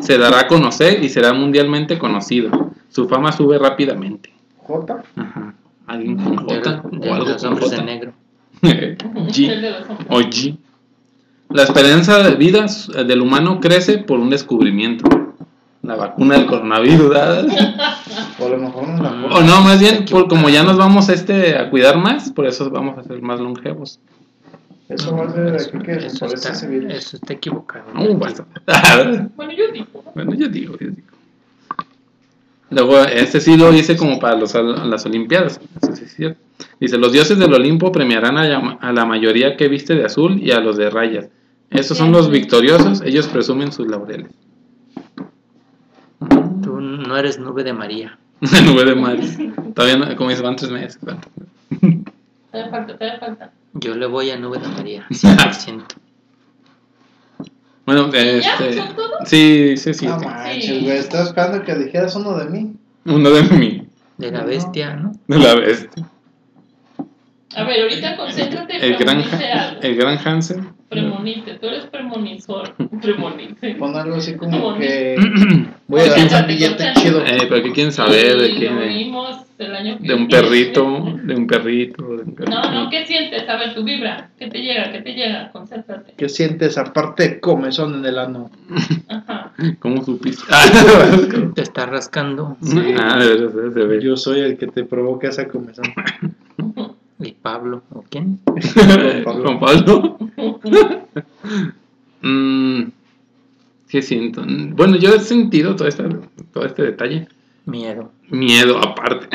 Se dará a conocer y será mundialmente conocido. Su fama sube rápidamente.
J.
Ajá. ¿Alguien con J?
de,
¿O
de
algo
los
con
hombres
J?
de negro.
El
G
de los hombres.
o G. La esperanza de vida eh, del humano crece por un descubrimiento. La vacuna del coronavirus. ¿verdad?
O a lo mejor no la
O no, más bien, por, como ya nos vamos este a cuidar más, por eso vamos a ser más longevos.
Eso va a ser de
Eso-
aquí que
eso,
desaparece
está,
ese virus.
eso está equivocado.
No, basta. A ver,
Bueno, yo digo.
bueno, yo digo, yo digo. Luego, este sí lo dice como para los, al- las Olimpiadas. Eso sí es cierto. Dice, los dioses del Olimpo premiarán a, llama- a la mayoría que viste de azul y a los de rayas. Estos son los victoriosos, ellos presumen sus laureles.
Tú no eres nube de María.
La nube de Maris. Todavía, no- como dice, van tres meses. van tres meses.
Te falta, te falta.
Yo le voy a nube de María, 100%.
Bueno,
ya?
este.
¿Son todos? Ah,
Sí, sí, sí.
No
sí.
manches, güey. Estaba esperando que dijeras uno de mí.
Uno de mí.
De la bestia, ¿no?
De la bestia.
A ver, ahorita concéntrate.
El gran,
premonice
Ha-
algo.
el gran Hansen.
Premonice, tú eres premonizor. Premonice.
Pon algo así como
Bonito.
que.
Eh,
Voy a dar
Concéntrate,
un billete
concéntrate.
chido.
pero ¿qué quieren saber? Eh, ¿De
Y
quién?
lo
De,
vimos el año que
de un
viene.
perrito. De un perrito. de un perrito.
No, no, ¿qué sientes? A ver, tu vibra. ¿Qué te llega? ¿Qué te llega? Concéntrate.
¿Qué sientes aparte de comezón en el ano?
Ajá.
¿Cómo supiste? Ah,
Te está rascando.
ah, de veras, se ve.
Yo soy el que te provoca esa comezón.
¿Y Pablo? ¿O quién?
Con Pablo. Mm, ¿Qué siento? Bueno, yo he sentido todo este, todo este detalle.
Miedo.
Miedo aparte.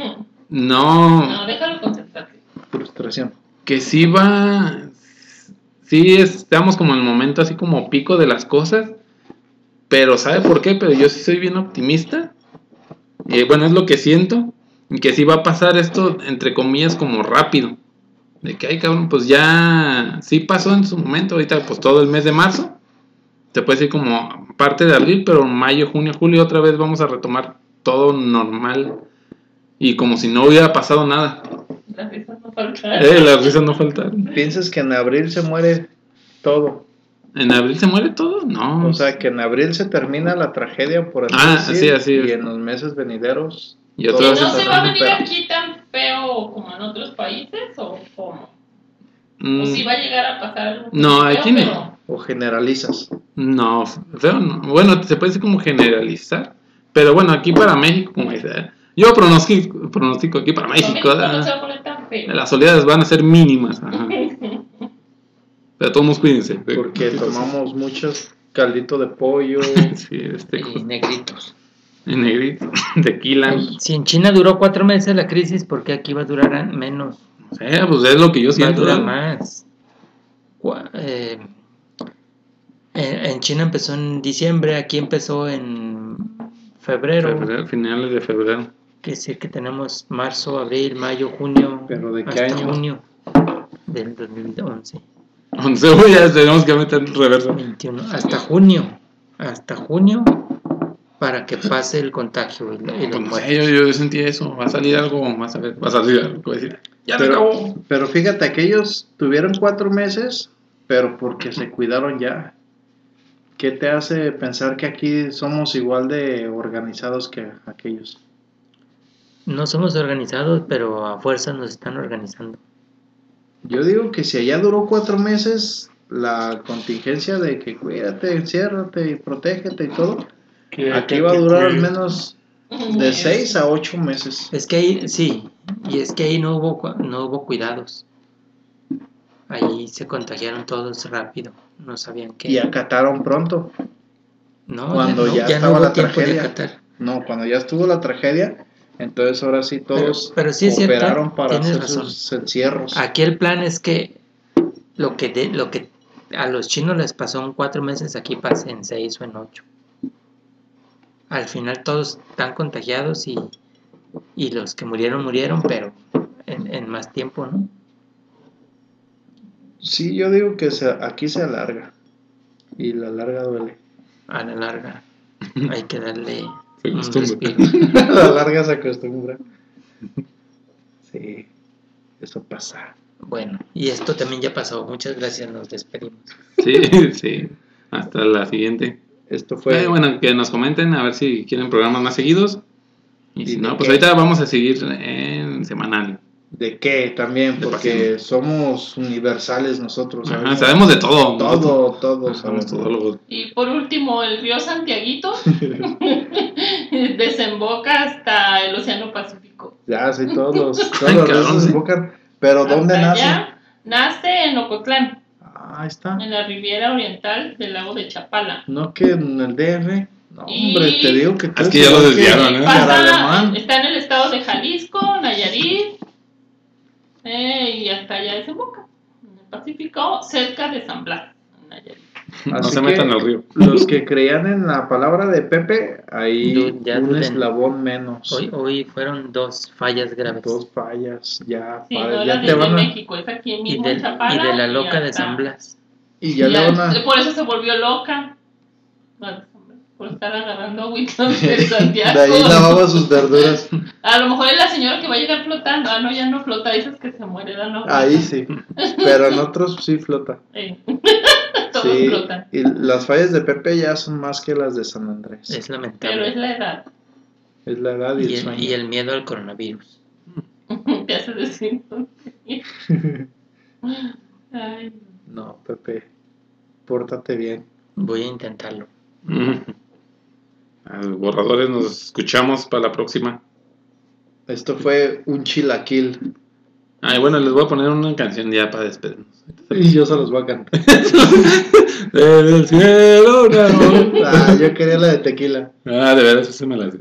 no,
No, déjalo concentrarte.
Frustración.
que sí va, sí estamos como en el momento así como pico de las cosas, pero ¿sabe por qué? Pero yo sí soy bien optimista. Eh, bueno, es lo que siento, y que sí va a pasar esto, entre comillas, como rápido. De que, ay, cabrón, pues ya sí pasó en su momento, ahorita pues todo el mes de marzo. Se puede decir como parte de abril, pero mayo, junio, julio otra vez vamos a retomar todo normal y como si no hubiera pasado nada.
Las risas no faltan.
Eh, las risas no faltaron.
¿Piensas que en abril se muere todo?
¿En abril se muere todo? No.
O sea, que en abril se termina la tragedia, por así
Ah,
decir.
sí, así es.
Y en los meses venideros.
y otra
¿Que
vez
no
se
se va a venir
Pero-
aquí tan feo como en otros países o cómo?
Mm,
¿O si va a llegar a pasar algo?
No,
feo,
aquí no.
pero-
O generalizas.
No, feo no. Bueno, se puede decir como generalizar. Pero bueno, aquí para México, como dice. eh, Yo pronostico, pronostico aquí para México.
México no se va
ah,
a poner tan feo.
Las oleadas van a ser mínimas. ajá. Pero todos cuídense.
Porque tomamos muchos caldito de pollo.
Sí, este,
Y negritos.
en negrito, tequila. No
Si en China duró cuatro meses la crisis, ¿por qué aquí va a durar a- menos?
sé, pues es lo que yo
Va a
siento.
durar
¿eh?
más. Gua- eh, en en China empezó en diciembre, aquí empezó en febrero.
Febrero, finales de febrero.
Quiere decir que tenemos marzo, abril, mayo, junio.
¿Pero de qué
hasta
año?
junio del 2011.
Entonces, güey, ya tenemos que meter en reverso.
21, hasta junio. Hasta junio para que pase el contagio y, la- y la
Pues no
muerte.
sé, yo, yo sentí eso. Va a salir algo, vas a ver, va a salir algo. voy a decir, ya se acabó.
Pero, pero fíjate, aquellos tuvieron cuatro meses, pero porque se cuidaron ya. ¿Qué te hace pensar que aquí somos igual de organizados que aquellos?
No somos organizados, pero a fuerza nos están organizando.
Yo digo que si allá duró cuatro meses la contingencia de que cuídate, enciérrate y protégete y todo, aquí va a durar al menos de seis a ocho meses.
Es que ahí, sí, y es que ahí no hubo, cua- no hubo cuidados. Ahí se contagiaron todos rápido, no sabían qué.
Y acataron pronto.
no,
cuando
no-
ya
no
estaba
hubo
la
tiempo de
tragedia.
acatar.
No, cuando ya estuvo la tragedia, entonces ahora sí todos
Pero- pero sí es cierto,
cooperaron para
tienes
hacer
razón.
sus encierros.
Aquí el plan es que lo que, de- lo que a los chinos les pasó en cuatro meses, aquí pasa en seis o en ocho. Al final todos están contagiados y, y los que murieron murieron, pero en, en más tiempo, ¿no?
Sí, yo digo que se- aquí se alarga. Y la larga duele.
A la larga hay que darle
Se
un
acostumbra.
respiro.
la larga se acostumbra. Sí, eso pasa.
Bueno, y esto también ya pasó. Muchas gracias, nos despedimos.
Sí, sí. Hasta la siguiente.
Esto fue.
Eh, bueno, que nos comenten a ver si quieren programas más seguidos. Y si
¿Y
no,
de
pues
qué?
ahorita vamos a seguir en semanal.
¿De qué? También,
De
porque somos universales nosotros.
Ajá, sabemos de todo. nosotros.
Pues Todo, todo.
Ajá, Somos
sabemos.
todólogos.
Y por último, el río Santiaguito desemboca hasta el Océano Pacífico.
Ya, sí, todos los, todos
Ay,
los
cabrón,
rizos
sí.
invocan. Pero ¿dónde
Hasta
nace?
allá nace en Ocotlán,
Ah, ahí está.
en la Riviera Oriental del lago de Chapala.
No que en el DF. No, hombre,
Y-
te digo que tú
Es que ya lo
sabes
desviaron, ¿eh?
Para
Pasa,
alemán.
está en el estado de Jalisco, Nayarit, eh, y hasta allá desemboca en el Pacífico, cerca de San Blas, en Nayarit.
No
Así
se
que-
metan al río.
Los que creían en la palabra de Pepe, ahí
Du- ya
un
duden.
eslabón menos.
Hoy, hoy fueron dos fallas graves.
Dos fallas, ya,
Sí,
padre,
no
ya
la
te
de
van a,
México, es aquí
Y
mismo
de,
en Chapala.
y de la
y
loca de
hasta-
San Blas.
y ya,
Ya,
le van a,
Por eso se volvió loca. Bueno, Por estar agarrando agüita de Santiago.
de ahí lavaba sus verduras,
A lo mejor es la señora que va a llegar flotando. Ah, no, ya no flota, esas que se muere, dan agüita.
ahí sí, pero en otros sí flota,
Eh, Todos
sí,
flotan.
y las fallas de Pepe ya son más que las de San Andrés, es,
Es lamentable.
Pero es la edad.
la edad y,
y,
el
el,
sueño,
y el miedo al coronavirus.
Te hace decir. Ay,
no, Pepe, pórtate bien,
Voy a intentarlo.
Ujú. A los borradores nos escuchamos para la próxima.
esto fue un chilaquil,
Ay, bueno, les voy a poner una canción ya para despedirnos.
y yo se los voy a cantar,
Del cielo, cabrón.
ah, yo quería la de tequila.
Ah, de veras, se me la hace.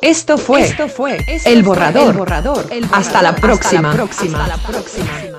Esto fue,
Esto fue
El borrador.
El borrador.
Hasta la próxima.
Hasta la próxima.